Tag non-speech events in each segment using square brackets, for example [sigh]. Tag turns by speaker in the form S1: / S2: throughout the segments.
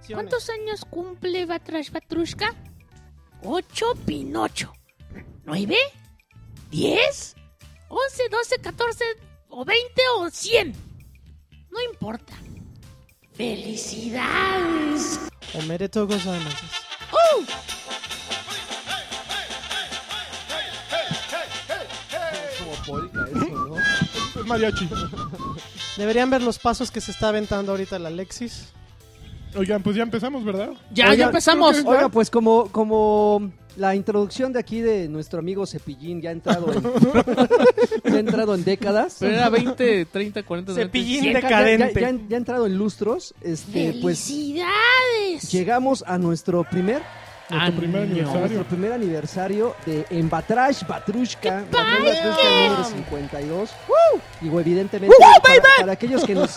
S1: secciones.
S2: ¿Cuántos años cumple Batrash Batrushka? ¿Ocho, Pinocho? ¿Nueve? ¿Diez? ¿Once, doce, catorce, o veinte, o cien? No importa. ¡Felicidades!
S1: おめでとうございます。
S2: ¡Oh!
S3: Como polka eso, ¿no?
S4: Es mariachi.
S1: Deberían ver los pasos que se está aventando ahorita el Alexis.
S4: Oigan, pues ya empezamos, ¿verdad?
S2: Ya,
S3: Oigan,
S2: ya empezamos.
S4: creo
S3: Oiga, pues como, como la introducción de aquí de nuestro amigo Cepillín ya ha entrado en, [laughs] ya ha entrado en décadas.
S5: Pero era 20, 30, 40 durante-
S3: Ya-
S1: Cepillín
S3: ya- ya-
S1: decadente.
S3: Ya, ya ha entrado en lustros. Este, pues
S2: ¡Felicidades!
S3: llegamos a nuestro primer,
S4: Nuestro primer
S5: Año.
S3: a nuestro
S4: aniversario.
S3: primer aniversario de Embatrash Batrushka.
S2: ¡Qué
S3: Batrash
S2: padre!
S3: Batrushka número 52. Digo, evidentemente, para, para aquellos que nos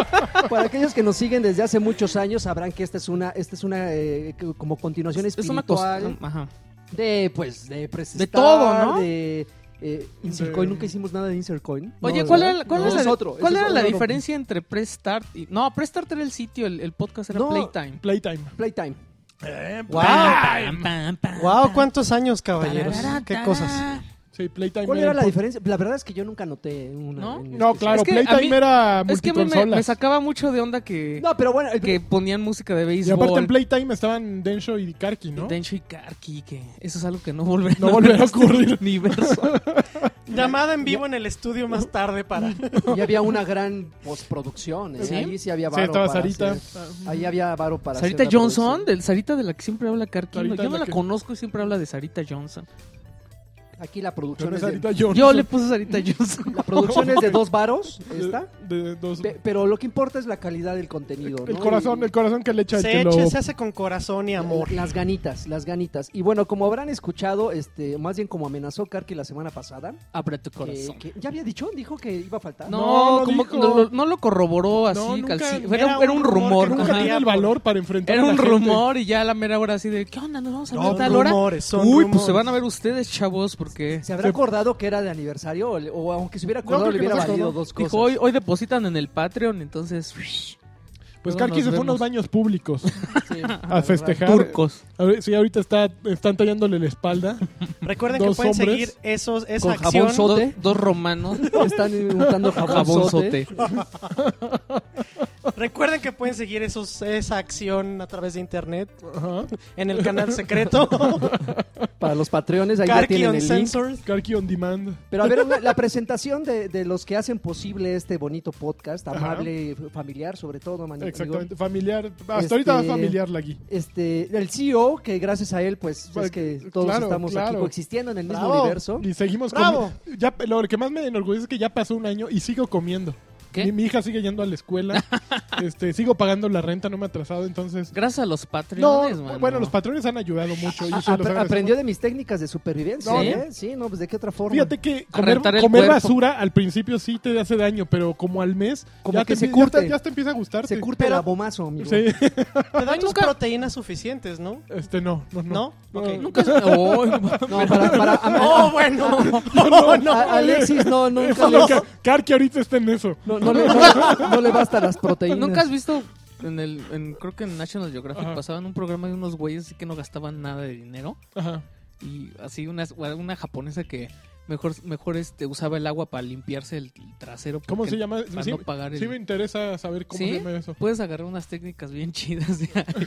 S3: [laughs] para aquellos que nos siguen desde hace muchos años sabrán que esta es una esta es una eh, como continuación
S5: Es una cosa.
S3: espiritual.
S5: Ajá.
S3: De, pues, de prestar,
S5: De todo, ¿no?
S3: De, eh, Insert
S4: De-
S3: Coin, nunca hicimos nada de Insert Coin.
S5: Oye,
S3: No,
S5: ¿cuál
S3: ¿verdad?
S5: era, cuál
S3: No,
S5: era
S3: es
S5: la,
S3: otro,
S5: cuál
S3: ese es
S5: era la
S3: otro.
S5: diferencia entre Prestart y... No, Prestart era el sitio, el, el podcast era
S3: No.
S5: Playtime.
S4: Playtime.
S3: Playtime.
S1: Wow.
S5: Pam, pam, pam,
S1: Wow,
S5: pam.
S1: cuántos años, caballeros.
S5: Tarara,
S1: Qué
S5: tarara.
S1: cosas.
S4: Sí, Playtime.
S3: ¿Cuál era la
S4: el-
S3: diferencia? La verdad es que yo nunca noté una.
S5: ¿No?
S3: en
S4: No,
S3: especial.
S4: claro,
S5: Es que a
S4: Playtime
S5: mí-
S4: era
S5: Es que a mí me, me
S4: Ah, multiconsolas.
S5: sacaba mucho de onda que,
S3: No, pero bueno, el- [laughs]
S5: que ponían música de
S4: Y
S5: béisbol.
S4: aparte en Playtime estaban Densho y Karki, ¿no?
S5: Tencho y Karki, que eso es algo que no volverá,
S4: No volverá a ocurrir.
S5: universo.
S1: Llamada en vivo en el estudio más tarde [laughs] para.
S3: ya había una gran postproducción. ¿eh?
S5: ¿Sí?
S3: Ahí sí había
S4: Sí,
S3: varo.
S4: estaba
S3: para
S4: Sarita. Ah,
S3: hacer-
S5: Ah,
S3: Ahí había varo para. hacer
S5: Sarita
S3: una
S5: Johnson,
S3: producción.
S5: del Sarita de la que siempre habla Karki.
S4: Sarita
S5: yo
S4: de
S5: no
S4: la
S5: la
S4: que-
S5: conozco y siempre habla de Sarita Johnson.
S3: Aquí la
S4: Pero
S3: producción
S4: no
S3: es
S4: es
S3: de,
S4: Sarita Johnson.
S5: Yo le puse Sarita Johnson.
S3: la producción
S5: [laughs]
S3: es de dos varos.
S4: De,
S3: Esta.
S4: de dos-
S3: Pe- Pero lo que importa es la calidad del contenido.
S4: el
S3: ¿no?
S4: corazón,
S3: Y-
S4: el corazón que le echa el
S1: Se,
S4: que lo...
S1: echa- se hace con corazón y amor.
S3: Las ganitas, las ganitas. Y bueno, como habrán escuchado, este, más bien como amenazó Karki la semana pasada,
S5: Abre tu
S3: que-
S5: corazón.
S3: que ya había dicho, dijo que iba a faltar.
S5: No,
S4: No, no
S5: como
S4: dijo.
S5: no, lo- no lo corroboró así,
S4: No, nunca-
S5: calci-
S1: era
S5: Era, era un
S1: un rumor
S5: rumor.
S1: que
S4: Nunca
S5: ajá.
S4: tiene el valor para enfrentar
S5: Era
S4: a la
S5: un
S4: gente.
S5: rumor y ya a la mera hora así de, ¿qué onda? ¿Nos vamos a ver
S1: Son
S5: tal hora?
S1: rumores, son
S5: Uy, pues
S1: rumores.
S5: se van a ver ustedes, chavos, porque...
S3: ¿Se habrá
S4: Se-
S3: acordado que era de aniversario? O, le- o aunque se hubiera acordado,
S4: creo
S3: le
S4: que no
S3: hubiera
S4: se
S3: valido
S4: acordó.
S3: dos cosas.
S5: Dijo, hoy, hoy depositan en el Patreon, entonces...
S4: Pues
S5: Luego
S4: Karki
S5: nos
S4: se fue a unos
S5: vemos.
S4: baños
S5: Ah,
S4: públicos
S3: Sí,
S4: a
S3: la verdad.
S4: festejar.
S5: Turcos.
S4: A ver, sí, ahorita está, están tallándole la espalda.
S1: Recuerden que
S4: Dos
S1: pueden
S4: hombres
S1: seguir esos, esa
S3: con
S1: acción.
S3: jabón sote.
S5: Dos, dos romanos.
S3: Están untando
S5: Jabón
S3: jabonzote.
S5: sote.
S1: Recuerden que pueden seguir esos, esa acción a través de internet
S4: Ajá.
S1: en el [laughs] canal secreto.
S3: Para los patreones, ahí ya
S1: Karki
S3: tienen el link.
S1: Uncensored.
S4: Karki on demand.
S3: Pero a ver, una- la presentación de, de los que hacen posible este bonito podcast, amable, familiar, sobre todo, man, amigo.
S4: Exactamente. Familiar. Hasta
S3: Este-
S4: ahorita familiar la Gui.
S3: este, el CEO, que gracias a él, pues es que todos
S4: Claro,
S3: estamos aquí
S4: claro.
S3: coexistiendo en el mismo
S1: Bravo.
S3: universo.
S4: Y seguimos
S1: ¡Bravo!
S4: comi- ya Lo que más me enorgullece es que ya pasó un año y sigo comiendo.
S5: ¿Qué?
S4: Mi, mi hija sigue yendo a la
S5: [laughs]
S4: escuela. este, sigo pagando la renta, no me he atrasado, entonces.
S5: Gracias a los Patreones,
S4: No,
S5: mano.
S4: bueno, los patrones han ayudado mucho. y
S3: A-
S4: se los
S3: Ah, apre-
S4: agradecemos.
S3: aprendió de mis técnicas de supervivencia,
S5: No,
S3: ¿eh? ¿sí? no, pues de qué otra forma.
S4: Fíjate que
S5: A
S4: comer,
S5: rentar el
S4: comer
S5: cuerpo.
S4: basura al principio sí te hace daño, pero como al mes
S3: Como
S4: ya,
S3: que
S4: te,
S3: se
S4: empie-
S3: curte.
S4: ya, te, ya te empieza a gustarte.
S3: Se curte el
S1: Pero-
S3: abomazo, amigo. [laughs]
S4: Sí, [laughs]
S1: Te dan tus
S5: nunca-
S1: proteínas suficientes, ¿no?
S4: este no, no, [laughs] no.
S1: ¿No? Ok.
S5: Nunca... Oh,
S3: No, para, para,
S5: [laughs]
S3: a-
S1: ¡Oh, bueno!
S4: No, no.
S3: a- Alexis, no, nunca
S4: Eso
S3: le,
S4: lo que- Karki ahorita está en eso.
S3: no, no le, no- no le bastan las proteínas.
S5: ¿Nunca has visto en el, en- creo que en National Geographic
S4: Ajá.
S5: pasaban un programa de unos güeyes así que no gastaban nada de dinero
S4: Ajá.
S5: y así una, una japonesa que mejor mejor este usaba el agua para limpiarse el trasero.
S4: ¿Cómo
S5: porque
S4: se llama?
S5: Para
S4: Sí,
S5: no pagar el.
S4: sí me interesa saber cómo
S5: ¿Sí?
S4: se llama eso.
S5: Puedes agarrar unas técnicas bien [laughs] chidas. de ahí.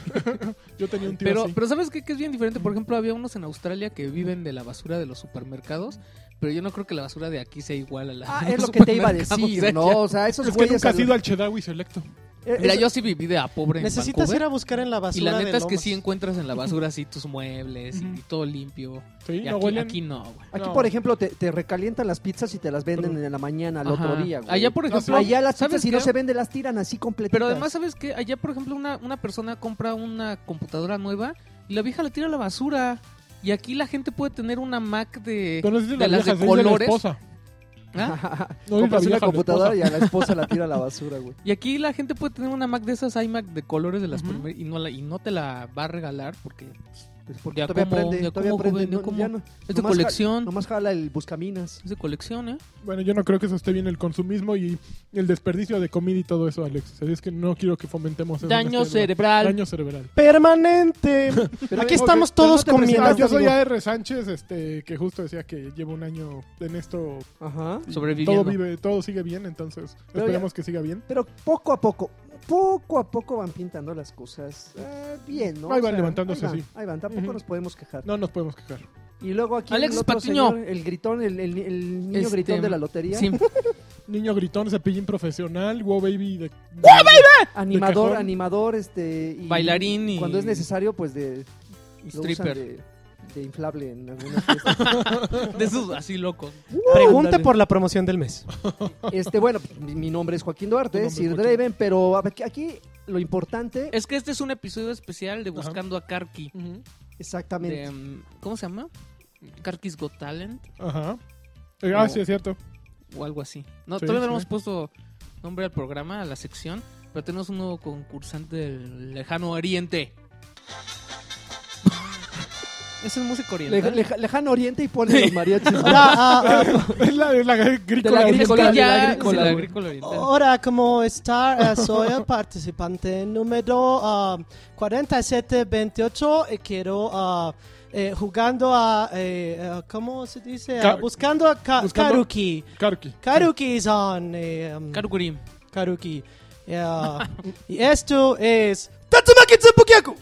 S4: Yo tenía un tío
S5: Pero,
S4: así.
S5: pero ¿sabes qué? Que es bien diferente. Por ejemplo, había unos en Australia que viven de la basura de los supermercados. Pero yo no creo que la basura de aquí sea igual a la
S3: Ah,
S5: de [laughs]
S3: es
S5: los
S3: lo que te iba a
S5: supermercados de
S3: decir,
S5: allá.
S3: ¿no? O sea, esos
S4: es que
S3: güeyes
S4: nunca has
S3: al-
S4: ido al Chedawi Selecto.
S3: eh,
S5: Mira,
S3: eso-
S5: yo sí viví de a pobre en
S1: Necesitas
S5: Vancouver.
S1: ir a buscar en la
S5: Y
S1: basura
S5: la
S1: de
S5: neta es que
S1: Lomas.
S5: sí encuentras en la basura así [laughs] tus muebles y,
S4: Ujú.
S5: y todo limpio.
S4: Sí,
S5: Y
S4: no
S5: aquí,
S4: huelen.
S5: aquí no, güey.
S3: Aquí,
S4: No.
S3: por ejemplo, te, te recalientan las pizzas y te las venden
S4: Pero-
S3: en la mañana al
S5: Ajá.
S3: otro día, güey.
S5: Allá, por
S4: Ah, sí.
S5: ejemplo,
S3: Allá las
S5: ¿sabes
S3: pizzas, si no
S5: qué?
S3: se vende, las tiran así completitas.
S5: Pero además, ¿sabes qué? Allá, por ejemplo, una, una persona compra una computadora nueva y la vieja la tira a la basura. Y aquí la gente puede tener una Mac de,
S4: ¿Conoces la
S5: de las
S4: vieja
S5: de
S4: así de la
S5: colores.
S4: esposa?
S5: ¿ah?
S3: [laughs]
S4: No, y la
S3: Compras
S4: vieja
S3: una
S4: la
S3: computadora
S4: esposa.
S3: y a la esposa la tira a la basura, güey.
S5: Y aquí la gente puede tener una Mac de esas iMac de colores de las
S4: Ujú.
S5: primeras y no, la, y no te la va a regalar porque pues,
S3: Pues porque
S5: Ya
S3: todavía
S5: como-
S3: aprende,
S5: ya
S3: todavía
S5: como
S3: aprende.
S5: joven, ya
S3: no,
S5: como-
S3: ya no-
S5: Es de
S3: nomás ja-
S5: colección.
S3: nomás jala el buscaminas.
S5: Es de colección, ¿eh?
S4: Bueno, yo no creo que eso esté bien el consumismo y el desperdicio de comida y todo eso, Alex. Así es que no quiero que fomentemos eso. en
S5: Daño
S4: este lugar.
S5: cerebral.
S4: Daño cerebral.
S1: Permanente. Aquí estamos
S3: [laughs] pero
S1: todos
S3: no te presentes,
S1: comiendo.
S4: Ah, yo soy
S3: amigo.
S4: AR Sánchez, este, que justo decía que llevo un año en esto.
S3: Ajá.
S4: y
S5: Sobreviviendo.
S4: Todo, vive, todo sigue bien, entonces
S3: Pero
S4: esperemos que siga bien.
S3: Pero poco a poco, poco a poco van pintando las cosas eh, bien, ¿no?
S4: Ahí van levantándose,
S3: ahí van,
S4: sí.
S3: Ahí van, tampoco
S4: Ujú.
S3: nos podemos quejar.
S4: No nos podemos quejar.
S3: Y luego aquí
S5: Alexis
S3: el otro
S5: Patiño.
S3: señor, el gritón, el, el- el niño
S5: Este,
S3: gritón de la lotería,
S5: Sí,
S4: Niño gritón, cepillín profesional, wow baby. De, de
S3: animador,
S4: cajón.
S3: animador, este... y
S5: Bailarín y-
S3: Cuando es necesario, pues de... lo usan
S5: stripper. De...
S3: De, de inflable en algunas fiestas.
S5: esos así locos.
S1: Pregunte
S3: Ándale.
S1: por la promoción del
S3: [laughs]
S1: mes.
S3: este, bueno, pues, mi, mi nombre es Joaquín
S4: Tu
S3: Duarte,
S4: nombre es
S3: Sir
S4: Joaquín.
S3: Draven, pero a ver, aquí- aquí lo importante...
S5: Es que este es un episodio especial de Buscando a Karki.
S4: Ujú.
S3: exactamente.
S5: De, mm, ¿Cómo se llama? Karki's Got Talent
S4: Ajá. Eh, ah,
S3: Oh.
S5: No.
S4: sí, es cierto. [laughs]
S5: o algo así. No,
S4: Sí,
S5: todavía
S4: sí.
S5: no hemos puesto nombre al programa, a la sección, pero tenemos un nuevo concursante del lejano oriente. [laughs] Ese es música
S3: Le-
S5: oriental.
S3: leja- lejano Oriente y pone los mariachis.
S1: Ahora, ah,
S4: es la, es la agrícola.
S3: De la
S5: Es que
S3: agrícola,
S5: ya-
S3: de la agrícola,
S5: sí, la
S3: güey.
S5: agrícola oriental.
S1: ahora, como star, eh, soy el participante número ah, 4728 y quiero... ah, eh, jugando a... eh, eh, ¿Cómo se dice? Ah,
S4: Ka-
S1: buscando a Ka-
S4: buscando-
S1: Karuki.
S4: Karki.
S1: Karuki is on... eh, um,
S5: Karukuri.
S1: Karuki.
S3: [laughs]
S1: Yeah. y esto es... ¡Tatsumaki Tsupukiaku!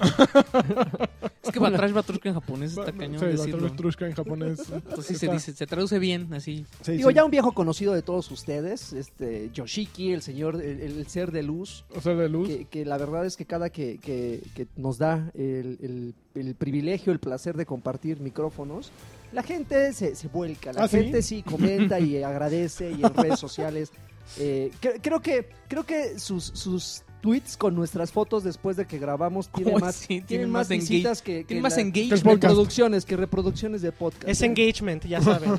S5: Es que Batrash Batrushka en japonés está cañón
S4: Sí, la
S5: decirlo.
S4: trushka en japonés.
S5: [laughs] Pues sí se
S4: Está-
S5: dice, se traduce bien, así.
S4: [laughs] sí,
S3: Digo,
S4: sí.
S3: ya un viejo conocido de todos ustedes, este Yoshiki, el señor, el, el ser de luz,
S4: O sea, de luz.
S3: que, que la verdad es que cada que, que- que nos da el, el- el privilegio, el placer de compartir micrófonos, la gente se, se vuelca, la
S4: ¿Ah, sí?
S3: gente sí, comenta y agradece y en redes sociales. eh, cre- creo que, creo que sus, sus tweets con nuestras fotos después de que grabamos tienen
S5: Oh,
S3: más,
S5: sí, tienen
S3: tienen
S5: más
S3: más,
S5: engage-
S3: visitas que, que
S5: Tiene más
S3: la-
S4: que el
S5: engagement.
S4: podcast.
S3: reproducciones, que reproducciones de podcast.
S1: Es
S3: ¿eh?
S1: engagement, ya
S3: [laughs]
S1: saben.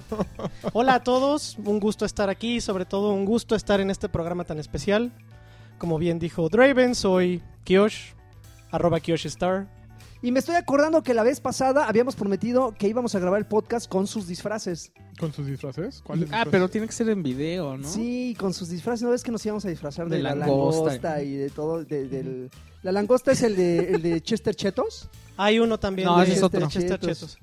S1: Hola a todos, un gusto estar aquí, sobre todo un gusto estar en este programa tan especial. Como bien dijo Draven, soy Kiosh, arroba Kiosh Star.
S3: Y me estoy acordando que la vez pasada habíamos prometido que íbamos a grabar el podcast con sus disfraces.
S4: ¿Con sus disfraces? ¿Cuáles
S5: Ah,
S4: disfraces?
S5: pero tiene que ser en video, ¿no?
S3: Sí, con sus disfraces. ¿No ves que nos íbamos a disfrazar de,
S5: De
S3: la
S5: langosta.
S3: langosta, y de todo? de- del... La langosta es el de, el de Chester Chetos.
S1: Hay uno también
S5: No,
S1: de
S5: ese es otro.
S1: Chester
S3: Chetos.
S1: Chetos.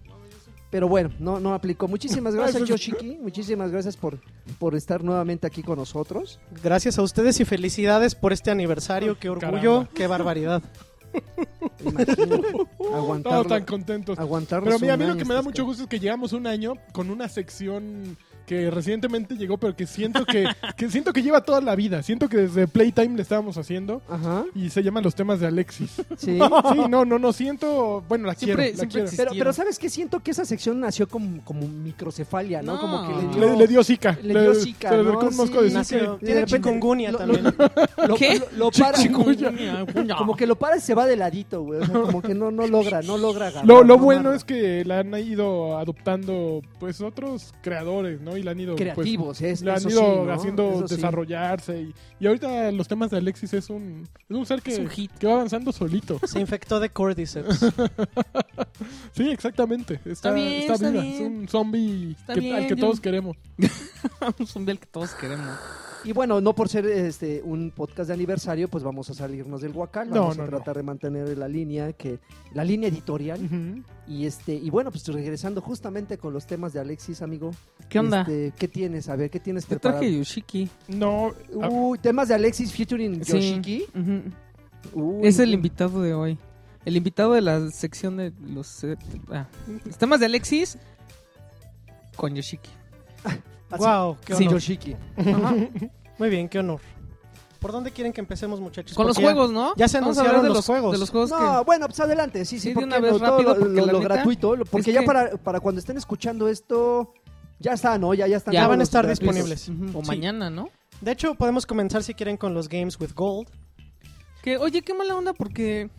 S3: Pero bueno, no, no aplicó.
S4: [laughs]
S3: Muchísimas
S4: Ah,
S3: gracias,
S4: eso es-
S3: Yoshiki. Muchísimas gracias por, por estar nuevamente aquí con nosotros.
S1: Gracias a ustedes y felicidades por este aniversario, qué orgullo,
S4: Caramba.
S1: qué barbaridad.
S4: [laughs]
S3: Imagino,
S4: Todos
S3: aguantarlo.
S4: tan contentos.
S3: aguantarlo
S4: Pero mira, a
S3: un
S4: mí lo
S3: año
S4: que me da
S3: estas
S4: mucho gusto es que llegamos un año con una sección que recientemente llegó, pero que siento
S3: [laughs]
S4: que, que siento que lleva toda la vida. Siento que desde Playtime le estábamos haciendo
S3: cosas. Ajá,
S4: y se llaman los temas de Alexis.
S3: [laughs]
S4: Sí,
S3: sí.
S4: [laughs] no, no, no siento, bueno, la quiero,
S5: Siempre-
S4: la
S5: siempre
S4: quiero.
S5: existe.
S3: Pero, pero ¿sabes qué? Siento que esa sección nació como, como microcefalia, ¿no?
S5: No.
S3: Como que le dio...
S4: Le, le dio zika.
S3: Le dio zika,
S4: Se le
S3: ¿no?
S4: acercó un mosco
S3: Sí,
S4: de
S1: Nació-
S4: zika.
S3: de
S1: tiene
S3: repente-
S1: chikungunya
S3: lo-
S1: también.
S3: Lo,
S5: ¿Qué?
S3: Lo, lo para, como
S5: Como
S3: que lo para y se va de ladito, güey. O sea, como que no, no logra, no logra agarrar,
S4: Lo,
S3: no
S4: lo bueno
S3: amarra.
S4: es que la han ido adoptando pues otros creadores, ¿no? Y la han ido pues,
S3: Creativos, es,
S4: le han
S3: eso
S4: ido
S3: sí, ¿no?
S4: haciendo
S3: Eso sí.
S4: desarrollarse y, y ahorita los temas de Alexis es un es un ser que,
S5: Es un hit.
S4: que va avanzando solito.
S1: [laughs]
S4: [laughs]
S1: Se infectó de cordyceps.
S4: Sí, exactamente. Está,
S5: Está bien, está
S4: viva.
S5: bien.
S4: Es un zombie
S5: Está
S4: que-
S5: bien,
S4: al que
S5: yo-
S4: todos queremos.
S5: un zombie al que todos queremos.
S3: Y bueno, no por ser este un podcast de aniversario, pues vamos a salirnos del huacal,
S4: No,
S3: vamos
S4: no,
S3: a
S4: no.
S3: tratar de mantener la línea que la línea editorial y este y bueno, pues regresando justamente con los temas de Alexis, amigo.
S5: ¿Qué onda?
S3: Este, ¿qué tienes? A ver, ¿qué tienes
S5: Te
S3: preparado?
S5: traje Yoshiki.
S4: No, a-
S3: Uy, temas de Alexis featuring Yoshiki.
S5: Ujú.
S3: Uy,
S5: Es el
S3: uy.
S5: invitado de hoy. El invitado de la sección de los, eh, ah, los temas de Alexis con Yoshiki.
S1: Pues
S3: Ah, sí.
S1: wow, qué
S5: Sí,
S1: honor.
S3: Yoshiki.
S1: Muy bien, qué honor. ¿Por dónde quieren que empecemos, muchachos?
S5: Con los
S1: Porque ya-
S5: juegos, ¿no?
S1: ya se
S5: Vamos a
S1: anunciaron
S5: hablar de
S1: los
S5: los
S1: juegos.
S5: De los juegos
S3: No, bueno, pues adelante, sí,
S5: Sí,
S3: sí,
S5: de
S3: porque
S5: una vez
S3: no, todo
S5: rápido,
S3: lo,
S5: porque
S3: lo-
S5: la
S3: lo
S5: neta
S3: gratuito, lo- porque
S5: es
S3: ya
S5: que-
S3: para, para cuando estén escuchando esto, ya está, ¿no? Ya, ya están
S5: Ya
S3: todos
S1: van a
S3: los
S1: estar
S3: gratuitos.
S1: disponibles.
S5: que- o
S1: Sí.
S5: mañana, ¿no?
S1: De hecho, podemos comenzar si quieren con los Games with Gold.
S5: Que, oye, qué mala onda porque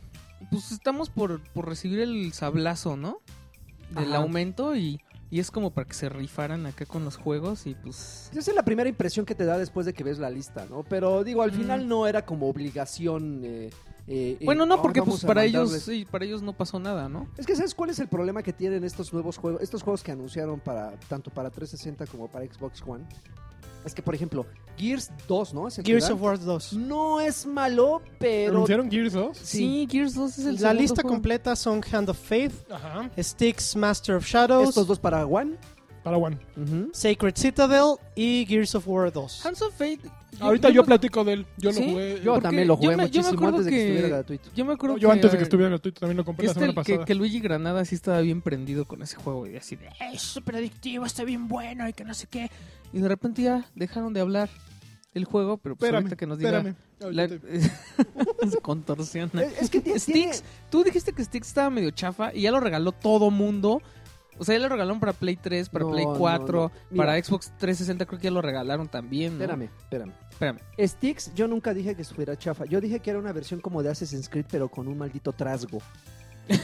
S5: pues estamos por, por recibir el sablazo, ¿no? Del
S3: Ajá.
S5: aumento y, y es como para que se rifaran acá con los juegos y pues...
S3: Esa es la primera impresión que te da después de que ves la lista, ¿no? Pero digo, al
S5: Mm.
S3: final no era como obligación eh, eh, eh,
S5: Bueno, no,
S3: ah,
S5: porque
S3: vamos
S5: pues
S3: a
S5: para
S3: mandarles-
S5: ellos, sí, para ellos no pasó nada, ¿no?
S3: Es que ¿sabes cuál es el problema que tienen estos nuevos juegos? Estos juegos que anunciaron para tanto para 360 como para Xbox One. Es que, por ejemplo, Gears 2, ¿no? Es el que
S1: Gears
S3: dan.
S1: of War 2.
S3: No es malo, pero...
S4: ¿Anunciaron Gears 2?
S3: Sí.
S5: Gears 2 es
S1: La
S5: segundo
S1: lista
S5: juego.
S1: completa son Hand of Faith,
S4: Ajá.
S1: Sticks Master of Shadows,
S3: Estos dos para One.
S4: Para One.
S3: Ujú.
S1: Sacred Citadel y Gears of War 2.
S5: Hands of Fate.
S4: Ah, Ahorita yo platico de él. Yo
S5: ¿Sí?
S4: lo jugué.
S3: Yo
S5: Porque
S3: también lo jugué
S5: yo me- yo me
S3: muchísimo
S5: acuerdo
S3: antes de que
S5: que-
S3: estuviera
S5: [laughs]
S3: gratuito.
S5: Yo me acuerdo
S4: yo antes de que
S5: eh,
S4: estuviera gratuito también lo compré la
S5: Este,
S4: semana
S5: el que,
S4: pasada.
S5: que Luigi Granada sí estaba bien prendido con ese juego y así de,
S2: Es súper adictivo, está bien bueno y que no sé qué.
S5: y de repente ya dejaron de hablar del juego, pero pues
S4: Espérame,
S5: ahorita que nos diga
S4: espérame. Ahorita
S5: la-
S4: te-
S5: [laughs] se contorsiona.
S3: Es, es que tie- tiene...
S5: Sticks, tú dijiste que Sticks estaba medio chafa y ya lo regaló todo mundo. O sea, ya lo regalaron para Play 3, para
S3: No,
S5: Play
S3: no,
S5: 4,
S3: no. Mira.
S5: para Xbox 360 creo que ya lo regalaron también, ¿no?
S3: Espérame, espérame.
S5: Espérame.
S3: Sticks, yo nunca dije que estuviera chafa. Yo dije que era una versión como de Assassin's Creed, pero con un maldito trasgo.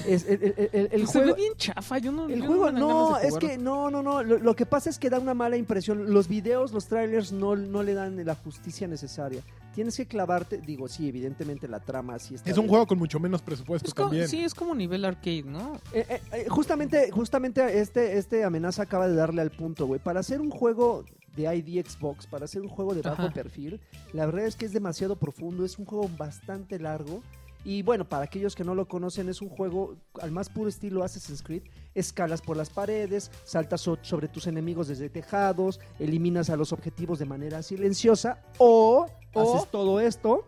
S3: Es- el, el- el- el
S5: Pues [laughs] se
S3: juego,
S5: ve bien chafa, yo no
S3: El
S5: yo
S3: juego
S5: me dan ganas
S3: no,
S5: de
S3: es
S5: jugarlo.
S3: que no, no, no. Lo, lo que pasa es que da una mala impresión. Los videos, los trailers no, no le dan la justicia necesaria. Tienes que clavarte, digo, sí, evidentemente la trama sí está.
S4: Es un
S3: bien.
S4: juego con mucho menos presupuesto
S5: Pues como-
S4: también.
S5: sí, es como nivel arcade, ¿no?
S3: Eh, eh, eh, justamente, justamente este, este amenaza acaba de darle al punto, güey. Para hacer un juego de ID Xbox, para hacer un juego de bajo
S5: Ajá.
S3: perfil, la verdad es que es demasiado profundo, es un juego bastante largo. Y bueno, para aquellos que no lo conocen, es un juego al más puro estilo Assassin's Creed. Escalas por las paredes, saltas so- sobre tus enemigos desde tejados, eliminas a los objetivos de manera silenciosa o,
S5: O-
S3: haces todo esto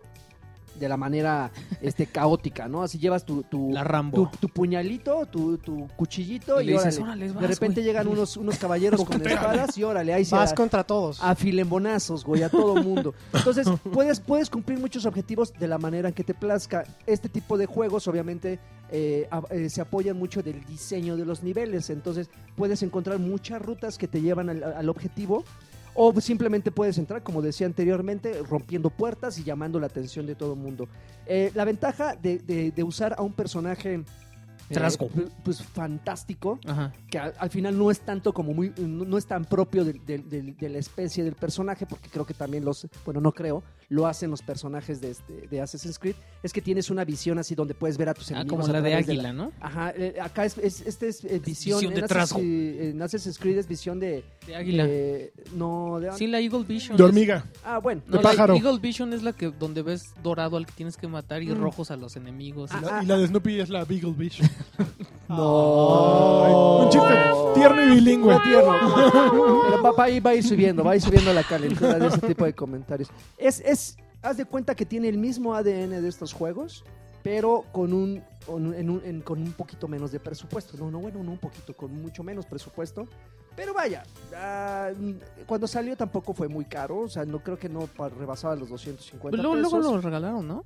S3: de la manera este, caótica, ¿no? Así llevas tu, tu,
S5: La
S3: tu,
S5: Rambo.
S3: tu puñalito, tu, tu cuchillito
S5: Y
S3: y,
S5: le dices,
S3: órale.
S5: "Órale, vas,
S3: de repente
S5: güey".
S3: llegan unos, unos
S5: [laughs]
S3: caballeros con espadas y órale, ahí se
S1: Vas
S3: a-
S1: contra todos.
S5: Ah,
S3: a filembonazos, güey, a todo mundo. Entonces, puedes, puedes cumplir muchos objetivos de la manera en que te plazca. Este tipo de juegos, obviamente, eh, a- eh, se apoyan mucho del diseño de los niveles. Entonces, puedes encontrar muchas rutas que te llevan al, al objetivo. O simplemente puedes entrar, como decía anteriormente, rompiendo puertas y llamando la atención de todo el mundo. Eh, la ventaja de, de- de usar a un personaje eh,
S5: Trasgo.
S3: pu- pues fantástico
S5: Ajá.
S3: que al, al final no es tanto como muy, no, no es tan propio del- del- del- de la especie del personaje, porque creo que también los, bueno, no creo, lo hacen los personajes de, este- de Assassin's Creed, es que tienes una visión así donde puedes ver a tus
S5: Ah,
S3: enemigos.
S5: como
S3: a
S5: la de
S3: través
S5: Águila, ¿no?
S3: Ajá, eh, acá es, es- este es eh, visión.
S5: visión de
S3: en,
S5: trasgo.
S3: Assassin's, en Assassin's Creed es visión de...
S5: De Águila.
S3: eh, no, de...
S5: sí, la Eagle Vision.
S4: De
S5: es-
S4: hormiga.
S3: Ah, bueno.
S5: No,
S4: De
S5: la
S4: pájaro.
S5: Eagle Vision es la que donde ves dorado al que tienes que matar y
S3: Mm.
S5: rojos a los enemigos.
S3: Ah,
S4: Y
S5: Y-
S4: la- y la de Snoopy es la Beagle Beach.
S3: No.
S4: Un chiste tierno y bilingüe.
S3: Fue tierno. Pero va, va a ir- va a ir subiendo, va a ir subiendo la calentura de ese tipo de comentarios. Es, es, haz de cuenta que tiene el mismo ADN de estos juegos, pero con un, con un- en un- en- con un poquito menos de presupuesto. No, no, bueno, no un poquito, con mucho menos presupuesto. Pero vaya, ah, mm, cuando salió tampoco fue muy caro, o sea, no creo que no pa- rebasaba los 250
S5: Luego, luego
S3: pesos.
S5: lo
S3: [laughs]
S5: regalaron, ¿no?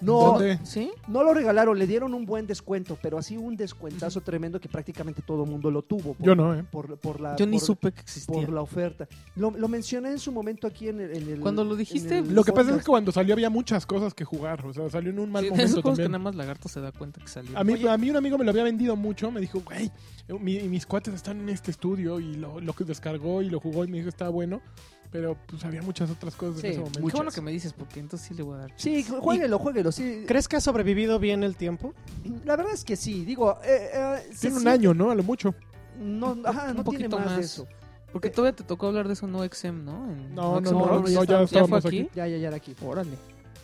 S3: No,
S4: ¿Dónde?
S5: ¿Sí?
S3: no lo regalaron, le dieron un buen descuento, pero así un descuentazo tremendo que prácticamente todo el mundo lo tuvo. por-
S4: Yo no, ¿eh?
S3: por, por la,
S5: Yo ni
S3: por-
S5: supe que existía.
S3: por la oferta. Lo, lo mencioné en su momento aquí en el. en el-
S5: Cuando lo dijiste,
S3: en el
S4: Lo que pasa es que
S3: podcast.
S4: cuando salió había muchas cosas que jugar. O sea, salió en un mal
S5: Sí, de esos
S4: momento
S5: juegos que
S4: también.
S5: nada más Lagarto se da cuenta que salió.
S4: A mí, a mí un amigo me lo había vendido mucho, me dijo, güey, mi- mis cuates están en este estudio y lo, lo que descargó y lo jugó y me dijo, está bueno, pero pues había muchas otras cosas
S3: Sí,
S4: en ese momento.
S5: Qué bueno que me dices, porque entonces sí le voy a dar.
S3: Sí, jueguelo, jueguelo. Sí.
S1: ¿Crees que ha sobrevivido bien el tiempo?
S3: La verdad es que sí, digo. eh, eh, se
S4: Tiene un
S3: siente-
S4: año, ¿no? A lo mucho.
S3: No, ajá,
S5: Un
S3: no tiene
S5: poquito
S3: más, de
S5: más.
S3: eso.
S5: Porque todavía te tocó hablar de eso no XM, ¿no? En-
S4: No, no,
S5: Xbox
S4: no,
S5: Rock.
S3: no,
S5: ¿Ya
S3: ya
S5: está- ya
S4: estábamos
S5: fue
S4: aquí.
S5: aquí.
S3: Ya, ya, ya, de aquí.
S5: Órale.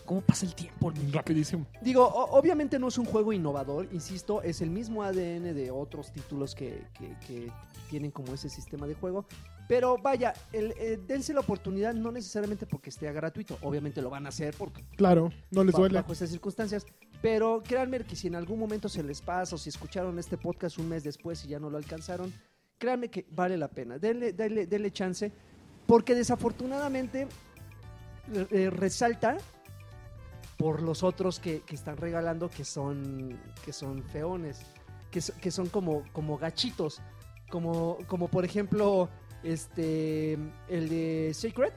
S5: ¿Cómo pasa el tiempo? niño?
S4: Rapidísimo.
S3: Digo, o- obviamente no es un juego innovador, insisto, es el mismo ADN de otros títulos que, que- que tienen como ese sistema de juego. Pero vaya, el, eh, dense la oportunidad, no necesariamente porque esté gratuito, obviamente lo van a hacer porque
S4: Claro, no les
S3: ba-
S4: duele.
S3: bajo esas circunstancias. Pero créanme que si en algún momento se les pasa o si escucharon este podcast un mes después y ya no lo alcanzaron, créanme que vale la pena. Denle, denle, denle chance, porque desafortunadamente re- eh, resalta por los otros que, que están regalando que son, que son feones, que, so- que son como, como gachitos, como, como por ejemplo este el de Secret.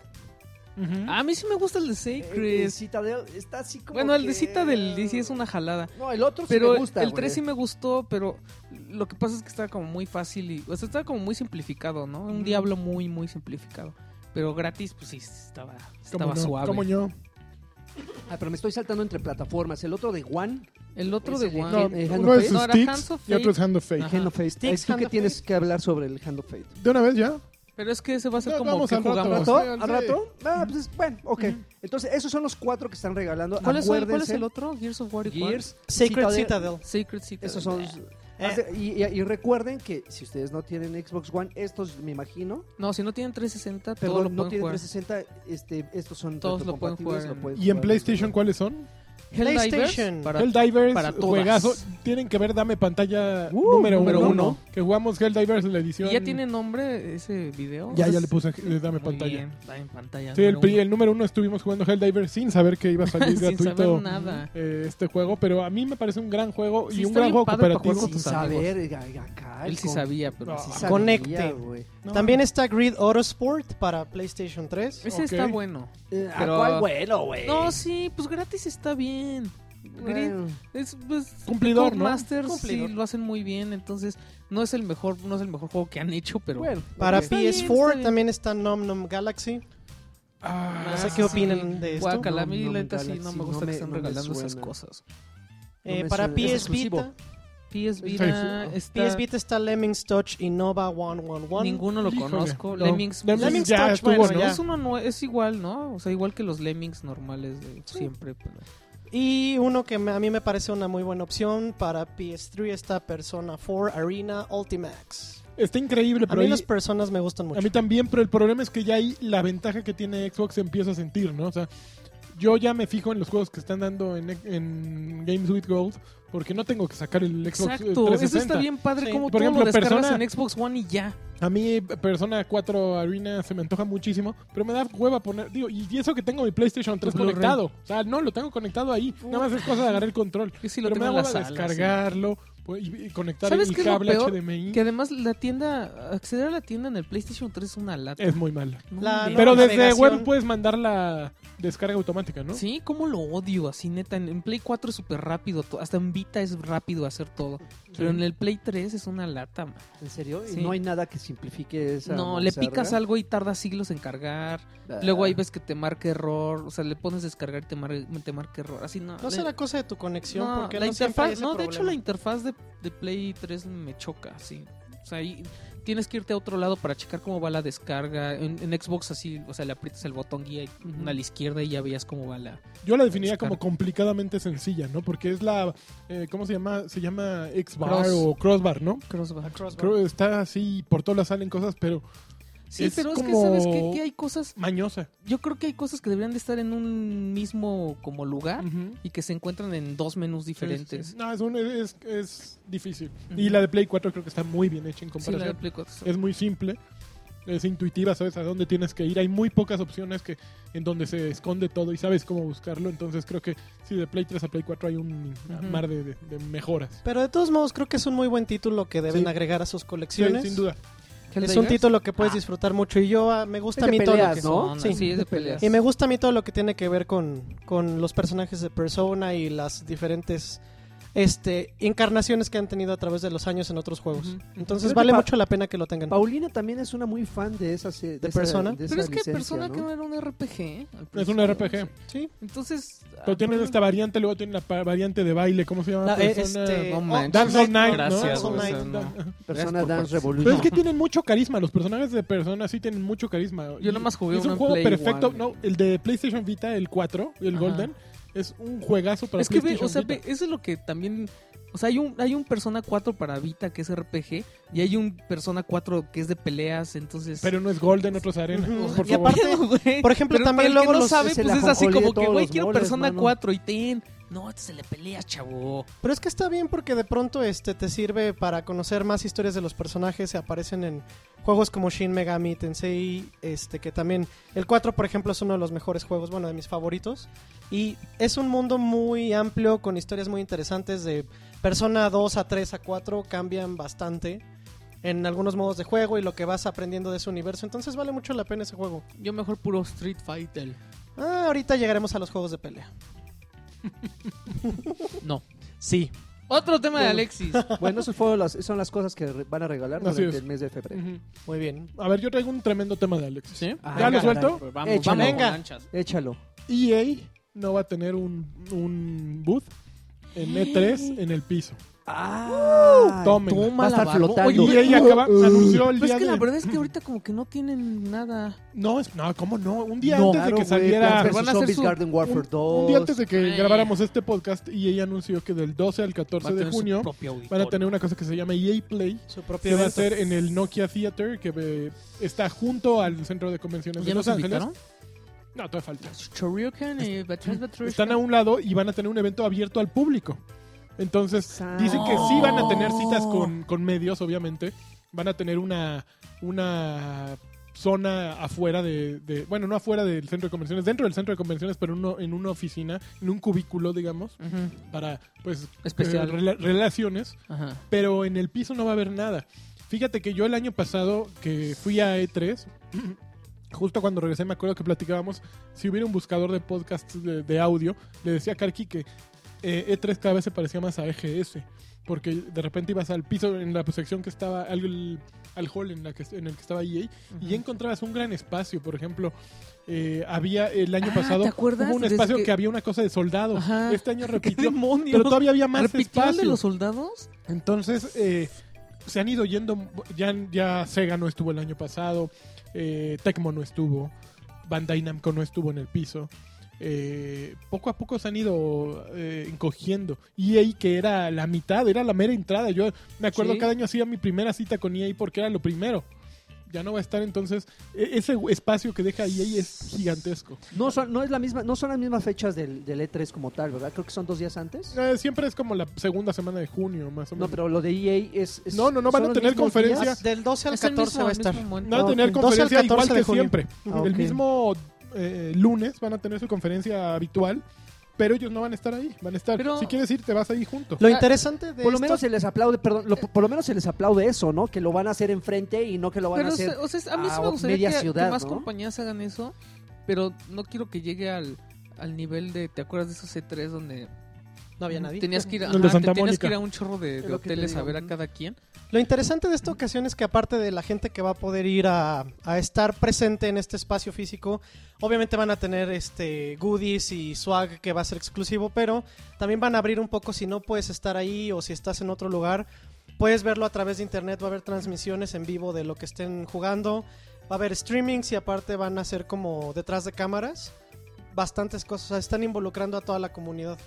S4: Ujú.
S5: A mí sí me gusta el de
S3: el de
S5: Sacred.
S3: Citadel, está así como
S5: Bueno, el de
S3: que-
S5: Cita del DC es una jalada.
S3: no, el otro sí
S5: Pero
S3: me gusta.
S5: el
S3: güey.
S5: 3 sí me gustó, pero lo que pasa es que estaba como muy fácil y. O sea, estaba como muy simplificado, ¿no? Un
S3: Ujú.
S5: diablo muy, muy simplificado. Pero gratis, pues sí, estaba,
S4: ¿Cómo
S5: estaba
S4: no?
S5: suave.
S4: ¿Cómo yo?
S3: Ah, pero me estoy saltando entre plataformas. El otro de One,
S5: El otro de
S3: Ese-
S5: One.
S4: No,
S3: Eh, Hand
S4: uno
S3: of
S4: es
S5: Fate. No, era Hands
S4: Sticks
S5: of
S4: y otro es
S5: Fate.
S4: Hand of Fate.
S5: Ajá.
S3: Hand of Fate.
S1: Sticks,
S3: Eh, ¿Tú
S1: Hand
S3: qué
S1: of
S3: tienes que hablar sobre el Hand of Fate?
S4: ¿De una vez ya?
S5: Pero es que ese va a ser
S4: No,
S5: como
S4: vamos
S5: que
S4: al rato.
S3: ¿Al
S5: jugamos.
S3: rato?
S4: sí,
S3: ¿Al
S4: sí.
S3: rato? Ah, pues es- bueno, ok. Entonces, esos son los cuatro que están regalando.
S5: ¿Cuál es, el, cuál es
S3: Acuérdense.
S5: el otro? Gears of War y cuál?
S3: Gears,
S1: Sacred
S3: Citadel.
S1: Citadel.
S5: Sacred Citadel.
S3: Esos son.
S1: Eh.
S3: Y, y- y recuerden que si ustedes no tienen Xbox One, estos me imagino,
S5: No, si no tienen 360, todo lo
S3: perdón, no
S5: pueden
S3: tienen
S5: jugar.
S3: 360, este, estos son
S5: Todos lo pueden
S3: retrocompatibles,
S5: jugar en-
S3: pueden
S4: ¿Y en
S3: jugar
S4: PlayStation cuáles son?
S5: Helldivers
S1: PlayStation.
S5: para-
S4: Helldivers,
S5: para todas.
S4: juegazo. Tienen que ver Dame Pantalla
S3: Uh,
S4: número,
S5: número
S4: uno,
S5: uno.
S4: Que jugamos Helldivers la edición.
S5: ¿Y ya tiene nombre ese video?
S4: Ya, ya
S5: Entonces-
S4: le puse eh, Dame
S5: Muy
S4: Pantalla.
S5: bien, Dame pantalla.
S4: Sí, el,
S5: número
S4: pri-
S5: uno.
S4: el número uno estuvimos jugando Helldivers sin saber que iba a salir
S5: [laughs] Sin
S4: gratuito.
S5: saber nada.
S4: eh, este juego, pero a mí me parece un gran juego y
S5: Sí,
S4: un
S5: está
S4: gran
S5: bien
S4: juego
S5: padre para jugar
S4: cooperativo.
S5: con
S3: Sin
S5: tus amigos.
S3: saber, eh, acá,
S5: Él
S3: el
S5: sí
S3: con- Ah,
S5: sabía, Ah, pero
S4: No,
S5: sí
S3: sí
S5: sabía.
S3: sabía,
S1: Conecte.
S3: güey.
S4: No,
S1: También está Grid Autosport para PlayStation 3.
S5: Ese
S4: Ok.
S5: está bueno.
S3: Eh, ¿a
S5: Pero-
S3: cuál bueno, güey?
S5: No, sí, pues gratis está bien. Gris-
S3: Bueno.
S5: Es pues,
S4: Cumplidor, ¿no?
S5: Masters
S1: Cumplidor.
S5: sí lo hacen muy bien, entonces no es el mejor, no es el mejor juego que han hecho, pero
S3: Bueno,
S1: Para
S3: ok.
S5: Está bien,
S1: PS4
S5: está bien.
S1: también está Nom Nom Galaxy.
S4: Ah,
S1: No sé qué opinan de esto.
S5: Guácala, a
S3: No,
S5: mí
S3: no
S5: la
S3: me
S5: neta sí no
S3: Galaxy,
S5: me gusta
S3: no
S5: que
S3: me-
S5: estén
S3: no me
S5: regalando esas
S3: suena.
S5: cosas.
S1: Eh,
S3: No me
S1: para
S3: suena. Es
S1: PS
S3: exclusivo.
S1: Vita,
S5: PS Vita
S4: sí,
S5: está...
S1: PS Vita está Lemmings Touch y Nova 111.
S5: Ninguno lo
S4: Híjole.
S5: conozco.
S4: No. Lemmings
S5: Lemmings, Lemmings
S1: Lemmings
S4: ya
S1: Touch,
S4: estuvo,
S1: bueno,
S5: Pero
S4: ¿no?
S1: ya.
S5: es uno nue- es igual, ¿no? O sea, igual que los Lemmings normales de siempre. pero-
S1: Y uno que me- a mí me parece una muy buena opción para PS3 está Persona 4 Arena Ultimax.
S4: está increíble,
S1: A
S4: pero
S1: mí
S4: ahí-
S1: las personas me gustan mucho.
S4: A mí también, pero el problema es que ya ahí la ventaja que tiene Xbox se empieza a sentir, ¿no? O sea, yo ya me fijo en los juegos que están dando en, en Games with Gold porque no tengo que sacar el Xbox eh,
S5: Exacto,
S4: 360.
S5: eso está bien padre,
S1: Sí.
S5: como
S4: Por
S5: todo
S4: ejemplo,
S5: lo descargas
S4: Persona-
S5: en Xbox One y ya.
S4: A mí Persona 4 Arena se me antoja muchísimo, pero me da hueva poner, digo, y eso que tengo mi PlayStation 3
S5: Blu-ray.
S4: conectado. O sea, no, lo tengo conectado ahí. Nada más es cosa de agarrar el
S5: [laughs]
S4: control.
S5: Yo sí lo
S4: pero me
S5: tengo
S4: da
S5: en la
S4: hueva
S5: sala.
S4: descargarlo pues, y, y conectar
S5: ¿Sabes
S4: el
S5: qué es lo
S4: cable
S5: peor? sí.
S4: HDMI.
S5: Que además la tienda, acceder a la tienda en el PlayStation 3 es una lata.
S4: Es muy mal.
S5: No
S1: La-
S5: mames.
S4: Pero desde
S1: navegación.
S4: web puedes mandar la descarga automática, ¿no?
S5: Sí, cómo lo odio así, neta. En, en Play 4 es súper rápido, to- hasta en Vita es rápido hacer todo. Pero en el Play 3 es una lata, man.
S3: ¿En serio? ¿Y
S5: Sí.
S3: no hay nada que simplifique esa.
S5: No, le
S3: monserga?
S5: picas algo y tarda siglos en cargar.
S3: Ah.
S5: Luego ahí ves que te marca error. O sea, le pones descargar y te, mar- te marca error. Así no.
S1: No
S5: le-
S1: será cosa de tu conexión
S5: No,
S1: porque
S5: la
S1: no siempre hay
S5: interfaz,
S1: ese
S5: no, de hecho la
S1: problema.
S5: interfaz de, de Play 3 me choca, sí. O sea, ahí tienes que irte a otro lado para checar cómo va la descarga. En, en Xbox así, o sea, le aprietas el botón guía y-
S3: Ujú.
S5: a la izquierda y ya veías cómo va la...
S4: Yo la definiría como
S5: Descarga.
S4: complicadamente sencilla, ¿no? Porque es la. eh, ¿Cómo se llama? Se llama X-Bar
S5: Cross.
S4: o Crossbar, ¿no?
S5: Crossbar.
S1: Crossbar.
S4: Creo que está así, por todas las salen cosas, pero
S5: Sí,
S4: Es
S5: pero es que,
S4: como-
S5: ¿sabes qué? Que hay cosas...
S4: mañosa.
S5: Yo creo que hay cosas que deberían de estar en un mismo como lugar
S4: Ujú.
S5: y que se encuentran en dos menús Ah. diferentes.
S4: Sí, sí. No, es, un- es, es difícil.
S5: Ujú.
S4: Y la de Play 4 creo que está muy bien hecha en
S5: Sí, la de
S4: comparación.
S5: Play 4.
S4: Es muy simple, es intuitiva, sabes a dónde tienes que ir. Hay muy pocas opciones que en donde se esconde todo y sabes cómo buscarlo. Entonces creo que sí, de Play 3 a Play 4 hay un
S5: Ujú.
S4: mar de, de- de mejoras.
S1: Pero de todos modos creo que es un muy buen título que deben
S4: Sí.
S1: agregar a sus
S4: Sí,
S1: colecciones.
S4: sin duda.
S1: Es un título que puedes
S5: Ah.
S1: disfrutar mucho y yo ah, me gusta
S3: Es
S1: a
S3: de
S1: mí todo lo
S3: peleas,
S1: que
S3: ¿no?
S5: Sí,
S1: Sí.
S5: es de peleas.
S1: Y me gusta a mí todo lo que tiene que ver con, con los personajes de Persona y las diferentes este, encarnaciones que han tenido a través de los años en otros juegos.
S5: Ujú.
S1: Entonces
S3: Creo que
S1: vale
S3: pa-
S1: mucho la pena que lo tengan.
S3: Paulina también es una muy fan de esa se- de, esa-
S1: Persona?
S3: de esa
S5: Pero es que
S3: licencia,
S5: Persona
S3: ¿no?
S5: que no era un RPG. ¿eh? Al
S4: Es un
S5: principio,
S4: RPG.
S5: sí.
S1: Sí.
S5: Entonces. ah,
S4: Pero tienen
S5: por
S4: esta variante, luego tienen la pa- variante de baile, ¿cómo se llama?
S1: La- eh,
S4: Persona-
S1: este,
S5: No
S1: oh,
S5: manches.
S4: Dance All Night, ¿no?
S5: Gracias,
S1: Dance All
S5: güey, o
S1: Night.
S5: sea, no.
S3: Persona
S5: Gracias por
S3: Dance
S5: participar.
S3: Revolution.
S4: Pero es que tienen mucho carisma, los personajes de Persona sí tienen mucho carisma.
S5: Yo
S4: Y-
S5: nomás jugué
S4: y Es un
S5: uno en
S4: juego
S5: Play
S4: perfecto,
S5: One.
S4: no, el de PlayStation Vita, el 4, el
S5: Ajá.
S4: Golden, es un juegazo para
S5: Es que ve,
S4: PlayStation
S5: o sea,
S4: Vita.
S5: ve, eso es lo que también. O sea, hay un, hay un Persona 4 para Vita que es RPG y hay un Persona 4 que es de peleas, entonces. [laughs]
S4: Pero no es Golden, otros arenas.
S1: Ujú.
S4: Por
S1: Y
S4: favor.
S1: aparte,
S3: [laughs]
S5: güey.
S1: por ejemplo,
S5: Pero para
S1: también
S5: el
S1: luego
S5: que no
S1: los-
S5: sabe,
S3: es
S5: pues
S3: el
S5: es así
S3: ajonjolí
S5: como
S3: de
S5: que,
S3: todos
S5: güey,
S3: los
S5: quiero
S3: moles,
S5: Persona
S3: mano.
S5: 4 y ten. No, este se le pelea, chavo.
S1: Pero es que está bien porque de pronto este te sirve para conocer más historias de los personajes. Se aparecen en juegos como Shin Megami Tensei, este que también el 4, por ejemplo, es uno de los mejores juegos, bueno, de mis favoritos. Y es un mundo muy amplio con historias muy interesantes de Persona 2 a 3 a 4 cambian bastante en algunos modos de juego y lo que vas aprendiendo de ese universo. Entonces vale mucho la pena ese juego.
S5: Yo mejor puro Street Fighter.
S1: Ah, ahorita llegaremos a los juegos de pelea.
S5: No.
S1: Sí.
S5: Otro tema
S3: [laughs]
S5: de Alexis.
S3: Bueno, esas fueron las, son las cosas que re- van a regalar
S4: Así
S3: durante
S4: es.
S3: el mes de febrero.
S4: Ujú.
S1: Muy bien.
S4: A ver, yo traigo un tremendo tema de Alexis.
S5: ¿Sí?
S3: Ah,
S4: ¿Ya lo
S3: venga,
S4: suelto?
S5: Pues Vamos,
S3: Échale.
S5: vamos,
S1: Venga.
S5: lanchas.
S3: Échalo.
S4: EA no va a tener un, un booth en E3 en el piso.
S3: Ah,
S4: Tomen.
S5: Toma
S3: va a
S5: la
S3: estar
S5: barba.
S3: flotando.
S5: Oye,
S4: Uh, Y ella E acaba, anunció el día
S5: Pero Pues es que
S4: de-
S5: la verdad es que ahorita como que no tienen nada.
S4: No, es- no, ¿cómo no? Un día
S5: No.
S4: antes de que saliera...
S5: Pero van a hacer
S3: Zombies
S5: su-
S3: Garden
S4: un,
S3: Warfare 2.
S4: un día antes de que
S5: Eh.
S4: grabáramos este podcast, EA anunció que del 12 al 14 de junio van a tener una cosa que se llama EA Play,
S1: Su
S4: que
S1: propio
S4: va a
S1: evento.
S4: ser en el Nokia Theater, que eh, está junto al centro de convenciones
S5: ¿Ya
S4: de
S5: los
S4: Los Ángeles.
S5: invitaron?
S4: No, todavía falta.
S5: Shoryuken y Batrash Batrash.
S4: Están a un lado y van a tener un evento abierto al público. Entonces,
S3: Sa-
S4: dicen que sí van a tener citas con, con medios, obviamente. Van a tener una, una zona afuera de, de- Bueno, no afuera del centro de convenciones, dentro del centro de convenciones, pero uno, en una oficina, en un cubículo, digamos,
S5: Ujú,
S4: para, pues,
S5: Especial.
S4: eh, rela- relaciones
S5: Ajá.
S4: pero en el piso no va a haber nada. Fíjate que yo el año pasado que fui a E3, [clears throat] justo cuando regresé me acuerdo que platicábamos, si hubiera un buscador de podcasts de, de audio, le decía a Karki que eh, E3 cada vez se parecía más a EGS, porque de repente ibas al piso en la sección que estaba, al, al hall en, la que, en el que estaba EA, y ya encontrabas un gran espacio, por ejemplo. eh, había el año
S5: Ah,
S4: pasado
S5: ¿te acuerdas?
S4: hubo un
S5: Desde
S4: espacio que...
S5: que
S4: había una cosa de soldados.
S5: Ajá.
S4: Este
S5: [laughs]
S4: año
S5: ¿Qué
S4: repitió,
S5: demonios?
S4: pero todavía había más
S5: ¿Repitió el
S4: espacio.
S5: de los soldados?
S4: Entonces, eh, se han ido yendo. Ya, ya Sega no estuvo el año pasado. eh, Tecmo no estuvo. Bandai Namco no estuvo en el piso. eh, poco a poco se han ido eh, encogiendo. EA, que era la mitad, era la mera entrada. Yo me acuerdo
S5: Sí.
S4: cada año hacía mi primera cita con EA porque era lo primero. Ya no va a estar entonces. e- Ese espacio que deja EA es gigantesco.
S3: No son, no, es la misma, no son las mismas fechas del, del E3 como tal, ¿verdad? Creo que son dos días antes.
S4: Eh, siempre es como la segunda semana de junio, más o
S3: No,
S4: menos.
S3: pero lo de EA es... es-
S4: No, no, no, van
S3: son
S4: a
S3: los
S4: tener
S3: mismos
S4: conferencia.
S3: días.
S1: Del 12 al
S5: Es el
S1: 14
S5: mismo-
S1: va a
S5: el
S1: estar.
S5: mismo momento.
S4: Van a
S1: Ah,
S4: tener
S1: ok. 12 al
S4: conferencia
S1: 14
S4: igual
S1: de
S4: que
S1: junio.
S4: siempre.
S1: Ah,
S4: El
S1: ok.
S4: mismo eh, lunes van a tener su conferencia habitual, pero ellos no van a estar ahí. Van a estar.
S5: Pero-
S4: Si quieres ir, te vas ahí junto.
S1: Lo interesante de
S3: Por lo
S1: esto-
S3: menos se les aplaude, perdón, lo- por lo menos se les aplaude eso, ¿no? Que lo van a hacer enfrente y no que lo van
S5: Pero,
S3: a
S5: o
S3: hacer...
S5: sea, o sea, a mí sí
S3: a
S5: me gustaría
S3: media
S5: que, que
S3: ciudad,
S5: más
S3: ¿no?
S5: compañías hagan eso, pero no quiero que llegue al, al nivel de, ¿te acuerdas de esos C3 donde mm,
S1: no había nadie.
S5: tenías que ir,
S4: El de
S5: ajá, te
S4: Santa
S5: tenías
S4: Mónica.
S5: que ir a un chorro de, de
S3: lo que te
S5: hoteles a
S3: digo,
S5: ver a
S3: ujú.
S5: cada quien?
S1: Lo interesante de esta ocasión es que aparte de la gente que va a poder ir a, a estar presente en este espacio físico, obviamente van a tener este goodies y swag que va a ser exclusivo, pero también van a abrir un poco si no puedes estar ahí o si estás en otro lugar, puedes verlo a través de internet, va a haber transmisiones en vivo de lo que estén jugando, va a haber streamings y aparte van a ser como detrás de cámaras, bastantes cosas, o sea, están involucrando a toda la comunidad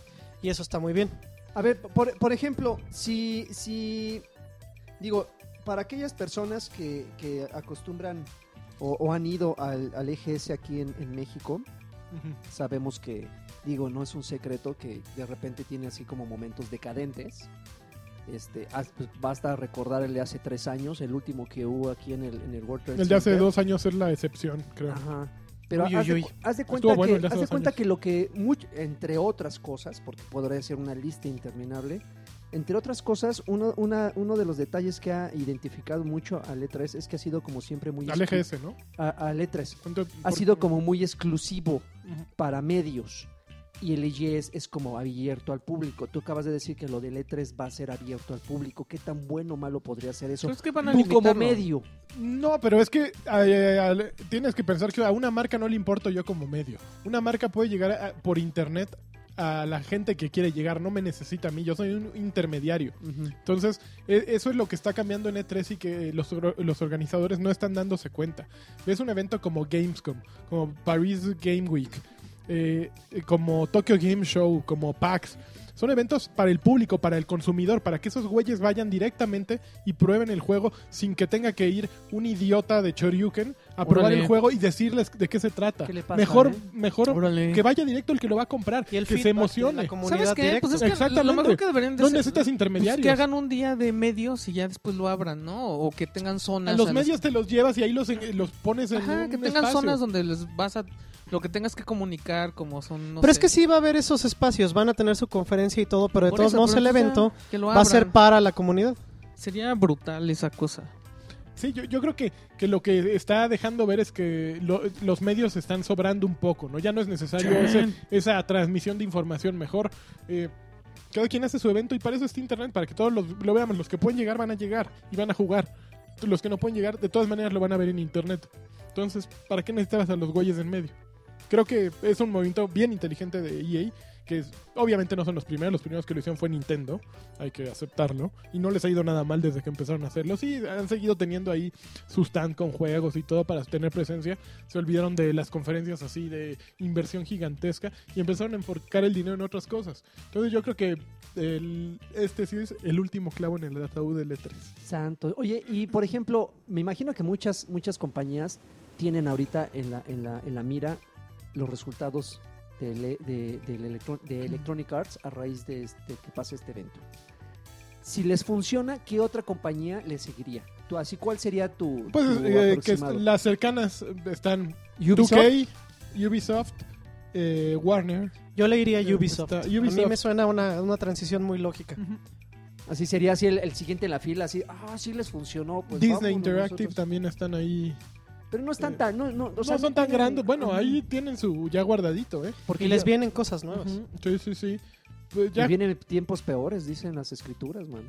S1: y eso está muy bien.
S3: A ver, por, por ejemplo, si, si digo, para aquellas personas que, que acostumbran o, o han ido al, al EGS aquí en, en México, sabemos que, digo, no es un secreto que de repente tiene así como momentos decadentes. Este, haz- pues, basta recordar el de hace tres años, el último que hubo aquí en el, en el World Trade
S4: El de hace
S3: Center.
S4: dos años es la excepción, creo.
S3: Ajá. Pero
S1: Uy,
S3: haz,
S1: uy,
S3: de,
S1: uy.
S3: cu- haz de
S4: Estuvo
S3: cuenta,
S4: bueno el de
S3: que,
S4: hace
S3: haz de
S4: dos
S3: cuenta
S4: años.
S3: que lo que, much- entre otras cosas, porque podría ser una lista interminable, entre otras cosas, uno, una- uno de los detalles que ha identificado mucho al E3 es que ha sido como siempre muy...
S4: Al
S3: exclu-
S4: EGS, ¿no?
S3: a- al E3.
S4: ¿Cuánto-
S3: Ha
S4: por-
S3: sido como muy exclusivo
S4: Ujú.
S3: para medios. Y el EGS es como abierto al público. Tú acabas de decir que lo del E3 va a ser abierto al público. ¿Qué tan bueno o malo podría ser eso?
S5: Pero es que van a
S3: Tú como
S5: limitarlo.
S3: medio.
S4: No, pero es que eh, al- tienes que pensar que a una marca no le importo yo como medio. Una marca puede llegar a- por internet a la gente que quiere llegar, no me necesita a mí, yo soy un intermediario. Entonces, e- eso es lo que está cambiando en E3 y que los, or- los organizadores no están dándose cuenta. Es un evento como Gamescom, como Paris Game Week, eh, eh, como Tokyo Game Show, como PAX. Son eventos para el público, para el consumidor, para que esos güeyes vayan directamente y prueben el juego sin que tenga que ir un idiota de Choryuken a probar
S5: Órale.
S4: el juego y decirles de qué se trata.
S3: ¿Qué le pasa,
S4: mejor
S3: eh?
S4: mejor
S5: Órale.
S4: que vaya directo el que lo va a comprar,
S1: Y el
S4: que
S1: feedback
S4: se
S1: de
S4: emocione.
S1: la comunidad
S5: ¿Sabes qué?
S1: directa.
S5: Pues es que lo- lo
S4: Exactamente.
S5: mejor que deberían de
S4: No
S5: hacer-
S4: necesitas
S5: pues
S4: intermediarios.
S5: que hagan un día de medios y ya después lo abran, ¿no? O que tengan zonas.
S4: A los
S5: a
S4: medios te los llevas y ahí los, en- los pones en
S5: Ajá,
S4: un
S5: que tengan
S4: espacio.
S5: zonas donde les vas a... Lo que tengas que comunicar, como son... no
S1: pero es
S5: sé.
S1: que sí va a haber esos espacios, van a tener su conferencia y todo, pero de
S5: Por
S1: todos
S5: eso,
S1: modos
S5: pero
S1: el
S5: entonces
S1: evento
S5: ya, que lo
S1: va a ser
S5: abran.
S1: para la comunidad.
S5: Sería brutal esa cosa.
S4: Sí, yo, yo creo que, que lo que está dejando ver es que lo- los medios están sobrando un poco, ¿no? Ya no es necesario ese- esa transmisión de información mejor. eh, cada quien hace su evento y para eso está internet, para que todos los- lo veamos. Los que pueden llegar van a llegar y van a jugar. Los que no pueden llegar, de todas maneras lo van a ver en internet. Entonces, ¿para qué necesitabas a los güeyes en medio? Creo que es un movimiento bien inteligente de EA, que es- obviamente no son los primeros, los primeros que lo hicieron fue Nintendo, hay que aceptarlo, y no les ha ido nada mal desde que empezaron a hacerlo. Sí, han seguido teniendo ahí su stand con juegos y todo para tener presencia, se olvidaron de las conferencias así de inversión gigantesca y empezaron a enfocar el dinero en otras cosas. Entonces yo creo que el- este sí es el último clavo en el ataúd del E E3.
S3: Santo. Oye, y por ejemplo, me imagino que muchas, muchas compañías tienen ahorita en la, en la, en la mira los resultados de, le- de- del electro- de Electronic Arts a raíz de, este- que pase este evento. Si les funciona, ¿qué otra compañía les seguiría? Tú, así, ¿cuál sería tu,
S4: Pues
S3: tu
S4: eh, que
S3: aproximado?
S4: est- las cercanas están
S3: ¿Ubisoft?
S4: 2K, Ubisoft, eh, Warner.
S1: Yo le iría
S4: Eh,
S1: Ubisoft.
S4: está-
S1: A mí
S4: Ubisoft.
S1: me suena una, una transición muy lógica.
S3: Así sería así el, el siguiente en la fila, así, ah, sí les funcionó. pues
S4: Disney
S3: vámonos
S4: Interactive
S3: nosotros.
S4: también están ahí.
S3: Pero no están tan, no, no, o
S4: No
S3: sea,
S4: son tan
S3: tienen-
S4: grandes. Bueno,
S3: Ajá.
S4: ahí tienen su ya guardadito, ¿eh?
S1: y les
S4: ya-
S1: vienen cosas nuevas.
S4: Ujú, Sí, sí, sí. Pues
S3: Y
S4: ya,
S3: vienen tiempos peores, dicen las escrituras, mano.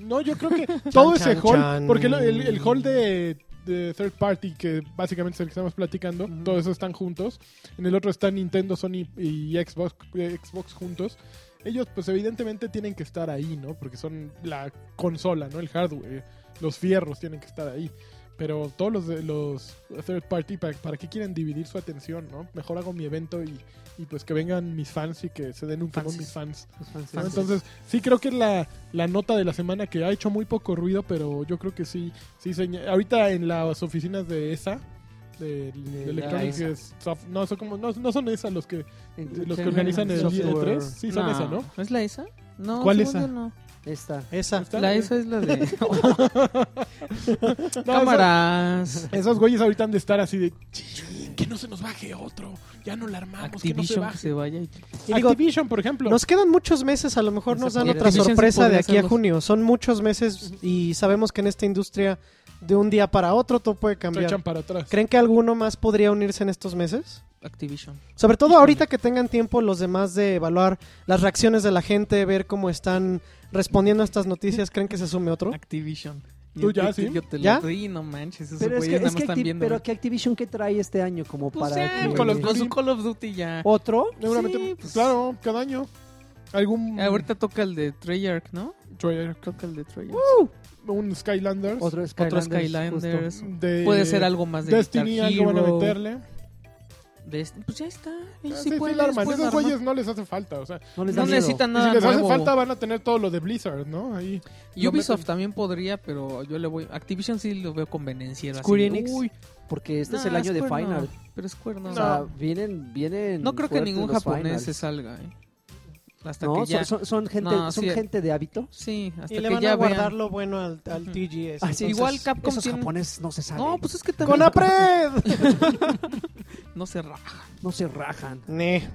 S4: no, yo creo que todo
S1: Chan,
S4: ese
S1: chan,
S4: hall,
S1: chan.
S4: porque lo- el, el hall de, de third party, que básicamente es el que estamos platicando,
S3: Ujú.
S4: todos esos están juntos. En el otro están Nintendo, Sony y Xbox, eh, Xbox juntos. Ellos, pues evidentemente tienen que estar ahí, ¿no? Porque son la consola, ¿no? El hardware, los fierros tienen que estar ahí. Pero todos los, de- los third party, ¿para, para qué quieren dividir su atención, no? Mejor hago mi evento y, y pues que vengan mis fans y que se den un quemón
S5: Fanses.
S4: mis fans. [laughs]
S3: Los fans.
S4: ¿no? Entonces, sí creo que es la, la nota de la semana que ha hecho muy poco ruido, pero yo creo que sí. sí seña- Ahorita en las oficinas de ESA, de, de
S3: la
S4: Electronic
S3: ESA.
S4: Soft- no, son como, no, no son ESA los que,
S3: Entonces,
S4: los que organizan el
S3: software.
S5: E
S4: E3. Sí, son ESA, ¿no?
S5: ¿Es la esa? No,
S4: ¿Cuál
S5: según
S4: esa?
S5: yo no.
S3: Esta.
S1: Esa.
S4: ¿Está?
S5: La esa es
S4: [laughs]
S5: la de
S4: No,
S5: cámaras.
S4: esos- Esos güeyes ahorita han de estar así de "Chin, que no se nos baje otro, ya no la armamos, que
S5: Activision
S4: no se baje.
S5: que se vaya. y-
S4: Pues,
S1: Y digo,
S4: Activision, por ejemplo.
S1: Nos quedan muchos meses, a lo mejor
S5: No
S1: nos
S5: se
S1: dan
S5: puede.
S1: otra
S5: Activision sí
S1: sorpresa de
S5: podría
S1: aquí a
S5: hacerlos.
S1: junio. Son muchos meses y sabemos que en esta industria de un día para otro todo puede
S4: se echan
S1: cambiar.
S4: para atrás.
S1: ¿Creen que alguno más podría unirse en estos meses?
S5: Activision.
S1: Sobre todo ahorita que tengan tiempo los demás de evaluar las reacciones de la gente, ver cómo están respondiendo a estas noticias. ¿Creen que se sume otro?
S5: Activision.
S4: ¿Tú
S5: Yo-
S4: ya,
S5: yo-
S4: sí?
S5: Yo te
S1: ¿Ya?
S5: lo doy, no manches. Esos
S3: Pero es que,
S5: güeyes nada
S3: es
S5: más
S3: que
S5: están
S3: Activ-
S5: viendo.
S3: pero que Activision que trae este año como
S5: Pues
S3: para
S5: ya,
S3: que-
S5: con los,
S4: Call of Duty.
S5: con Call of Duty ya.
S3: otro
S4: Seguramente,
S5: Sí, pues-
S4: claro, cada año. Algún
S5: Ahorita toca el de Treyarch, ¿no?
S4: trailer,
S5: Toca el de Treyarch.
S4: un Skylanders.
S3: otro
S5: Otro
S3: Skylanders, justo.
S5: Skylanders.
S4: de-
S5: Puede ser algo más de
S4: Destiny,
S5: Guitar
S4: algo van a
S5: Hero,
S4: meterle.
S3: Pues
S5: Destiny. Pues ya está.
S4: Ah,
S5: Ellos
S4: sí,
S5: sí,
S4: sí,
S5: pueden,
S4: la
S5: ellos
S4: arman.
S5: pueden
S4: Esos
S5: armar.
S4: güeyes no les hace falta, o sea.
S3: No les da
S5: No
S3: miedo.
S5: necesitan
S4: y
S5: nada
S4: si les hace
S5: nuevo.
S4: falta van a tener todo lo de Blizzard, ¿no? Ahí.
S5: Y Ubisoft
S4: meten.
S5: también podría, pero yo le voy. Activision sí lo veo convenienciero. así
S3: Square
S5: de,
S3: Enix.
S5: Uy,
S3: porque este es
S5: nah,
S3: el año de
S5: Square no,
S3: final.
S5: Pero Square no.
S3: O
S5: No,
S3: sea, vienen vienen
S5: creo que
S3: fuertes
S5: ningún
S3: los
S5: japonés se
S3: finals.
S5: salga, ¿eh? Hasta
S3: No,
S5: que ya.
S3: son, son- son gente
S5: No,
S3: son
S5: sí.
S3: gente de hábito.
S5: Sí, hasta
S1: Y le
S5: que
S1: van
S5: ya
S1: a guardar
S5: vean.
S1: lo bueno al, al
S5: Ujú.
S1: TGS.
S3: Ah, sí,
S1: entonces-
S5: Igual Capcom
S3: Esos
S5: tiene-
S3: japoneses no se salen.
S5: No, pues es que también.
S1: ¡Con
S5: [laughs]
S1: APRED!
S5: No se raja.
S3: No se rajan.
S1: Ne.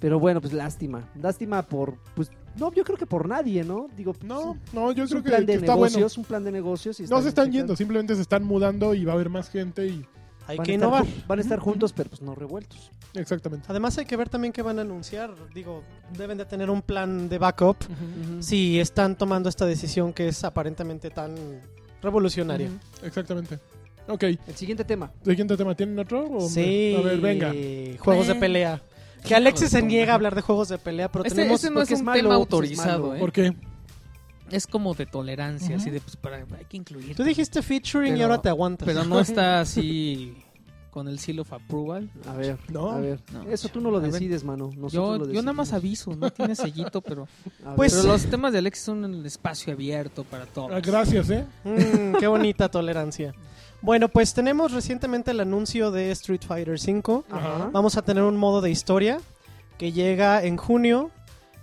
S3: Pero bueno, pues lástima. Lástima por pues no, yo creo que por nadie, ¿no? Digo, pues,
S4: No, no, yo
S3: es un
S4: creo que,
S3: plan
S4: que
S3: de
S4: está bueno.
S3: negocios, un plan de negocios y
S4: No se están yendo, simplemente se están mudando y va a haber más gente y
S1: Hay
S3: Van
S1: que
S3: a estar
S1: innovar.
S3: ju- Van a estar juntos, pero pues no revueltos.
S4: exactamente.
S1: Además hay que ver también qué van a anunciar. Digo, deben de tener un plan de backup si están tomando esta decisión que es aparentemente tan revolucionaria.
S4: Exactamente. Ok,
S3: El siguiente tema.
S4: siguiente tema, ¿tienen otro? o-
S1: Sí.
S4: A ver, venga.
S1: Juegos de
S5: Eh.
S1: pelea. Que
S5: Hijo
S1: Alexis
S5: de
S1: se
S5: tu
S1: niega a
S5: madre.
S1: hablar de juegos de pelea, pero
S5: Este,
S1: tenemos...
S5: este no es
S3: porque es
S5: un
S3: malo,
S5: tema
S3: pues, es
S5: autorizado,
S3: malo.
S5: ¿eh?
S4: ¿Por qué?
S5: Es como de tolerancia,
S4: Ujú.
S5: así de, pues, para, hay que incluir.
S1: Tú dijiste featuring y
S5: Pero-
S1: ahora te aguantas. [laughs]
S5: Pero no está así con el seal of approval.
S3: A ver,
S4: No.
S3: a ver.
S5: No.
S3: Eso tú no lo
S5: A ver.
S3: decides, mano. Nosotros
S5: Yo,
S3: lo
S5: yo nada más
S3: decidimos.
S5: aviso, no tiene sellito, [laughs] pero,
S3: A ver.
S1: Pues-
S5: pero los temas de Alexis son en el espacio abierto para
S4: Ah,
S5: todos.
S4: Gracias, ¿eh?
S1: Mm, qué bonita tolerancia. Bueno, pues tenemos recientemente el anuncio de Street Fighter V.
S3: Ajá.
S1: Vamos a tener un modo de historia que llega en junio.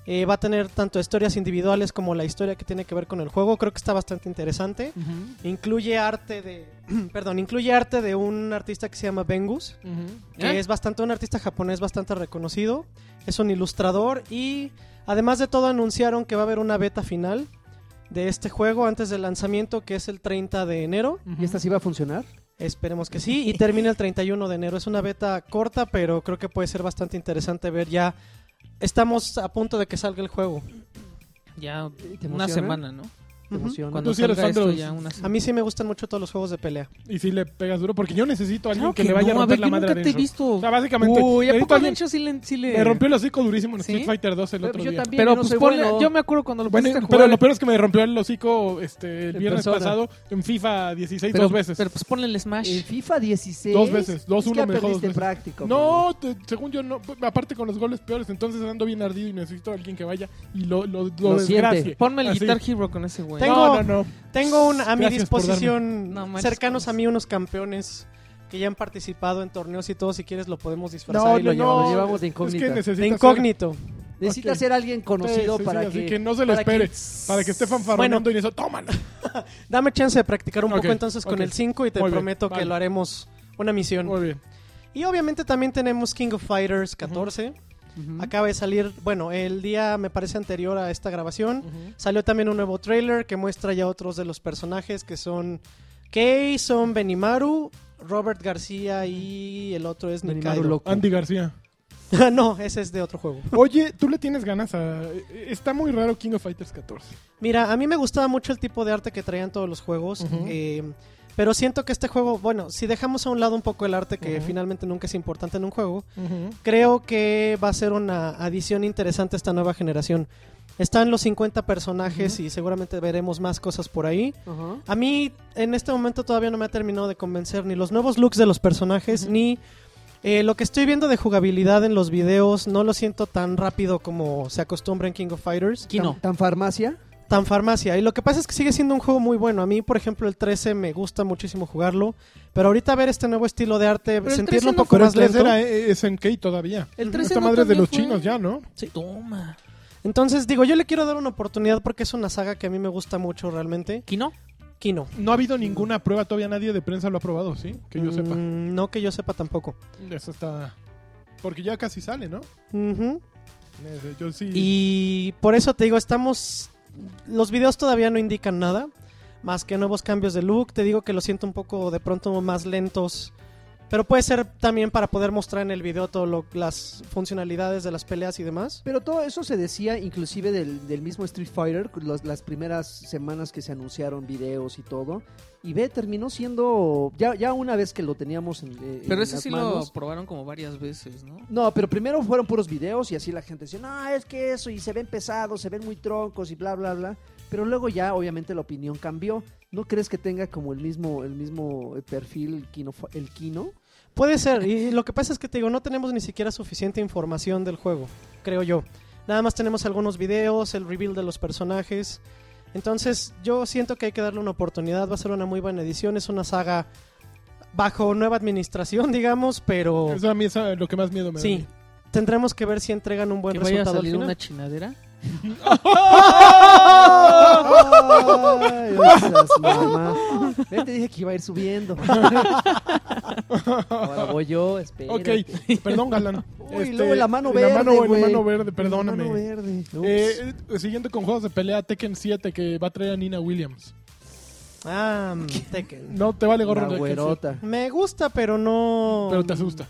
S1: Eh, va a tener tanto historias individuales como la historia que tiene que ver con el juego. Creo que está bastante interesante. Incluye arte de. [clears throat] perdón, incluye arte de un artista que se llama Bengus. Que
S5: ¿Eh?
S1: es bastante. Un artista japonés bastante reconocido. Es un ilustrador. Y además de todo, anunciaron que va a haber una beta final de este juego antes del lanzamiento, que es el 30 de enero.
S3: ¿Y esta sí va a funcionar?
S1: Esperemos que
S4: [laughs]
S1: sí. Y termina el 31 de enero. Es una beta corta, pero creo que puede ser bastante interesante ver ya. Estamos a punto de que salga el juego.
S5: Ya
S3: ¿Te
S5: una
S3: emociona?
S5: semana, ¿no?
S3: te
S1: Ujú.
S3: emociona.
S5: Cuando
S4: sí eres fan
S5: salga
S4: de
S5: esto
S4: los-
S5: ya una sí.
S1: A mí sí me gustan mucho todos los juegos de pelea.
S4: Y si le pegas duro, porque yo necesito a alguien
S5: Claro
S4: que, le vaya
S5: no,
S4: a romper
S5: ver,
S4: la
S5: yo
S4: madre a
S5: nunca te he
S4: Dencho.
S5: visto.
S4: O sea, básicamente.
S5: Uy, ¿a
S4: necesito
S5: poco
S4: a alguien-
S5: Dencho sí le, sí le-
S4: Me rompió el hocico durísimo en
S5: ¿Sí?
S4: Street Fighter 2 el
S3: Pero
S4: otro
S3: yo
S4: día.
S3: también,
S5: Pero
S3: no
S5: pues
S3: soy
S5: ponle-
S3: bueno.
S5: yo me acuerdo cuando lo
S4: Bueno,
S5: pusiste a jugar.
S4: pero lo peor es que me rompió el hocico este, el
S3: En
S4: viernes
S3: persona.
S4: pasado en FIFA 16
S5: Pero-
S4: dos veces.
S5: Pero pues ponle el Smash.
S3: En FIFA 16.
S4: Dos veces,
S3: es
S4: dos,
S3: que
S4: uno,
S3: ya
S4: me dejó dos
S3: perdiste
S4: veces.
S3: práctico.
S4: No, te- según yo no. Aparte con los goles peores, entonces ando bien ardido y necesito a alguien que vaya y lo, lo, lo
S3: Lo siente.
S4: desgracie.
S5: Ponme el
S4: Así.
S5: Guitar Hero con ese güey.
S1: Tengo-
S4: No, no, no.
S1: Tengo un- a mi
S4: Gracias por
S1: disposición
S5: No manches,
S1: cercanos a
S5: gracias.
S1: mí unos campeones que ya han participado en torneos y todo. Si quieres lo podemos disfrazar
S4: No,
S1: y lo
S4: no,
S1: llevamos.
S3: Lo llevamos de incógnita.
S4: Es que necesita
S1: De incógnito.
S3: Necesita
S4: Ok.
S3: ser alguien conocido
S4: Sí, sí,
S3: para
S4: sí, así
S3: que...
S4: que no se le
S3: para
S4: espere.
S3: que-
S4: Para que esté fanfarroneando y eso, tómalo.
S1: Dame chance de practicar un
S4: Ok,
S1: poco entonces con
S4: ok.
S1: el 5 y te
S4: Muy bien,
S1: prometo que
S4: vale.
S1: lo haremos una misión.
S4: Muy bien.
S1: Y obviamente también tenemos King of Fighters 14.
S3: Ujú.
S1: Acaba de salir, bueno, el día me parece anterior a esta grabación. Salió también un nuevo trailer que muestra ya otros de los personajes que son Kei, son Benimaru, Robert García y el otro es [laughs]
S3: Benimaru
S1: Nikaido. Ah,
S3: loco.
S4: Andy García.
S1: no, ese es de otro juego.
S4: Oye, tú le tienes ganas a. Está muy raro King of Fighters 14.
S1: Mira, a mí me gustaba mucho el tipo de arte que traían todos los juegos.
S4: Ujú.
S1: eh, pero siento que este juego, bueno, si dejamos a un lado un poco el arte que
S4: Ujú.
S1: finalmente nunca es importante en un juego, creo que va a ser una adición interesante a esta nueva generación. Están los 50 personajes y seguramente veremos más cosas por ahí.
S3: Ajá.
S1: A mí en este momento todavía no me ha terminado de convencer ni los nuevos looks de los personajes, ni eh, lo que estoy viendo de jugabilidad en los videos. No lo siento tan rápido como se acostumbra en King of Fighters.
S5: Kino.
S3: ¿Tan farmacia?
S1: Tan farmacia. Y lo que pasa es que sigue siendo un juego muy bueno. A mí, por ejemplo, el 13 me gusta muchísimo jugarlo. Pero ahorita ver este nuevo estilo de arte,
S5: Pero el 13
S1: sentirlo un
S5: no
S1: poco
S4: Pero
S1: más
S4: el
S1: lento.
S4: era eh, eh, SNK todavía.
S5: El 13
S4: Esta
S5: no
S4: madre es de
S5: también
S4: los
S5: fue-
S4: chinos ya, ¿no?
S5: Sí, toma.
S1: Entonces, digo, yo le quiero dar una oportunidad porque es una saga que a mí me gusta mucho realmente.
S5: ¿Kino?
S1: Kino.
S4: No ha habido ninguna prueba, todavía nadie de prensa lo ha probado, ¿sí? Que yo sepa.
S1: Mm, no que yo sepa tampoco.
S4: Eso está. Porque ya casi sale, ¿no?
S1: Ujú.
S4: Ese, Yo sí.
S1: Y por eso te digo, estamos... Los videos todavía no indican nada, más que nuevos cambios de look. Te digo que lo siento un poco de pronto más lentos. Pero puede ser también para poder mostrar en el video todas las funcionalidades de las peleas y demás.
S3: Pero todo eso se decía inclusive del, del mismo Street Fighter, los- las primeras semanas que se anunciaron videos y todo. Y ve, terminó siendo, ya, ya una vez que lo teníamos en, eh, en
S5: Pero ese
S3: las
S5: sí
S3: manos.
S5: lo probaron como varias veces, ¿no?
S3: No, pero primero fueron puros videos y así la gente decía, no, es que eso, y se ven pesados, se ven muy troncos y bla, bla, bla. Pero luego ya, obviamente, la opinión cambió. ¿No crees que tenga como el mismo, el mismo eh, perfil Kino, el Kino?
S1: Puede ser, y lo que pasa es que te digo, no tenemos ni siquiera suficiente información del juego, creo yo. Nada más tenemos algunos videos, el reveal de los personajes. Entonces, yo siento que hay que darle una oportunidad, va a ser una muy buena edición, es una saga bajo nueva administración, [laughs] digamos, pero
S4: Eso a mí es eh, lo que más miedo me da.
S1: sí. Tendremos que ver si entregan un buen
S5: Que vaya a
S1: resultado al
S5: salir
S1: final.
S5: una chinadera.
S3: Ay, esas mamás. Ve, te dije que iba a ir subiendo. Ahora voy yo, este, espera.
S4: Ok,
S3: [laughs]
S4: perdón, Galán.
S3: Uy, luego la mano verde,
S4: Este, La mano, la
S3: güey.
S4: mano verde, perdóname.
S3: Mano verde. Ups.
S4: Eh, eh, siguiendo con juegos de pelea, Tekken 7 que va a traer a Nina Williams.
S5: [laughs]
S1: Ah, Tekken.
S4: No te vale gorro
S3: La
S4: Tekken 7,
S3: güerota.
S1: Me gusta, pero no...
S4: Pero te asusta.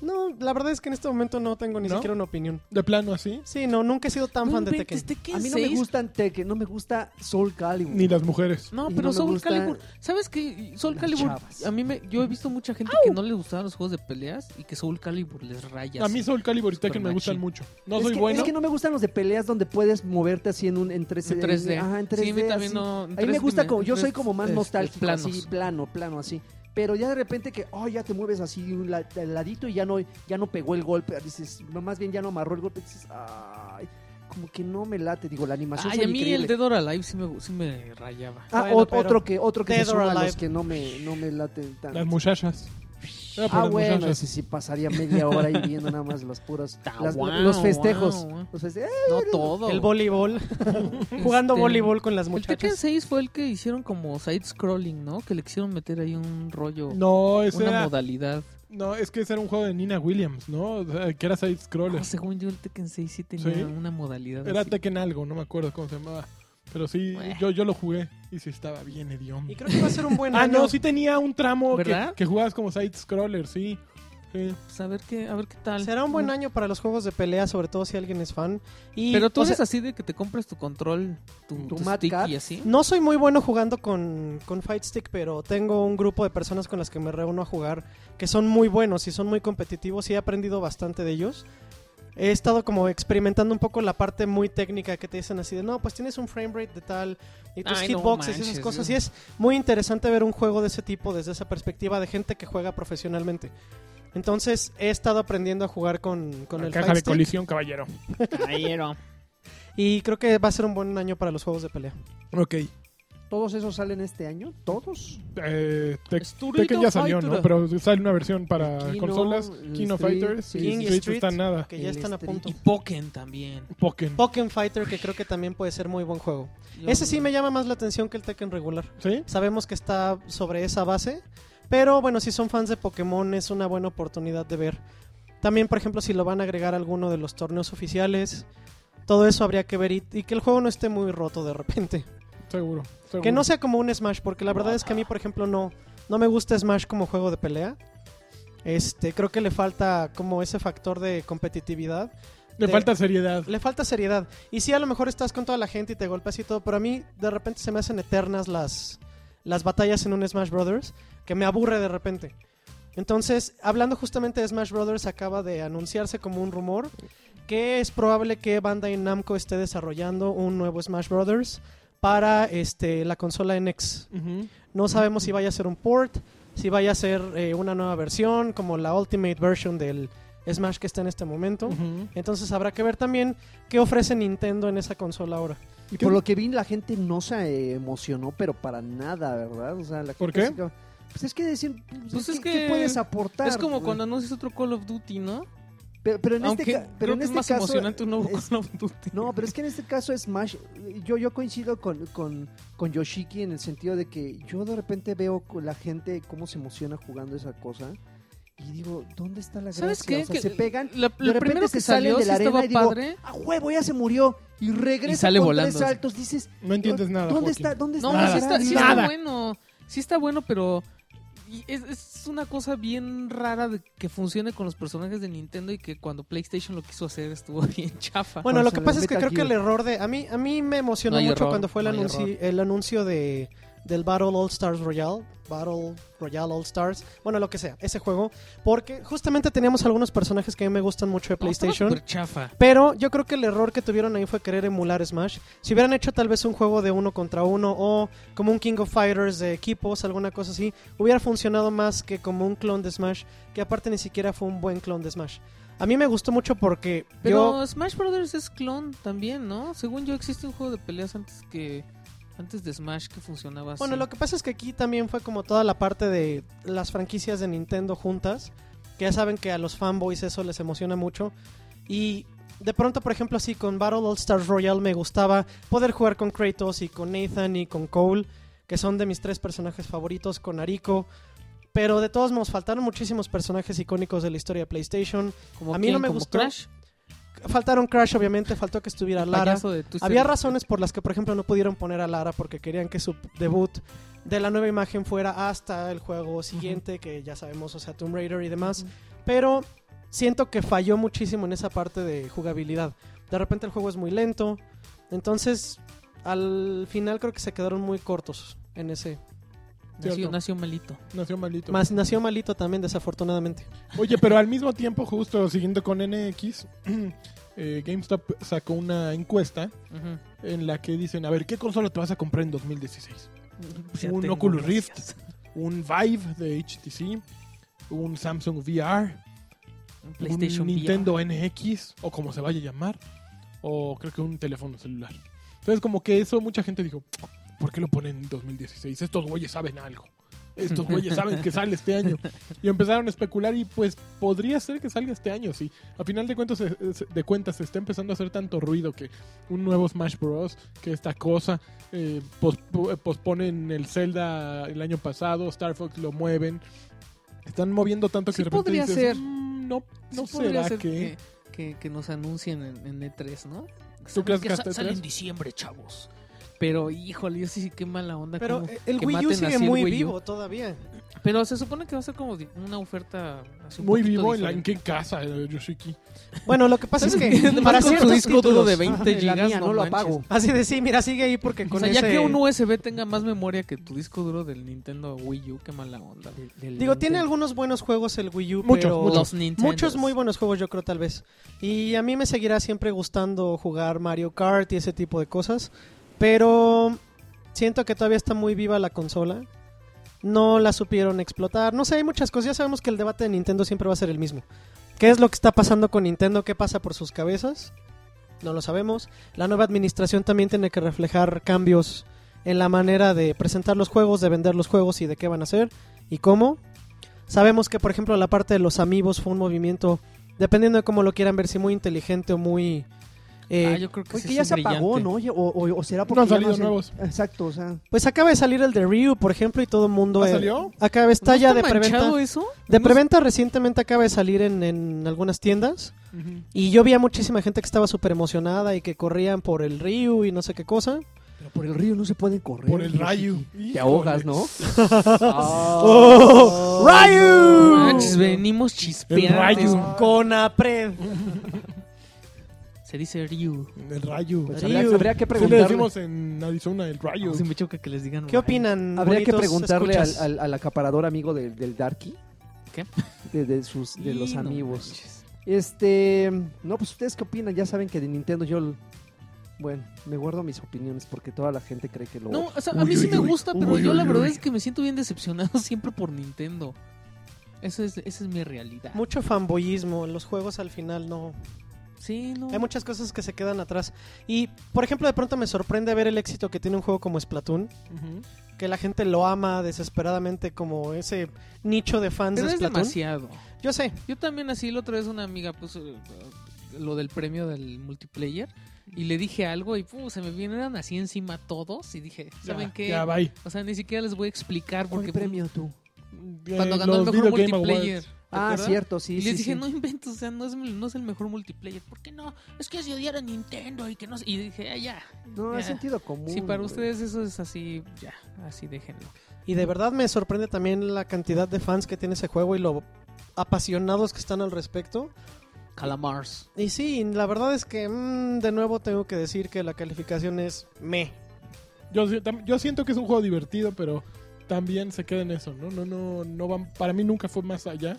S1: No, la verdad es que en este momento no tengo ni
S4: ¿No?
S1: siquiera una opinión.
S4: De plano así.
S1: Sí, no, nunca he sido tan fan de Tekken.
S3: A mí no me gustan Tekken, no me gusta Soul Calibur.
S4: Ni las mujeres.
S3: Y
S5: No, pero
S3: no me
S5: Soul
S3: gusta
S5: Calibur. ¿Sabes qué? Soul
S3: las
S5: Calibur.
S3: chavas.
S5: A mí me. Yo he visto mucha gente que no le gustaban los juegos de peleas y que Soul Calibur les raya.
S4: A mí
S5: así.
S4: Soul Calibur y Tekken me
S5: Supermachi.
S4: gustan mucho. No
S3: es
S4: soy
S3: que,
S4: bueno.
S3: Es que no me gustan los de peleas donde puedes moverte así en un en 3D.
S5: En 3D.
S3: Ajá, en 3D.
S5: Sí, a mí también
S3: así.
S5: no. en
S3: A mí me
S5: 3D
S3: gusta como, yo soy
S5: es-
S3: como más
S5: es-
S3: nostálgico,
S5: planos.
S3: así, plano, plano, así. Pero ya de repente que, oh, ya te mueves así un la- al ladito y ya no, ya no pegó el golpe. Dices, no, más bien ya no amarró el golpe. Dices, ay, como que no me late. Digo, la animación
S5: Ay,
S3: se
S5: a
S3: ve
S5: mí
S3: increíble.
S5: el Dead or Alive sí me, sí me rayaba.
S3: Ah,
S1: Bueno,
S3: o-
S1: pero-
S3: otro que, otro que se
S1: Dead or
S3: suma a los
S1: Alive.
S3: que no me, no me laten tanto.
S4: Las muchachas. No, pero
S3: Ah,
S4: las
S3: bueno,
S4: muchachas.
S3: ese sí pasaría media hora ahí viendo nada más las
S5: [laughs]
S3: puras.
S5: Ta-
S3: las-
S5: Ah, guau,
S3: los festejos.
S5: guau, guau.
S3: Los feste- eh,
S5: No todo.
S1: El [laughs] voleibol. Jugando
S5: Este,
S1: voleibol con las
S5: El Tekken
S1: muchachas.
S5: 6 fue el que hicieron como side-scrolling, ¿no? Que le quisieron meter ahí un rollo.
S4: No, ese
S5: una
S4: era-
S5: modalidad.
S4: no, es que ese era un juego de Nina Williams, ¿no? O sea, que era side scroller.
S5: No, Ah, según yo, el Tekken 6 sí tenía
S4: ¿Sí?
S5: una modalidad.
S4: Era
S5: así.
S4: Tekken algo, no me acuerdo cómo se llamaba. Pero sí,
S5: Bueno.
S4: yo, yo lo jugué y sí estaba bien hediondo.
S1: Y creo que va a ser un buen
S4: Ah,
S1: año.
S4: no, sí tenía un tramo que,
S5: ¿Verdad?
S4: que jugabas como side scroller, sí. Sí.
S5: Pues a ver qué, a ver qué tal.
S1: Será un buen año para los juegos de pelea, sobre todo si alguien es fan. Y,
S5: Pero tú
S1: o
S5: eres
S1: sea,
S5: así de que te compras tu control, tu,
S3: Tu
S5: tu
S3: Mad
S5: stick
S3: Cat.
S5: y así.
S1: No soy muy bueno jugando con, con Fight Stick, pero tengo un grupo de personas con las que me reúno a jugar que son muy buenos y son muy competitivos y he aprendido bastante de ellos. He estado como experimentando un poco la parte muy técnica que te dicen así de, no, pues tienes un frame rate de tal y tus
S5: Ay, no
S1: hitboxes y
S5: manches,
S1: esas cosas.
S5: yo-
S1: Y es muy interesante ver un juego de ese tipo desde esa perspectiva de gente que juega profesionalmente. Entonces he estado aprendiendo a jugar con, con
S4: La
S1: el
S4: caja
S1: Fight
S4: de
S1: Stick
S4: colisión, caballero.
S1: y creo que va a ser un buen año para los juegos de pelea.
S4: Ok.
S3: ¿Todos esos salen este año? ¿Todos?
S4: Eh, Tek-
S5: Street
S4: Tekken ya
S5: of
S4: salió,
S5: Fighter.
S4: ¿no? Pero sale una versión para
S3: Kino,
S4: consolas.
S3: el
S4: Kino
S3: Street,
S4: Fighters
S3: sí.
S4: y
S1: King
S4: Street, no está
S1: Street.
S4: nada.
S1: Que ya
S3: El
S1: están a
S3: Street.
S1: punto.
S5: Y Pokken también.
S4: Pokken.
S1: Pokémon Fighter, que creo que también puede ser muy buen juego.
S5: Yo-
S1: Ese sí me llama más la atención que el Tekken regular.
S4: ¿Sí?
S1: Sabemos que está sobre esa base, pero bueno, si son fans de Pokémon es una buena oportunidad de ver. También, por ejemplo, si lo van a agregar a alguno de los torneos oficiales, todo eso habría que ver y, y que el juego no esté muy roto de repente.
S4: Seguro. seguro.
S1: Que no sea como un Smash, porque la verdad es que a mí, por ejemplo, no, no me gusta Smash como juego de pelea. Este, creo que le falta como ese factor de competitividad.
S4: Le
S1: de-
S4: falta seriedad.
S1: Le falta seriedad. Y sí, a lo mejor estás con toda la gente y te golpeas y todo, pero a mí de repente se me hacen eternas las, las batallas en un Smash Brothers, que me aburre de repente. Entonces, hablando justamente de Smash Brothers, acaba de anunciarse como un rumor que es probable que Bandai Namco esté desarrollando un nuevo Smash Brothers para este, la consola NX.
S4: Ujú.
S1: No sabemos si vaya a ser un port, si vaya a ser eh, una nueva versión, como la Ultimate Version del Smash que está en este momento.
S4: Ujú.
S1: Entonces habrá que ver también qué ofrece Nintendo en esa consola ahora.
S3: Y por lo que vi, la gente no se emocionó, pero para nada, ¿verdad? O sea, la
S4: ¿Por
S3: gente
S4: qué?
S3: así como, Pues es que decir, pues,
S5: Pues
S3: ¿qué,
S5: es
S3: qué
S5: que
S3: puedes aportar?
S5: Es como
S3: güey?
S5: cuando anuncias otro Call of Duty, ¿no?
S3: Pero, pero en
S5: Aunque
S3: este, ca- pero
S5: creo
S3: en
S5: que
S3: este
S5: es más
S3: caso,
S5: emocionante un nuevo
S3: es-
S5: Call of Duty.
S3: No, pero es que en este caso Smash, yo, yo coincido con, con, con Yoshiki en el sentido de que yo de repente veo con la gente cómo se emociona jugando esa cosa y digo, ¿dónde está la gracia?
S5: ¿Sabes qué?
S3: O sea,
S5: Que
S3: se pegan,
S5: La,
S3: de
S5: lo primero
S3: repente
S5: que
S3: se salen
S5: salió
S3: de
S5: sí
S3: la arena
S5: estaba
S3: y digo,
S5: padre.
S3: ¡a huevo, ya se murió! Y regresa
S5: Y sale
S3: con
S5: volando.
S3: tres saltos, dices,
S4: No entiendes nada.
S3: ¿dónde
S4: Joaquín.
S3: está? ¿Dónde
S5: No,
S3: está? la
S5: sí está, sí está
S3: gracia?
S5: bueno. Sí está bueno, pero y es, es una cosa bien rara de que funcione con los personajes de Nintendo y que cuando PlayStation lo quiso hacer estuvo [laughs] bien chafa.
S1: Bueno,
S3: Ah,
S1: lo
S3: se
S1: que
S3: me
S1: pasa es que
S3: Metal
S1: creo que el
S3: Gear.
S1: error de... A mí, a mí me emocionó
S5: No hay
S1: mucho
S5: error,
S1: cuando fue el,
S5: no hay
S1: anunci-
S5: error.
S1: el anuncio de, del Battle All Stars Royale. Battle Royale All Stars. Bueno, lo que sea, ese juego. Porque justamente teníamos algunos personajes que a mí me gustan mucho de
S5: No, estaba
S1: PlayStation.
S5: súper chafa.
S1: Pero yo creo que el error que tuvieron ahí fue querer emular Smash. Si hubieran hecho tal vez un juego de uno contra uno o como un King of Fighters de equipos, alguna cosa así, hubiera funcionado más que como un clon de Smash, que aparte ni siquiera fue un buen clon de Smash. A mí me gustó mucho porque
S5: Pero
S1: yo...
S5: Smash Brothers es clon también, ¿no? Según yo existe un juego de peleas antes que antes de Smash que funcionaba así.
S1: Bueno, lo que pasa es que aquí también fue como toda la parte de las franquicias de Nintendo juntas, que ya saben que a los fanboys eso les emociona mucho. Y de pronto, por ejemplo, así con Battle All Stars Royale me gustaba poder jugar con Kratos y con Nathan y con Cole, que son de mis tres personajes favoritos, con Ariko. Pero de todos modos, faltaron muchísimos personajes icónicos de la historia de PlayStation.
S5: Como
S1: a mí no
S5: quién,
S1: me
S5: como
S1: gustó
S5: Crash,
S1: Faltaron Crash, obviamente, faltó que estuviera
S5: el
S1: Lara.
S5: payaso de Twisted
S1: Había
S5: Metal.
S1: razones por las que, por ejemplo, no pudieron poner a Lara porque querían que su debut de la nueva imagen fuera hasta el juego siguiente, que ya sabemos, o sea, Tomb Raider y demás. Pero siento que falló muchísimo en esa parte de jugabilidad. De repente el juego es muy lento. Entonces, al final creo que se quedaron muy cortos en ese.
S5: Nació,
S4: Cierto.
S5: nació malito.
S4: Nació malito.
S1: Más nació malito también, desafortunadamente.
S4: Oye, pero al mismo tiempo, justo siguiendo con NX, [clears throat] eh, GameStop sacó una encuesta
S5: Ujú.
S4: en la que dicen, a ver, ¿qué consola te vas a comprar en 2016?
S5: Pues Ya
S4: Un
S5: tengo,
S4: Oculus Rift.
S5: gracias.
S4: Un Vive de HTC, un Samsung VR,
S5: Un PlayStation
S4: un
S5: VR.
S4: Nintendo NX, o como se vaya a llamar, o creo que un teléfono celular. Entonces, como que eso mucha gente dijo, ¿por qué lo ponen en 2016? Estos güeyes saben algo. Estos
S5: [laughs]
S4: güeyes saben que sale este año. Y empezaron a especular y pues podría ser que salga este año, sí. A final de cuentas, se- se- de cuentas se está empezando a hacer tanto ruido que un nuevo Smash Bros, que esta cosa, eh, pos- eh, posponen el Zelda el año pasado, Star Fox lo mueven. Están moviendo tanto que
S5: Sí
S4: de repente
S5: podría
S4: dices,
S5: ser.
S4: "Mm, no, no
S5: Sí podría
S4: será
S5: ser
S4: que...
S5: que, que nos anuncien en, en E3, ¿no?
S4: ¿Tú crees que
S5: sa-
S4: hasta
S5: sale
S4: E3?
S5: en diciembre, chavos. Pero, híjole, yo sí, sí, qué mala onda.
S1: Pero
S5: cómo-
S1: el
S5: que
S1: Wii U
S5: maten así
S1: sigue
S5: el
S1: muy
S5: Wii U.
S1: vivo todavía.
S5: Pero se supone que va a ser como di- una oferta así un
S4: Muy
S5: poquito
S4: vivo en, la- en
S5: diferente.
S4: qué casa, eh, Yoshiki.
S1: Bueno, lo que pasa es
S5: [laughs]
S1: que
S5: Además,
S1: para
S5: con tu
S1: ciertos
S5: disco duro
S1: títulos-
S5: de 20
S3: Ah, la
S5: gigas
S3: mía, no,
S5: no
S3: lo
S5: manches.
S3: apago.
S1: Así de sí, mira, sigue ahí porque
S5: O
S1: con
S5: sea, ya
S1: ese-
S5: que un USB tenga más memoria que tu disco duro del Nintendo Wii U, qué mala onda.
S1: Digo, tiene algunos buenos juegos el Wii U,
S4: Muchos,
S1: pero
S5: Los Nintendo.
S1: muchos muy buenos juegos yo creo tal vez. Y a mí me seguirá siempre gustando jugar Mario Kart y ese tipo de cosas, pero siento que todavía está muy viva la consola. No la supieron explotar. No sé, hay muchas cosas. Ya sabemos que el debate de Nintendo siempre va a ser el mismo. ¿Qué es lo que está pasando con Nintendo? ¿Qué pasa por sus cabezas? No lo sabemos. La nueva administración también tiene que reflejar cambios en la manera de presentar los juegos, de vender los juegos y de qué van a hacer y cómo. Sabemos que, por ejemplo, la parte de los amigos fue un movimiento, dependiendo de cómo lo quieran ver, si muy inteligente o muy... eh,
S5: Ah, yo creo que
S3: Oye,
S5: sí
S3: que
S5: es
S3: ya
S5: un
S3: se apagó,
S5: brillante.
S3: ¿no? Oye, O, o- o será porque
S4: No han
S3: ya
S4: salido
S3: hacen-
S4: nuevos.
S3: Exacto, o sea.
S1: Pues acaba de salir el de Ryu, por ejemplo, y todo el mundo...
S4: ¿Ah,
S1: eh,
S4: salió?
S1: Acaba está
S5: ¿No
S1: ya
S5: está
S1: de preventa.
S5: manchado eso?
S1: De
S5: No sé.
S1: preventa recientemente acaba de salir en, en algunas tiendas. Y yo vi a muchísima gente que estaba súper emocionada y que corrían por el Ryu y no sé qué cosa.
S3: Pero por el río no se puede correr.
S4: Por el rayo.
S3: Te ahogas, ¿no? [laughs]
S1: ¡Oh!
S5: No
S1: ¡Ryu!
S5: manches, venimos chispeantes.
S4: El rayo.
S1: Con Apred.
S5: Se dice Ryu.
S4: El rayo.
S3: Pues
S4: Sí
S3: habría,
S1: Ryu.
S3: habría que
S4: le
S3: preguntarle,
S4: decimos en Arizona, el rayo.
S5: Sí me choca que les digan.
S1: ¿Qué opinan?
S3: habría que
S1: bonitos
S3: preguntarle al,
S1: escuchas?
S3: al- al acaparador amigo del, del Darky.
S5: ¿Qué?
S3: De, de sus, de los amigos.
S5: amigos.
S3: Este, no, pues ustedes qué opinan, ya saben que de Nintendo yo, l- bueno, me guardo mis opiniones porque toda la gente cree que lo...
S5: No, o sea, a
S4: Uy,
S5: mí sí
S4: uy,
S5: me
S4: uy.
S5: gusta, pero
S4: Uy,
S5: yo
S4: uy,
S5: la
S4: uy,
S5: verdad
S4: uy.
S5: es que me siento bien decepcionado [laughs] siempre por Nintendo. Eso es, esa es mi realidad.
S1: Mucho fanboyismo. Los juegos al final no...
S5: Sí, no.
S1: Hay muchas cosas que se quedan atrás. Y, por ejemplo, de pronto me sorprende ver el éxito que tiene un juego como Splatoon.
S4: Ujú.
S1: Que la gente lo ama desesperadamente como ese nicho de fans
S5: pero
S1: de
S5: es
S1: Splatoon.
S5: demasiado.
S1: Yo sé.
S5: Yo también así la otra vez una amiga puso eh, lo del premio del multiplayer y le dije algo y pum, se me vinieron así encima todos y dije, ¿saben
S4: Ya,
S5: qué?
S4: Ya, bye.
S5: o sea, ni siquiera les voy a explicar
S3: ¿Cuál
S5: porque pum,
S3: premio tú?
S5: cuando
S4: Eh,
S5: ganó el
S4: los
S5: mejor
S4: Video Game Awards.
S5: multiplayer. ¿te
S3: Ah,
S5: acuerdas?
S3: cierto, sí,
S5: Y
S3: sí,
S5: les dije,
S3: sí.
S5: no inventes, o sea, no es, no es el mejor multiplayer. ¿Por qué no? Es que se odiar a Nintendo y que no sé. Y dije, ah, ya.
S3: No, es
S5: ya.
S3: sentido común.
S5: Si para
S3: güey.
S5: ustedes eso es así, ya, así déjenlo.
S1: Y de verdad me sorprende también la cantidad de fans que tiene ese juego y lo apasionados que están al respecto.
S5: Calamars.
S1: Y sí, la verdad es que mm, de nuevo tengo que decir que la calificación es me.
S4: Yo, si- tam- yo siento que es un juego divertido, pero también se queda en eso, ¿no? No, no, no van, para mí nunca fue más allá.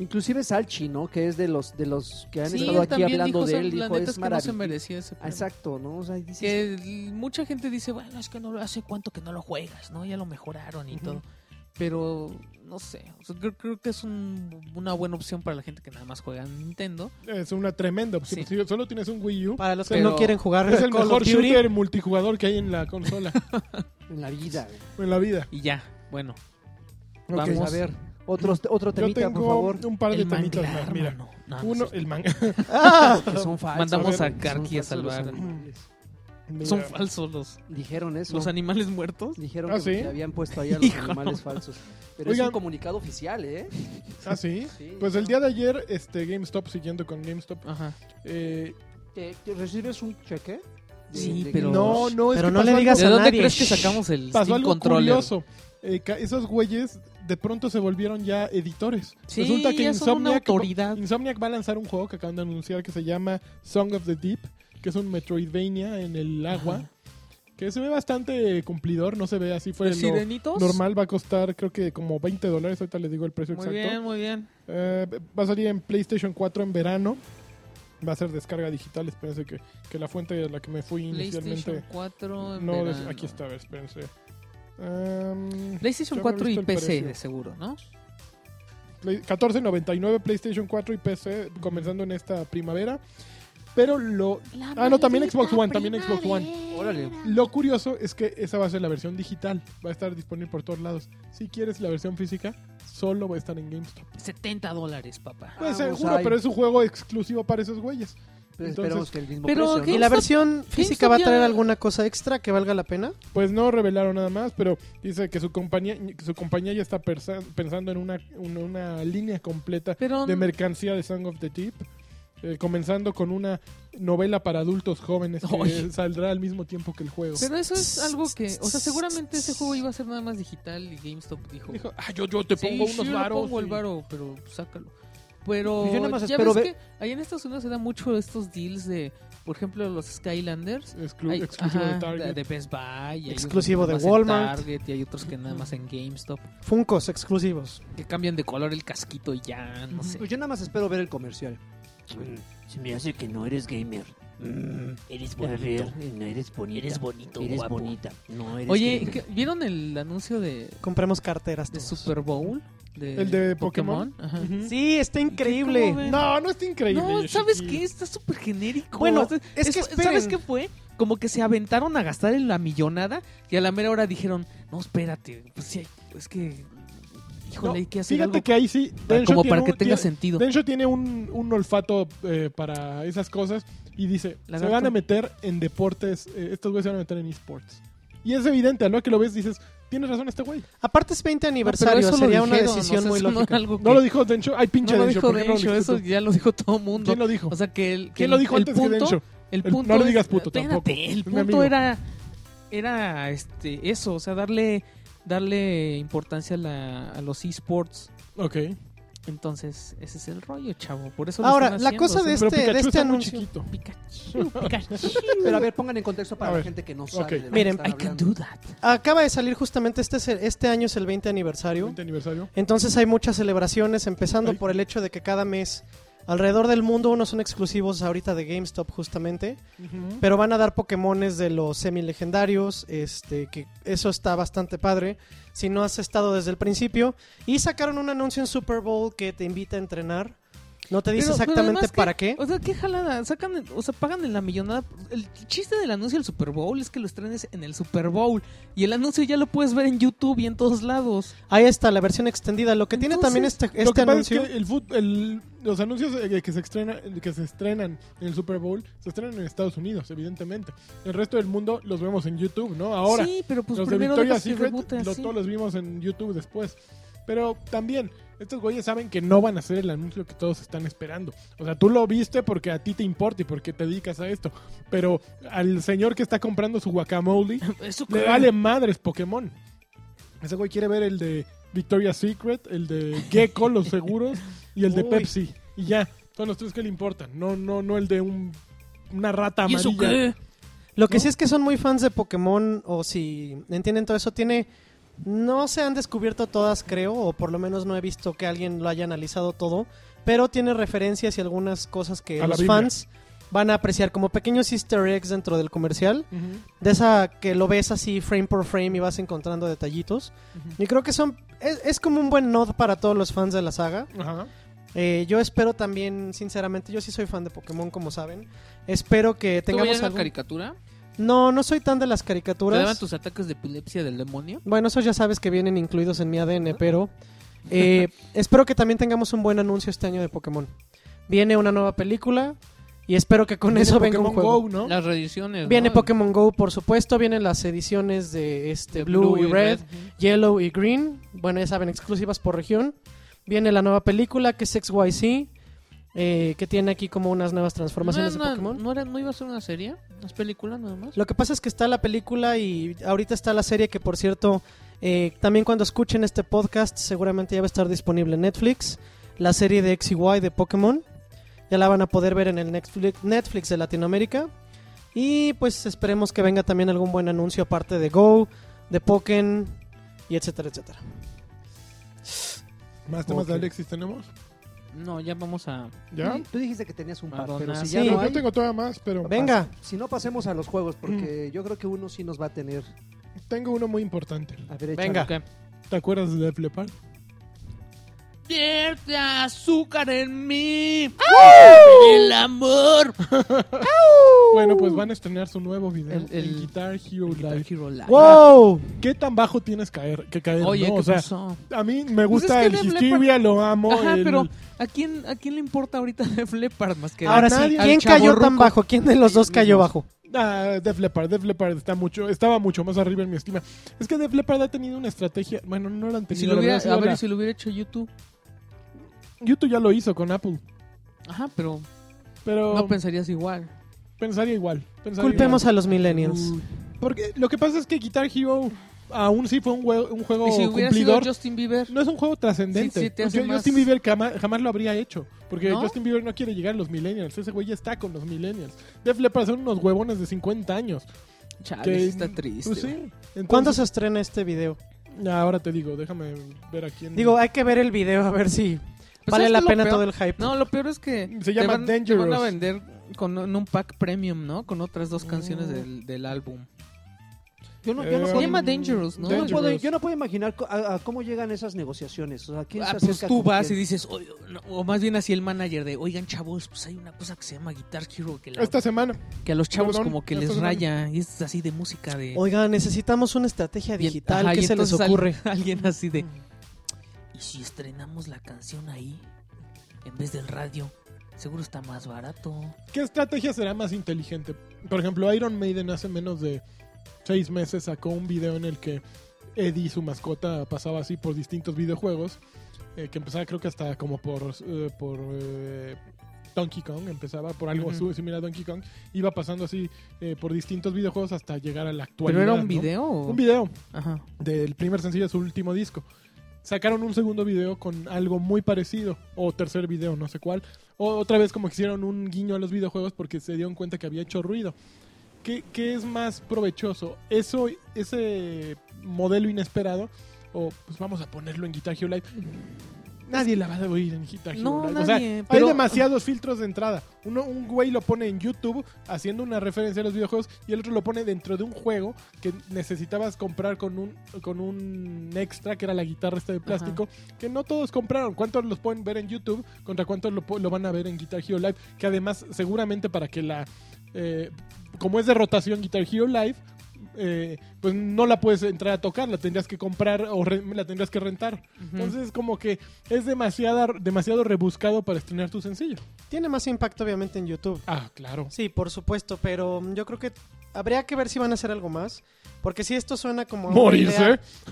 S3: Inclusive Salchi, ¿no? Que es de los, de los que han
S5: Sí,
S3: estado
S5: él
S3: aquí
S5: también
S3: hablando
S5: dijo,
S3: de él,
S5: "Son- la
S3: dijo,
S5: neta es
S3: es
S5: que no se
S3: maravilloso.
S5: merecía ese
S3: Ah,
S5: premio.
S3: Exacto, ¿no? O sea, dices,
S5: Que l- mucha gente dice, bueno, es que no lo hace cuánto que no lo juegas, ¿no? Ya lo mejoraron y todo. Pero, no sé, o sea, creo, creo que es un- una buena opción para la gente que nada más juega en Nintendo.
S4: Es una tremenda opción.
S5: Sí.
S4: Si solo tienes un Wii U,
S1: Para los que
S5: Pero
S1: no quieren jugar
S4: es el
S1: Call of
S4: mejor
S1: Duty,
S4: shooter multijugador que hay en la consola, [laughs]
S3: en la vida. güey.
S4: en la vida.
S5: Y ya, bueno,
S4: Ok.
S5: vamos
S3: A ver, otro, otro
S4: Yo
S3: temita, por
S4: tengo
S3: favor.
S4: un par de
S5: el
S4: temitas
S5: manglar,
S4: más. Mira,
S5: mano. No, no es
S4: uno,
S5: cierto.
S4: el manga.
S3: Que [laughs] son falsos.
S5: Mandamos
S4: a
S3: güey, son
S5: Karki a
S3: falsos los
S5: salvar.
S3: animales.
S5: Son falsos los,
S3: Dijeron eso.
S5: los animales muertos.
S3: Dijeron
S4: ¿Ah,
S3: que
S4: sí?
S3: le habían puesto
S4: [laughs]
S3: ahí a los
S5: Hijo,
S3: animales falsos. Pero es
S4: Oigan.
S3: un comunicado oficial, ¿eh?
S4: Ah, sí.
S3: Sí,
S4: Pues
S3: ya.
S4: el día de ayer, este GameStop, siguiendo con GameStop,
S5: Ajá.
S4: eh,
S3: ¿Te, te recibes un cheque?
S5: Sí, pero-
S4: no, pues, no, es
S1: Pero
S4: que
S1: no le
S4: pasó
S1: digas
S5: ¿De
S1: a
S5: dónde
S1: nadie.
S5: crees que
S1: Shh.
S5: sacamos el
S4: pasó
S5: Steam
S4: algo
S5: Controller?
S4: curioso. Eh, ca- esos güeyes de pronto se volvieron ya editores.
S5: Sí, ya son una autoridad.
S4: Insomniac va a lanzar un juego que acaban de anunciar que se llama Song of the Deep, que es un Metroidvania en el agua, que se ve bastante cumplidor, no se ve así fue
S5: ¿Los
S4: lo
S5: sirenitos?
S4: normal, va a costar creo que como 20 dólares, ahorita les digo el precio
S5: Muy
S4: exacto.
S5: bien, muy bien.
S4: Eh, va a salir en PlayStation 4 en verano. Va a ser descarga digital, espérense que, que la fuente a la que me fui
S5: PlayStation
S4: inicialmente...
S5: 4 en
S4: No,
S5: verano.
S4: aquí está, a ver, espérense. Ehm, Ya
S5: PlayStation
S4: me
S5: 4 y
S4: visto el
S5: PC,
S4: precio.
S5: de seguro, ¿no?
S4: Play- 14.99 PlayStation 4 y PC comenzando en esta primavera. Pero lo Ah, no, también Xbox One, también Xbox One.
S3: Órale.
S4: lo curioso es que esa va a ser la versión digital, va a estar disponible por todos lados. Si quieres la versión física, solo va a estar en GameStop.
S5: Ah, 70 dólares, papá.
S3: Ah,
S4: Pues
S3: pues
S4: seguro,
S3: hay.
S4: pero es un juego exclusivo para esos güeyes.
S3: Pues
S4: Entonces-
S3: esperemos que el mismo
S5: Pero,
S3: precio,
S5: ¿qué?
S1: ¿Y
S3: ¿no?
S1: la
S5: GameStop-
S1: versión física va a traer
S5: ya-
S1: alguna cosa extra que valga la pena?
S4: Pues no revelaron nada más, pero dice que su compañía que su compañía ya está persa- pensando en una, en una línea completa
S5: Pero
S4: de mercancía de Song of the Deep. eh, comenzando con una novela para adultos jóvenes que
S5: Oye.
S4: saldrá al mismo tiempo que el juego.
S5: Pero eso es algo que, o sea, seguramente ese juego iba a ser nada más digital y GameStop dijo,
S4: Dijo, ah, yo, yo te pongo
S5: sí,
S4: unos
S5: yo le
S4: varos
S5: pongo el
S4: y-
S5: varo, pero sácalo. Pero
S3: Yo nada más
S5: ya
S3: espero
S5: ves
S3: ver-
S5: que ahí en Estados Unidos se dan mucho estos deals de, por ejemplo, los Skylanders.
S4: Exclu-
S5: Hay-
S4: exclusivo
S5: ajá,
S4: de Target.
S5: de Best Buy. hay unos
S1: Exclusivo
S5: nada
S1: de
S5: más en
S1: Walmart.
S5: Target y hay otros que nada más en GameStop.
S1: Funcos exclusivos.
S5: Que cambian de color el casquito y ya, no sé.
S3: Pues yo nada más espero ver el comercial.
S2: Se me hace que no eres gamer. Eres Mm, bonito.
S3: No eres bonita.
S2: Eres bonito,
S3: Eres
S2: guapo.
S3: bonita. No eres
S5: Oye,
S3: gamer.
S5: ¿qué- ¿vieron el anuncio de,
S1: Compremos carteras.
S5: de
S1: todos.
S5: Super Bowl?
S4: ¿El de Pokémon?
S5: Ajá.
S4: Ujú.
S1: Sí, está
S5: ¿Cómo
S1: increíble.
S5: ven?
S4: No, no está increíble.
S5: No,
S4: Yoshiki.
S5: ¿sabes qué? Está súper genérico.
S1: Bueno,
S5: O sea,
S1: es que
S5: ¿Sabes
S1: esperen.
S5: qué fue? Como que se aventaron a gastar en la millonada y a la mera hora dijeron, no, espérate, pues sí, es que, híjole,
S4: No,
S5: hay que hacer
S4: Fíjate
S5: algo
S4: que ahí sí.
S5: para-
S4: Densho
S5: como
S4: tiene
S5: para que
S4: un-
S5: tenga
S4: tiene-
S5: sentido.
S4: Densho tiene un, un olfato eh, para esas cosas y dice, se
S5: Lagarto.
S4: van a meter en deportes, eh, estos güeyes se van a meter en esports. Y es evidente, a lo que lo ves dices, tienes razón este güey.
S1: Aparte es 20
S5: No, pero
S1: aniversario,
S5: eso lo
S1: sería una
S5: dijeron,
S1: decisión
S5: o sea,
S1: muy
S5: eso no
S1: lógica.
S5: era
S4: No
S5: algo que-
S4: lo dijo Densho, ay pinche
S5: no lo
S4: Densho,
S5: dijo
S4: ¿por qué no lo
S5: Densho,
S4: dijiste
S5: eso
S4: tú?
S5: ya lo dijo todo el mundo.
S4: ¿Quién lo dijo?
S5: O sea, que el, que
S4: ¿Quién
S5: el-
S4: lo dijo
S5: el
S4: antes
S5: punto,
S4: que Densho?
S5: El
S4: El-
S5: punto
S4: no le
S5: es-
S4: digas puto
S5: espérate,
S4: tampoco,
S5: el
S4: es mi
S5: punto
S4: amigo.
S5: era, era este, eso, o sea, darle, darle importancia a, la- a los esports.
S4: Ok.
S5: Entonces, ese es el rollo, chavo. Por eso lo
S1: Ahora,
S5: están
S1: la
S5: haciendo,
S1: cosa
S5: o sea,
S1: de
S4: Pero
S1: este,
S4: Pikachu
S1: de este
S4: está muy
S1: anuncio.
S4: chiquito.
S5: Pikachu, Pikachu.
S3: Pero a ver, pongan en contexto para
S4: A
S3: la
S4: ver.
S3: gente que no sabe.
S4: Ok.
S3: de lo que
S1: Miren,
S3: están
S5: I can
S3: hablando.
S5: do that.
S1: Acaba de salir justamente este, es el- este año es el 20 aniversario.
S4: 20 este aniversario.
S1: Entonces hay muchas celebraciones, empezando
S4: Ay.
S1: por el hecho de que cada mes alrededor del mundo unos son exclusivos ahorita de GameStop justamente, pero van a dar Pokémones de los semilegendarios, este que eso está bastante padre. Si no has estado desde el principio y sacaron un anuncio en Super Bowl que te invita a entrenar. No te dice
S5: Pero- pero
S1: exactamente
S5: además que-
S1: para qué.
S5: O sea, qué jalada. Sacan, o sea, pagan en la millonada. El chiste del anuncio del Super Bowl es que lo estrenes en el Super Bowl. Y el anuncio ya lo puedes ver en YouTube y en todos lados.
S1: Ahí está la versión extendida. Lo que tiene
S5: Entonces,
S1: también este, este
S4: lo que pasa
S1: anuncio.
S4: es que el fut- el- los anuncios eh, que se, estrena, que se estrenan en el Super Bowl se estrenan en Estados Unidos, evidentemente. El resto del mundo los vemos en YouTube, ¿no? Ahora.
S5: sí, pero pues
S4: los de
S5: primero
S4: Victoria's
S5: dejas que
S4: Secret
S5: debute
S4: lo-
S5: así.
S4: todos los vimos en YouTube después. Pero también, estos güeyes saben que no van a hacer el anuncio que todos están esperando. O sea, tú lo viste porque a ti te importa y porque te dedicas a esto. Pero al señor que está comprando su guacamole,
S5: Eso
S4: le vale madres Pokémon. Ese güey quiere ver el de Victoria's Secret, el de Gecko, los seguros, y el de
S1: Uy.
S4: Pepsi. Y ya, son los tres que le importan. No, no, no el de un, una rata
S5: ¿Y
S4: amarilla.
S5: eso qué?
S1: Lo que
S4: ¿no?
S1: sí es que son muy fans de Pokémon o si entienden todo eso, tiene... No se han descubierto todas, creo, o por lo menos no he visto que alguien lo haya analizado todo, pero tiene referencias y algunas cosas que
S4: A la
S1: los
S4: Biblia.
S1: fans van a apreciar como pequeños easter eggs dentro del comercial,
S4: Ujú.
S1: de esa que lo ves así frame por frame y vas encontrando detallitos.
S5: Ujú.
S1: Y creo que son es, es como un buen nod para todos los fans de la saga.
S4: Ajá.
S1: Eh, yo espero también, sinceramente, yo sí soy fan de Pokémon, como saben. Espero que tengamos
S5: ¿Tú la
S1: algún-
S5: caricatura?
S1: no, no soy tan de las
S5: ¿Te
S1: caricaturas.
S5: daban tus ataques de epilepsia del demonio?
S1: Bueno, esos ya sabes que vienen incluidos en mi ADN, pero
S5: [laughs]
S1: eh, espero que también tengamos un buen anuncio este año de Pokémon. Viene una nueva película y espero que con
S4: Viene
S1: eso venga un
S4: Pokémon
S1: juego.
S4: Go, ¿no?
S5: Las reediciones.
S1: Viene
S5: ¿no?
S1: Pokémon Go, por supuesto, vienen las ediciones de este
S5: De
S1: Blue, y Red,
S5: Ujú.
S1: Yellow y Green. Bueno, ya saben, exclusivas por región. Viene la nueva película que es XYZ, eh, que tiene aquí como unas nuevas transformaciones de
S5: no, era
S1: Pokémon.
S5: una- no, era- no iba a ser una serie? ¿Las películas nada más?
S1: Lo que pasa es que está la película y ahorita está la serie que, por cierto, eh, también cuando escuchen este podcast seguramente ya va a estar disponible en Netflix. La serie de XY de Pokémon. Ya la van a poder ver en el Netflix, Netflix de Latinoamérica. Y pues esperemos que venga también algún buen anuncio aparte de Go, de Pokémon y etcétera, etcétera.
S4: Más temas de
S3: Ok.
S4: Alexis tenemos.
S5: No, ya vamos a...
S4: ¿Ya?
S3: Tú dijiste que tenías un par, pero
S5: Madonna.
S3: si ya
S1: Sí.
S3: no
S4: Yo
S3: hay,
S4: tengo todavía más, pero
S1: Venga,
S3: si no pasemos a los juegos, porque yo creo que uno sí nos va a tener.
S4: tengo uno muy importante.
S3: A ver, échale.
S1: Venga.
S5: ¿Qué?
S4: ¿Te acuerdas de Def Leppard?
S5: Uh. Vierte azúcar en mí. El amor.
S4: Bueno, pues van a estrenar su nuevo video
S5: El- el-
S4: en Guitar Hero Live.
S5: Ah,
S1: ¡Wow!
S4: ¿Qué tan bajo tienes que caer? Que caer
S5: Oye,
S4: ¿no?
S5: ¿qué
S4: o sea,
S5: pasó?
S4: a mí me
S5: Pues
S4: gusta
S5: es que
S4: el
S5: Def
S4: Hysteria, lo amo.
S5: Ajá,
S4: el-
S5: pero ¿a quién, ¿a quién le importa ahorita [laughs] de Leppard más que
S1: Ahora
S5: a
S1: sí,
S5: nadie?
S1: ¿quién
S5: Al
S1: cayó tan
S5: chavorruco.
S1: bajo? ¿Quién de los dos cayó bajo?
S4: Ah, Def Leppard, Def Leppard está mucho, estaba mucho más arriba en mi estima. Es que Def Leppard ha tenido una estrategia, bueno, no la han tenido.
S5: Y Pues Si lo
S4: la
S5: hubiera,
S4: verdad, ha sido
S5: a ver,
S4: la-
S5: y si lo hubiera hecho YouTube.
S4: YouTube ya lo hizo con Apple.
S5: Ajá, pero
S4: Pero
S5: No pues, pensarías igual.
S4: pensaría igual. pensaría
S1: Culpemos
S4: igual.
S1: a los millennials.
S5: Mm.
S4: Porque lo que pasa es que Guitar Hero aún sí fue un, hue- un juego
S5: y si hubiera sido
S4: cumplidor.
S5: Justin Bieber,
S4: No es un juego trascendente.
S5: Sí, sí, te hace
S4: Yo-
S5: más-
S4: Justin Bieber jamás, jamás lo habría hecho. Porque
S5: ¿No?
S4: Justin Bieber no quiere llegar a los millennials. Ese güey ya está con los millennials. Def Leppard son unos huevones de 50 años.
S5: chale,
S4: que-
S5: sí Ah, está triste.
S4: Pues sí.
S5: güey.
S4: Entonces-
S1: ¿Cuándo se estrena este video?
S4: Ahora te digo, déjame ver a
S5: Mm.
S4: quién.
S3: ah,
S1: Digo, hay que ver el video a ver si
S5: Pues,
S1: vale
S5: ¿sabes
S1: la
S5: qué es lo
S1: pena
S5: peor?
S1: todo el hype.
S5: No, lo peor es que
S4: Se
S5: te
S4: llama
S5: van- te van a
S4: Dangerous.
S5: vender con un un pack premium, ¿no? Con otras dos canciones del, del álbum.
S3: Yo no, yo no
S4: Eh,
S5: Se
S3: puedo,
S5: llama Dangerous, ¿no?
S3: yo no puedo-
S4: Dangerous.
S3: yo no puedo imaginar co- a, a cómo llegan esas negociaciones. O sea, ¿quién
S5: Ah,
S3: se
S5: pues
S3: acerca
S5: tú
S3: con
S5: vas y
S3: quién?
S5: dices, "Oye, no", o más bien así el manager de, oigan chavos, pues hay una cosa que se llama Guitar Hero que, la-
S4: Esta semana.
S5: que a los chavos
S4: perdón,
S5: como que
S4: esta
S5: les
S4: semana.
S5: raya y es así de música de...
S1: Oiga, necesitamos una estrategia
S5: Bien,
S1: digital.
S5: ajá,
S1: ¿Qué
S5: y
S1: se les
S5: entonces al-
S1: ocurre?
S5: [laughs] alguien así
S4: Mm.
S5: de. ¿Y si estrenamos la canción ahí? En vez del radio. Seguro está más barato.
S4: ¿Qué estrategia será más inteligente? Por ejemplo, Iron Maiden hace menos de seis meses sacó un video en el que Eddie, su mascota, pasaba así por distintos videojuegos. eh, que empezaba creo que hasta como por, eh, por eh, Donkey Kong, empezaba por algo
S5: Ujú.
S4: similar a Donkey Kong. Iba pasando así eh, por distintos videojuegos hasta llegar a la actualidad.
S5: ¿Pero era un
S4: ¿no?
S5: video? o-
S4: Un video
S5: Ajá.
S4: del primer sencillo de su último disco. Sacaron un segundo video con algo muy parecido, o tercer video, no sé cuál. O otra vez como que hicieron un guiño a los videojuegos porque se dieron cuenta que había hecho ruido. ¿Qué, qué es más provechoso? Eso, ese modelo inesperado, o pues vamos a ponerlo en Guitar Hero Live. Nadie la va a oír en Guitar Hero
S5: No,
S4: Live. O
S5: nadie,
S4: sea,
S5: pero-
S4: hay demasiados filtros de entrada. Uno, un güey lo pone en YouTube haciendo una referencia a los videojuegos y el otro lo pone dentro de un juego que necesitabas comprar con un, con un extra, que era la guitarra esta de plástico, que no todos compraron. ¿Cuántos los pueden ver en YouTube contra cuántos lo, po- lo van a ver en Guitar Hero Live? Que además, seguramente para que la... eh, como es de rotación Guitar Hero Live, eh, pues no la puedes entrar a tocar, la tendrías que comprar o re- la tendrías que rentar. Entonces, como que es demasiada, demasiado rebuscado para estrenar tu sencillo.
S1: Tiene más impacto, obviamente, en YouTube.
S4: Ah, claro.
S1: Sí, por supuesto, pero yo creo que habría que ver si van a hacer algo más. Porque si esto suena como. a una
S4: Morirse.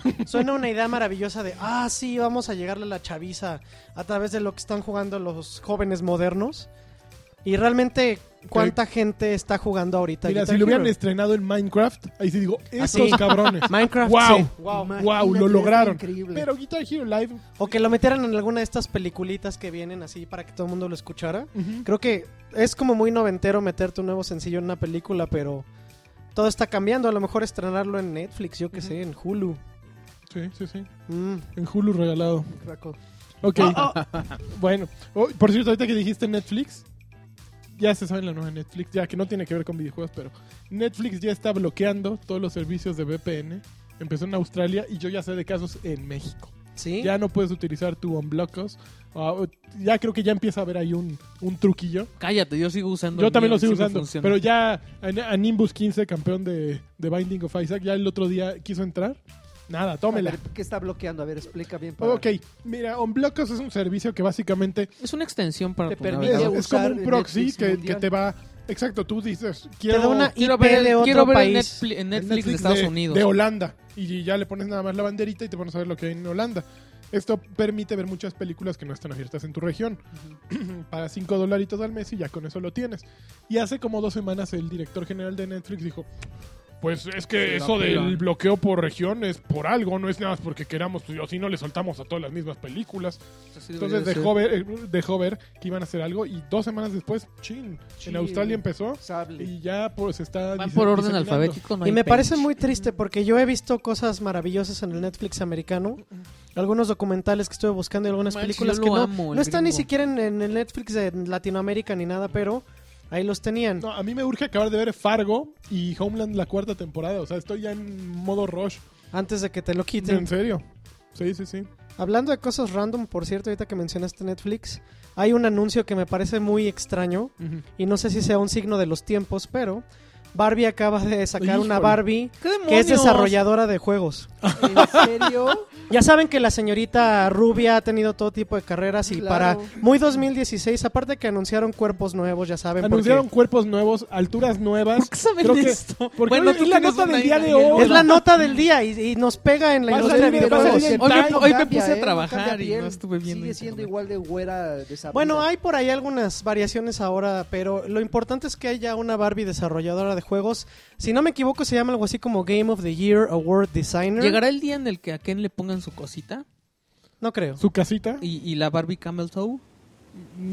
S1: idea- Suena una idea maravillosa de, ah, sí, vamos a llegarle a la chaviza a través de lo que están jugando los jóvenes modernos. Y realmente, ¿cuánta gente está jugando ahorita?
S4: Mira,
S1: Guitar
S4: si lo hubieran
S1: Hero? Ah,
S4: estrenado en Minecraft, ahí sí digo, estos
S1: [laughs] sí.
S4: cabrones.
S1: Minecraft,
S4: Wow.
S1: sí.
S3: Imagínate,
S4: Guau, lo
S3: está
S4: lograron.
S3: Increíble.
S4: Pero Guitar Hero Live,
S1: O que lo metieran en alguna de estas peliculitas que vienen así para que todo el mundo lo escuchara. Creo que es como muy noventero meter tu nuevo sencillo en una película, pero todo está cambiando. A lo mejor estrenarlo en Netflix, yo qué sé, en Hulu.
S4: sí, sí, sí.
S1: Mm.
S4: En Hulu regalado. Ok. [laughs] Bueno, Oh, por cierto, ahorita que dijiste Netflix, ya se sabe la nueva Netflix, ya que no tiene que ver con videojuegos, pero Netflix ya está bloqueando todos los servicios de VPN. Empezó en Australia y yo ya sé de casos en México.
S1: ¿Sí?
S4: Ya no puedes utilizar tu Unblockos. Ah, o- ya creo que ya empieza a haber ahí un, un truquillo.
S5: Cállate, yo sigo usando.
S4: Yo
S5: el
S4: también
S5: mío,
S4: lo sigo
S5: sí me
S4: usando.
S5: funciona.
S4: Pero ya a, a Nimbus 15, campeón de, de Binding of Isaac, ya el otro día quiso entrar. Nada,
S3: A
S4: tómela.
S3: ver, ¿Qué está bloqueando? A ver, explica bien. para-
S4: Ok, mira, Unblockos es un servicio que básicamente
S5: Es una extensión para
S1: Te
S5: tu
S1: permite-
S4: es,
S5: navegador.
S4: es
S3: usar
S4: como un
S3: en
S4: proxy
S3: Netflix
S4: que, que
S3: mundial.
S4: te va. Exacto, tú dices, quiero.
S1: Te da una
S5: Quiero
S1: IP
S5: ver,
S1: de
S5: el-
S1: otro
S5: quiero ver el
S1: país.
S5: Netflix, en
S4: el
S5: Netflix de Estados Unidos.
S4: De Holanda. Y ya le pones nada más la banderita y te pones a ver lo que hay en Holanda. Esto permite ver muchas películas que no están abiertas en tu región. [clears throat] Para 5 dolaritos al mes y ya con eso lo tienes. Y hace como dos semanas el director general de Netflix dijo... Pues es que
S5: Se la
S4: eso del
S5: pelan.
S4: bloqueo por región es por algo, no es nada más porque queramos, o si no le soltamos a todas las mismas películas.
S5: Así debería
S4: Entonces
S5: de ser.
S4: dejó ver, eh, dejó ver que iban a hacer algo y dos semanas después, chin,
S3: Chin.
S4: en Australia empezó
S3: Sable.
S4: [laughs] y ya pues está...
S5: Van
S4: dise-
S5: por orden
S4: diseminando.
S5: alfabético, no
S1: Y
S5: hay
S1: me
S5: pena.
S1: parece muy triste porque yo he visto cosas maravillosas en el Netflix americano. Algunos documentales que estuve buscando y algunas
S5: Manches,
S1: películas
S5: yo
S1: que
S5: lo
S1: no,
S5: amo, el
S1: no están ni
S5: gringo.
S1: siquiera en, en el Netflix de Latinoamérica ni nada, pero ahí los tenían.
S4: No, a mí me urge acabar de ver Fargo y Homeland la cuarta temporada. O sea, estoy ya en modo rush.
S1: Antes de que te lo quiten.
S4: En serio. Sí, sí, sí.
S1: Hablando de cosas random, por cierto, ahorita que mencionaste Netflix, hay un anuncio que me parece muy extraño y no sé si sea un signo de los tiempos, pero Barbie acaba de sacar una
S4: Híjole.
S1: Barbie
S5: ¿Qué demonios?
S1: que es desarrolladora de juegos.
S3: ¿En serio?
S1: Ya saben que la señorita rubia ha tenido todo tipo de carreras y
S3: Claro.
S1: para muy 2016, aparte que anunciaron cuerpos nuevos, ya saben.
S4: Anunciaron cuerpos nuevos, alturas nuevas.
S5: ¿Por qué saben
S4: Creo que-
S5: esto?
S4: porque hoy es la
S5: tienes
S4: nota
S5: una
S4: del día
S5: idea,
S4: de
S5: Daniel.
S1: porque
S4: hoy.
S1: es la nota del día y, y nos pega en la
S4: Vas a
S1: industria de
S4: salir- vas a
S1: videojuegos.
S4: salir en
S5: Hoy me-
S4: Time.
S5: hoy me
S3: Cambia,
S5: puse
S3: ¿eh?
S5: a
S3: No
S5: trabajar
S3: cambia
S5: y
S3: piel.
S5: no estuve viendo.
S3: Sigue siendo
S5: internet.
S3: igual de güera de esa
S1: Bueno, hay por ahí algunas variaciones ahora, pero lo importante es que hay ya una Barbie desarrolladora de juegos. Si no me equivoco, se llama algo así como Game of the Year Award Designer.
S5: ¿Llegará el día en el que a Ken le pongan su cosita?
S1: No creo.
S4: Su casita.
S5: ¿Y, y la Barbie Camel Toe?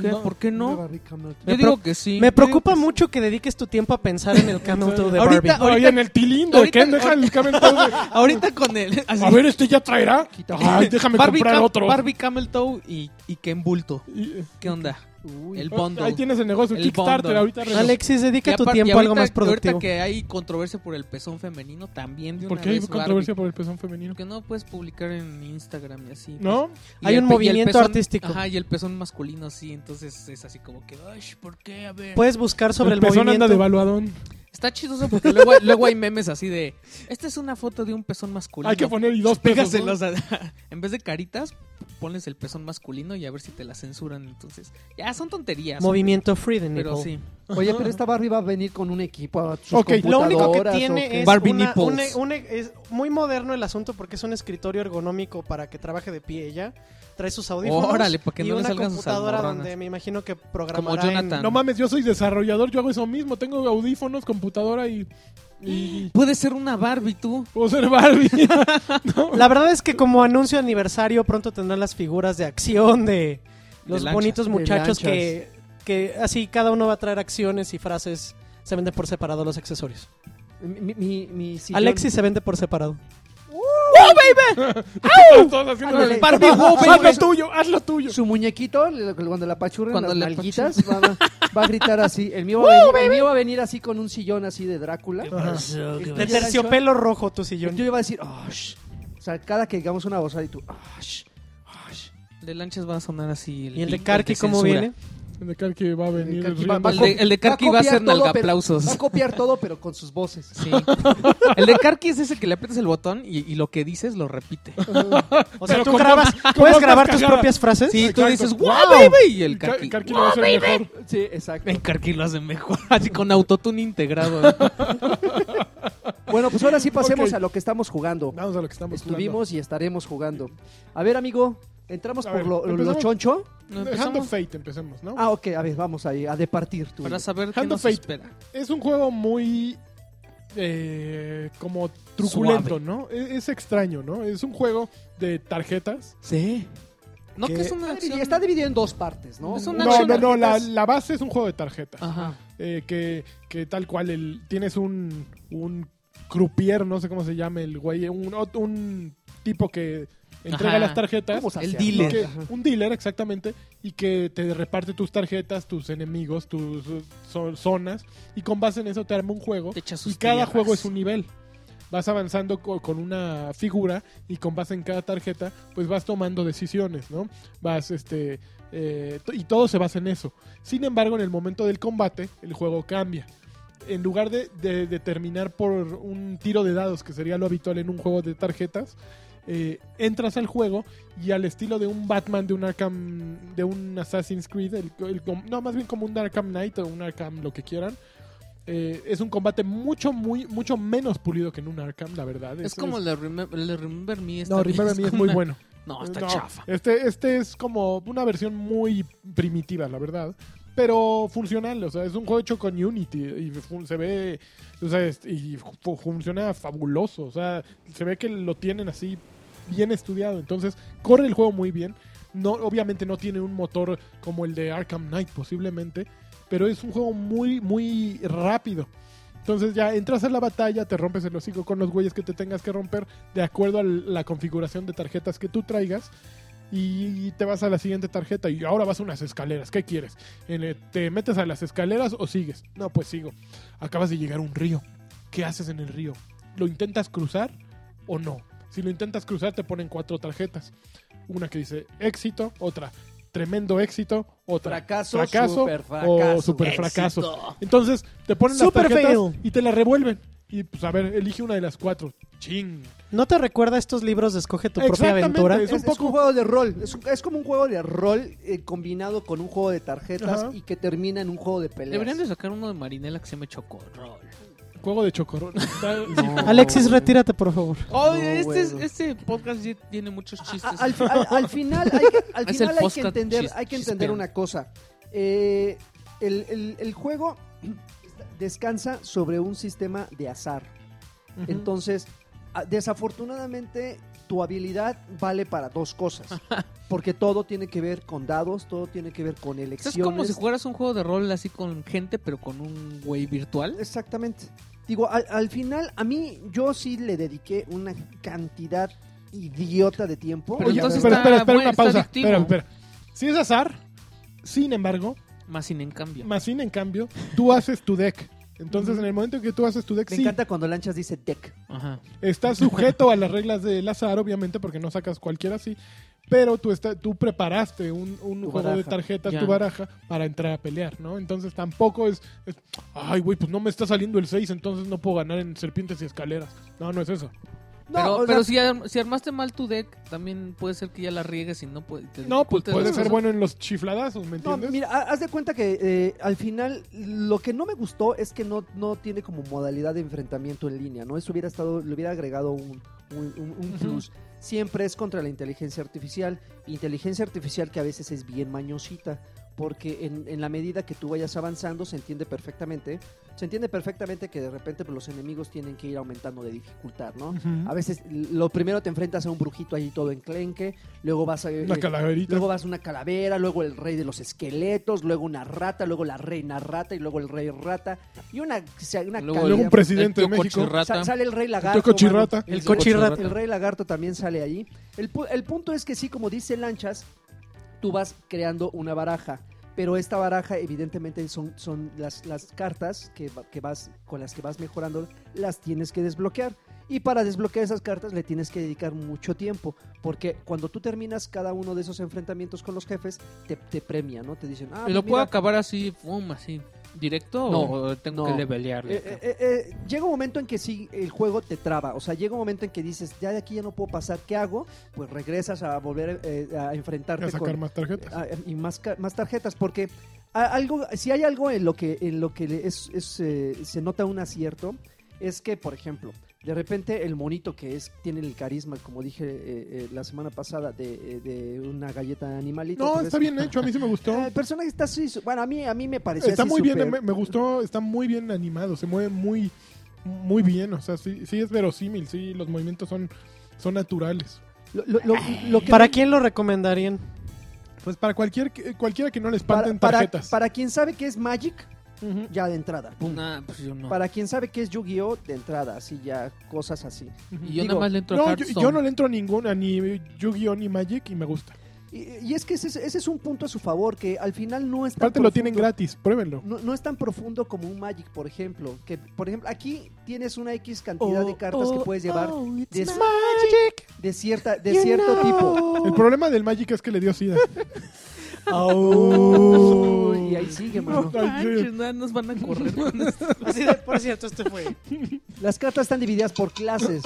S5: ¿Qué?
S4: No,
S5: ¿Por qué no? Yo
S1: Me
S5: digo
S1: pro-
S5: que sí.
S1: Me
S5: Yo digo
S1: preocupa
S5: que sí.
S1: mucho que dediques tu tiempo a pensar en el Camel Toe de Barbie.
S5: Ahorita-
S4: No, y en el tilín
S5: ahorita-
S4: Ken, deja el Camel Toe de-
S5: [laughs] Ahorita con él. así.
S4: A ver, este ya traerá. Ay, déjame
S5: Barbie
S4: comprar
S5: Cam-
S4: otro.
S5: Barbie Camel Toe y, y Ken Bulto.
S4: Y- eh,
S5: ¿Qué onda?
S3: Uy.
S5: el bundle.
S4: Ahí tienes el negocio,
S5: El
S4: Kickstarter.
S5: bundle.
S4: Ahorita regresamos.
S1: Alexis, dedica
S5: Y
S1: tu
S5: aparte-
S1: tiempo
S5: y
S1: a algo
S5: ahorita-
S1: más productivo.
S5: Ahorita que hay controversia por el pezón femenino, también de una
S4: ¿Por qué hay
S5: vez
S4: controversia
S5: Barbie.
S4: por el pezón femenino?
S5: Porque no puedes publicar en Instagram y así.
S4: ¿No?
S5: Y
S1: Hay
S5: el
S1: un
S5: pe- y el
S1: movimiento
S5: pezón-
S1: artístico.
S5: Ajá, y el pezón masculino, sí. Entonces es así como que, ay, ¿por qué? A ver.
S1: Puedes buscar sobre el,
S4: pezón
S1: movimiento.
S4: anda devaluadón.
S5: Está chistoso porque luego, hay- luego hay memes así de, esta es una foto de un pezón masculino.
S4: Hay que poner y dos pesos. ¿no?
S5: Pégaselos a- [laughs] en vez de caritas, pones el pezón masculino y a ver si te la censuran. Entonces, ya son tonterías.
S1: Movimiento Free the
S5: Pero
S1: Nipple.
S5: sí.
S3: Oye, pero esta Barbie va a venir con un equipo a sus
S4: Ok,
S1: Lo único que
S3: computadoras, ¿o qué?
S1: tiene es,
S5: Barbie
S1: una-
S5: nipples.
S1: una- una- es muy moderno el asunto porque es un escritorio ergonómico para que trabaje de pie ella. Trae sus audífonos
S5: Órale, para que
S1: y
S5: no le
S1: una
S5: salgan sus
S1: computadora
S5: almorranas.
S1: donde me imagino que programará
S5: Como
S1: en-
S5: Jonathan.
S4: No mames, yo soy desarrollador, yo hago eso mismo. Tengo audífonos, computadora y. y
S5: Puede ser una Barbie, tú.
S4: puedo ser Barbie. [laughs]
S1: La verdad es que como anuncio de aniversario pronto tendrán las figuras de acción de los
S5: lanchas.
S1: bonitos
S3: De
S1: muchachos
S3: lanchas.
S1: que, que así cada uno va a traer acciones y frases. Se venden por separado los accesorios.
S3: Mi, mi, mi sillón.
S1: Alexis se vende por separado.
S4: Todos haciendo-
S3: Ándale.
S5: Barbie wow,
S4: Haz
S5: baby.
S4: lo tuyo, haz lo tuyo.
S3: Su muñequito, le- cuando la apachurren
S5: Cuando
S3: las
S5: le
S3: nalguitas, va, a- va a gritar así. El mío, va a venir, el mío va a venir así con un sillón así de Drácula.
S1: De
S3: Lanchas.
S1: terciopelo rojo tu
S3: Yo
S1: sillón.
S3: yo iba a decir, "Ah, sh". O sea, cada que digamos una voz y tú, "Ah, sh, ah, sh".
S5: De lanchas va a sonar así.
S1: ¿Y el
S5: pin-
S1: de Karki cómo
S5: censura.
S1: viene?
S4: De cal que va a venir.
S3: Karki
S4: riendo.
S3: va-
S5: El de, el de Karki va a
S3: copiar
S5: ser
S3: todo,
S5: nalgaplausos.
S3: pero- Va a copiar todo, pero con sus voces.
S5: Sí. [laughs] El de Karki es ese que le aprietas el botón y, y lo que dices lo repite.
S1: O sea,
S4: Pero
S1: tú
S4: con
S1: grabas,
S4: voz- con
S1: puedes
S4: voz
S1: grabar tus
S4: cascada.
S1: propias frases.
S5: Sí, tú
S4: Exacto.
S5: dices,
S4: Wow.
S5: wow, baby. Y el
S4: Car-
S5: Karki.
S4: Karki lo va a hacer mejor.
S3: Sí, exacto.
S5: El Karki lo hace mejor. [laughs] Así con autotune integrado. ¿eh?
S3: Bueno, pues ahora sí pasemos
S4: Ok.
S3: a lo que estamos jugando.
S4: Vamos a lo que estamos
S3: Estuvimos y estaremos jugando. A ver, amigo, entramos
S4: A
S3: por
S4: ver,
S3: lo, lo- lo
S4: empezamos.
S3: choncho.
S4: jugando.
S5: No,
S4: Hand
S5: empezamos
S4: of Fate, empecemos, ¿no?
S3: Ah, ok, a ver, vamos ahí, a departir tú.
S5: Para saber qué
S4: Hand of
S5: nos
S4: Fate.
S5: espera.
S4: Es un juego muy. eh, como truculento, ¿no? Es, es extraño, ¿no? Es un juego de tarjetas.
S5: Sí. No, que,
S4: Que-
S5: es una
S3: Está dividi-
S5: acción.
S3: Está dividido en dos partes, ¿no?
S5: Es una
S4: No,
S5: acción
S4: no, no. La,
S5: tarjetas.
S4: la base es un juego de tarjetas.
S5: Ajá.
S4: eh, que, que tal cual el, tienes un, un croupier, no sé cómo se llame el güey, un, ot- un tipo que entrega
S5: Ajá.
S4: las tarjetas.
S3: Vamos a
S5: El
S3: hacer,
S5: dealer.
S4: que-
S3: Ajá.
S4: un dealer, exactamente, y que te reparte tus tarjetas, tus enemigos, tus eh, zo- zonas, y con base en eso te arma un juego.
S5: Te echa sus
S4: Y cada
S5: tierras.
S4: juego es un nivel. Vas avanzando co- con una figura y con base en cada tarjeta, pues vas tomando decisiones, ¿no? Vas, este, eh, to- y todo se basa en eso. Sin embargo, en el momento del combate, el juego cambia. En lugar de, de- de terminar por un tiro de dados, que sería lo habitual en un juego de tarjetas, eh, entras al juego y al estilo de un Batman, de un Arkham, de un Assassin's Creed, el- el- no, más bien como un Arkham Knight o un Arkham lo que quieran, eh, es un combate mucho, muy, mucho menos pulido que en un Arkham, la verdad.
S5: Es como la Remember, la Remember Me. está
S4: No,
S5: bien,
S4: Remember Me es
S5: como
S4: muy
S5: una-
S4: bueno.
S5: [laughs] No, está
S4: No,
S5: chafa.
S4: Este, este es como una versión muy primitiva, la verdad. Pero funcional, o sea, es un juego hecho con Unity y fun- se ve, o sea, es- y fu- funciona fabuloso, o sea, se ve que lo tienen así bien estudiado, entonces corre el juego muy bien. No, obviamente no tiene un motor como el de Arkham Knight posiblemente, pero es un juego muy, muy rápido. Entonces ya entras a la batalla, te rompes el hocico con los güeyes que te tengas que romper de acuerdo a la configuración de tarjetas que tú traigas. Y te vas a la siguiente tarjeta y ahora vas a unas escaleras. ¿Qué quieres? En el- ¿Te metes a las escaleras o sigues? No, pues sigo. Acabas de llegar a un río. ¿Qué haces en el río? ¿Lo intentas cruzar o no? Si lo intentas cruzar te ponen cuatro tarjetas. Una que dice éxito, otra tremendo éxito o tra-
S6: Fracaso,
S4: fracaso
S6: superfracaso.
S4: o super
S5: Éxito.
S4: fracaso. Entonces te ponen las
S1: Super
S4: tarjetas
S1: fail.
S4: y te la revuelven. Y pues a ver, elige una de las cuatro. Ching.
S1: ¿No te recuerda a estos libros de Escoge tu propia
S4: Exactamente,
S1: aventura?
S4: es-
S3: Es, es un juego de rol. Es, un- es como un juego de rol eh, combinado con un juego de tarjetas
S4: Ajá.
S3: y que termina en un juego de peleas.
S5: Deberían de sacar uno de Marinela que se llame Chocorrol.
S4: Juego de chocorrol.
S1: [laughs] Alexis, retírate, por favor.
S5: Oh,
S3: No,
S5: este, es-
S3: bueno.
S5: este podcast ya tiene muchos
S3: A-
S5: chistes.
S3: al, al- al final hay que, al
S5: [laughs] Es el
S3: final hay que
S5: podcast
S3: entender,
S5: chis-
S3: hay que entender
S5: chisteante.
S3: una cosa. Eh, el, el- el juego [clears throat] descansa sobre un sistema de azar. Entonces, a- desafortunadamente, tu habilidad vale para dos
S5: [laughs]
S3: cosas. Porque todo tiene que ver con dados, todo tiene que ver con
S5: es
S3: elecciones.
S5: como si jugaras un juego de rol así con gente, pero con un güey virtual.
S3: Exactamente. Digo, al, al final, a mí, yo sí le dediqué una cantidad idiota de tiempo.
S5: Pero
S4: Oye,
S5: entonces
S4: pero
S5: está
S4: espera, espera,
S5: bueno,
S4: una
S5: está
S4: pausa.
S5: adictivo.
S4: Espera, espera. Si es azar, sin embargo,
S5: Más sin en cambio.
S4: Masin, en cambio, tú haces tu deck. Entonces, en el momento en que tú haces tu deck,
S3: Me
S4: sí,
S3: encanta cuando Lanchas dice deck.
S5: Ajá.
S4: estás sujeto a las reglas del azar, obviamente, porque no sacas cualquiera así. Pero tú, está, tú preparaste un, un
S3: Tu
S4: juego de
S3: baraja.
S4: tarjetas,
S5: Ya.
S4: tu baraja, para entrar a pelear, ¿no? Entonces tampoco es, es, ay, güey, pues no me está saliendo el 6, entonces no puedo ganar en serpientes y escaleras. No, no es eso.
S3: No,
S5: pero
S3: o sea,
S5: pero si, ar- si armaste mal tu deck, también puede ser que ya la riegues y no puede, te
S4: No, pues
S5: dificultes
S4: puede
S5: las
S4: ser
S5: cosas.
S4: bueno en los chifladazos, ¿me
S3: no,
S4: entiendes?
S3: mira, ha- haz de cuenta que eh, al final lo que no me gustó es que no, no tiene como modalidad de enfrentamiento en línea, ¿no? Eso hubiera estado, le hubiera agregado un, un- un- un plus. Siempre es contra la inteligencia artificial, inteligencia artificial que a veces es bien mañosita, porque en, en la medida que tú vayas avanzando se entiende perfectamente, se entiende perfectamente que de repente pues, los enemigos tienen que ir aumentando de dificultad, ¿no?
S4: Ujú.
S3: A veces lo primero te enfrentas a un brujito ahí todo enclenque, luego vas a...
S4: Una
S3: eh,
S4: calaverita.
S3: Luego vas una calavera, luego el rey de los esqueletos, luego una rata, luego la reina rata y luego el rey rata. Y una, o sea, una
S5: Luego
S3: calidad-
S4: Luego un presidente
S5: el
S4: de
S5: tío
S4: México.
S5: cochirrata.
S3: Sa- sale el rey lagarto.
S4: tío cochirrata.
S3: mano.
S5: El
S3: tío
S5: cochirrata.
S3: El rey lagarto también sale ahí. El, pu- el punto es que sí, como dice Lanchas, tú vas creando una baraja. Pero esta baraja, evidentemente, son, son las, las cartas que, va- que vas, con las que vas mejorando, las tienes que desbloquear. Y para desbloquear esas cartas le tienes que dedicar mucho tiempo. Porque cuando tú terminas cada uno de esos enfrentamientos con los jefes, te, te premia, ¿no? Te dicen, ah,
S5: ¿Lo
S3: pues
S5: puedo
S3: mira,
S5: acabar así, fum, así, directo
S3: No,
S5: o tengo
S3: no.
S5: que levelearle?
S3: Eh,
S5: acá?
S3: eh, eh, eh, llega un momento en que sí, el juego te traba. O sea, llega un momento en que dices, ya de aquí ya no puedo pasar, ¿qué hago? Pues regresas a volver eh, a enfrentarte
S4: A sacar
S3: con-
S4: más tarjetas.
S3: a- y más, ca- más tarjetas. Porque a- algo, si hay algo en lo que, en lo que le- es, es, eh, se nota un acierto, es que, por ejemplo, de repente el monito que es tiene el carisma, como dije eh, eh, la semana pasada, de, eh, de una galleta animalito.
S4: No,
S3: pues,
S4: está bien hecho, a mí se me
S3: [laughs]
S4: gustó.
S3: eh, El personaje está así, su- bueno, a mí, a mí me pareció
S4: Está
S3: así
S4: muy bien,
S3: súper-
S4: me, me gustó, está muy bien animado, se mueve muy, muy bien, o sea, sí, sí es verosímil, sí, los movimientos son, son naturales.
S3: lo- lo- lo- lo que
S1: ¿Para quién lo recomendarían?
S4: Pues para cualquier, que- cualquiera que no le
S3: para,
S4: espanten
S3: para-
S4: tarjetas.
S3: para quien sabe que es Magic, ya de entrada.
S5: Nah, pues yo no.
S3: Para quien sabe que es Yu-Gi-Oh, de entrada, así ya, cosas así.
S4: Ujú.
S5: Y yo
S3: digo,
S5: nada más le entro a
S4: No, yo,
S5: Hearthstone.
S4: yo
S5: [laughs]
S4: no le entro a ninguna, ni Yu-Gi-Oh! ni Magic, y me gusta.
S3: Y, y es que ese, es- ese es un punto a su favor, que al final no es tan
S4: Aparte lo
S3: profundo-
S4: tienen gratis, pruébenlo.
S3: No, no es tan profundo como un Magic, por ejemplo. Que, por ejemplo, aquí tienes una X cantidad de cartas que puedes llevar de, de cierta,
S1: Oh,
S3: de cierto tipo.
S4: El problema del Magic es que le
S3: [laughs]
S4: dio sida.
S3: Uy, y ahí sigue, mano.
S5: Manches, nada, nos van a
S4: [laughs]
S5: correr. con esto.
S1: Así de, por cierto, este fue.
S3: Las cartas están divididas por
S5: [laughs]
S3: clases.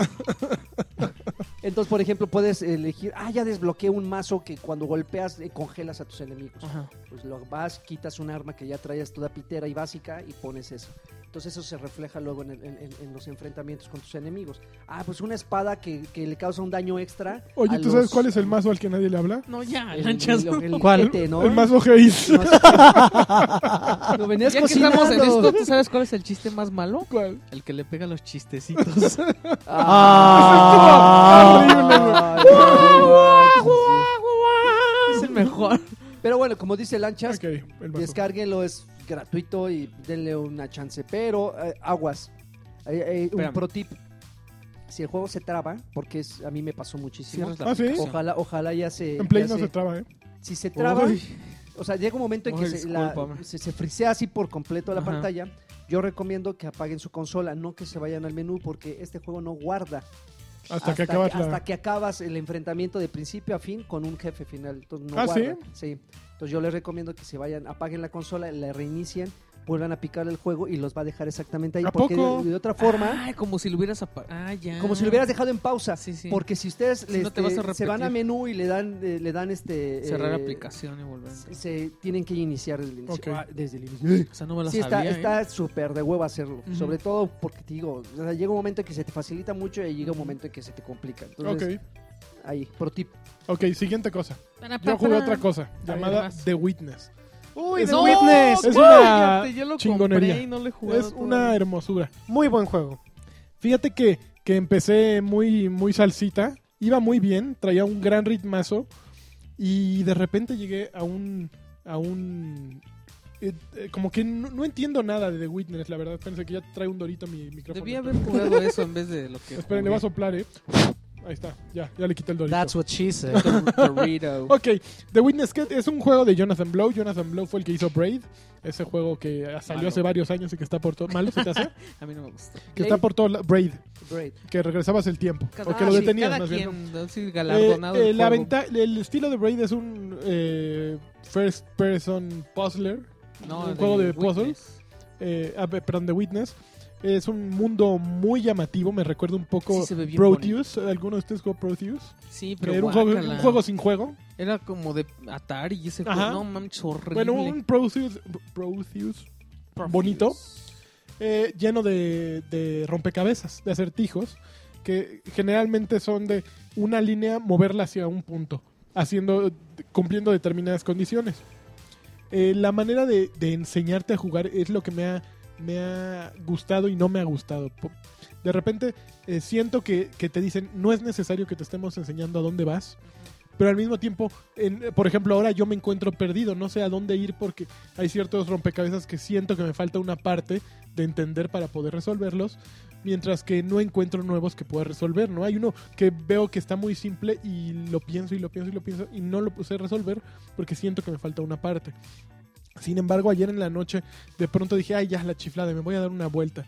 S3: Entonces, por ejemplo, puedes elegir, ah, ya desbloqueé un mazo que cuando golpeas eh, congelas a tus enemigos.
S5: Ajá.
S3: Pues lo vas, quitas un arma que ya traías toda pitera y básica y pones eso. Entonces eso se refleja luego en, el- en- en- en los enfrentamientos con tus enemigos. Ah, pues una espada que, que le causa un daño extra.
S4: Oye,
S3: a
S4: ¿tú sabes
S3: los-
S4: cuál es el mazo al que nadie le habla?
S5: No, ya,
S3: el-
S5: lanchas.
S3: el- el- el
S1: ¿Cuál?
S3: ojete, ¿no?
S4: El mazo
S3: [laughs]
S4: Geis.
S3: El mazo- Lo venías
S5: Ya que
S3: cocinando.
S5: estamos en esto, ¿tú sabes cuál es el chiste más malo?
S4: ¿Cuál?
S5: El que le pega
S4: [laughs]
S5: los chistecitos.
S3: Ah. Ay, qué horrible.
S5: es el mejor.
S3: Pero bueno, como dice Lanchas,
S4: [laughs] Ok, el mazo.
S3: descárguenlo, es gratuito y denle una chance. Pero eh, aguas. Eh, eh, un
S5: Espérame.
S3: pro tip. Si el juego se traba, porque es, a mí me pasó muchísimo.
S5: Cierras la
S4: Ah, ¿sí?
S5: aplicación.
S3: Ojalá, ojalá ya se.
S4: En Play
S3: ya
S4: no
S3: se-
S4: se traba, ¿eh?
S3: Si se traba,
S5: Uy.
S3: o sea, llega un momento en que
S5: Uy,
S3: se, la-
S5: discúlpame.
S3: se, se frisea así por completo la
S5: Ajá.
S3: pantalla. Yo recomiendo que apaguen su consola, no que se vayan al menú, porque este juego no guarda.
S4: Hasta, que acabas la...
S3: hasta que acabas el enfrentamiento de principio a fin con un jefe final. Entonces, no
S4: ¿Ah,
S3: guardan. sí? Entonces yo les recomiendo que se vayan, apaguen la consola, la reinicien, vuelvan a picar el juego y los va a dejar exactamente ahí.
S4: ¿A
S3: porque
S4: poco?
S3: De, de otra forma,
S5: Ay, como si lo hubieras apa- Ah, ya.
S3: como si lo hubieras dejado en pausa.
S5: Sí, sí.
S3: Porque si ustedes
S5: Si no te
S3: este,
S5: vas a
S3: se van a
S5: repetir.
S3: menú y le dan, eh, le dan este...
S5: Cerrar
S3: eh,
S5: aplicación y volver. a entrar.
S3: Se tienen que iniciar desde el inicio.
S4: Ok.
S3: Ah, desde el inicio.
S5: O sea, no me la
S3: Sí, está
S5: sabía. ¿eh?
S3: está súper de huevo hacerlo.
S5: Ujú.
S3: Sobre todo porque te digo, o sea, llega un momento en que se te facilita mucho y llega un momento en que se te complica. Entonces,
S4: Ok,
S3: ahí, pro tip.
S4: ok, siguiente cosa.
S5: Para, para,
S4: Yo jugué
S5: para.
S4: otra cosa llamada
S5: más.
S4: The Witness.
S1: Uy, The
S4: No,
S1: Witness.
S4: es
S5: Es
S4: una
S5: yo lo
S4: chingonería.
S5: compré y no lo he jugado
S4: Es una
S5: todavía.
S4: hermosura.
S1: Muy buen juego.
S4: Fíjate que, que empecé muy, muy salsita, iba muy bien, traía un gran ritmazo y de repente llegué a un... A un eh, eh, como que no, no entiendo nada de The Witness, la verdad. Pensé que ya trae un dorito mi micrófono.
S5: Debí haber jugado eso en vez de lo que.
S4: Esperen, le
S5: jugué.
S4: voy a soplar, eh. Ahí está, ya, ya le quité el dorito.
S1: That's what she said.
S5: Dor- Dorito.
S4: Ok, The Witness Cat es un juego de Jonathan Blow. Jonathan Blow fue el que hizo Braid, ese juego que salió
S5: Malo.
S4: hace varios años y que está por todo. ¿Malo se te
S5: [laughs]
S4: hace?
S5: A mí no me gustó.
S4: que está por todo. la- Braid,
S3: Great.
S4: que regresabas el tiempo.
S5: Cada,
S4: o que lo
S5: Ah, sí,
S4: detenías,
S5: cada
S4: más bien.
S5: quien, ¿no? Sí,
S4: Eh,
S5: galardonado.
S4: eh,
S5: el
S4: la
S5: juego.
S4: venta- el estilo de Braid es un eh, first person puzzler.
S5: No,
S4: un
S5: el
S4: juego de
S5: Witness.
S4: puzzles. eh, ah, pe- perdón, The Witness. Es un mundo muy llamativo, me recuerda un poco
S5: Sí, se ve bien
S4: Proteus. ¿Alguno de ustedes jugó Proteus?
S5: Sí, pero
S4: Eh, Era un juego,
S5: guácala.
S4: un juego sin juego.
S5: Era como de Atari y ese
S4: Ajá.
S5: juego. No mames, horrible.
S4: Bueno, un Proteus, Proteus bonito. eh, lleno de, de rompecabezas, de acertijos, que generalmente son de una línea moverla hacia un punto, haciendo, cumpliendo determinadas condiciones. Eh, la manera de, de enseñarte a jugar es lo que me ha, me ha gustado y no me ha gustado. Po- De repente eh, siento que, que te dicen, no es necesario que te estemos enseñando a dónde vas. Pero al mismo tiempo, en- por ejemplo, ahora yo me encuentro perdido, no sé a dónde ir porque hay ciertos rompecabezas que siento que me falta una parte de entender para poder resolverlos, mientras que no encuentro nuevos que pueda resolver, ¿no? Hay uno que veo que está muy simple y lo pienso y lo pienso y lo pienso y no lo puse resolver porque siento que me falta una parte. Sin embargo, ayer en la noche de pronto dije, ay, ya la chiflada, me voy a dar una vuelta.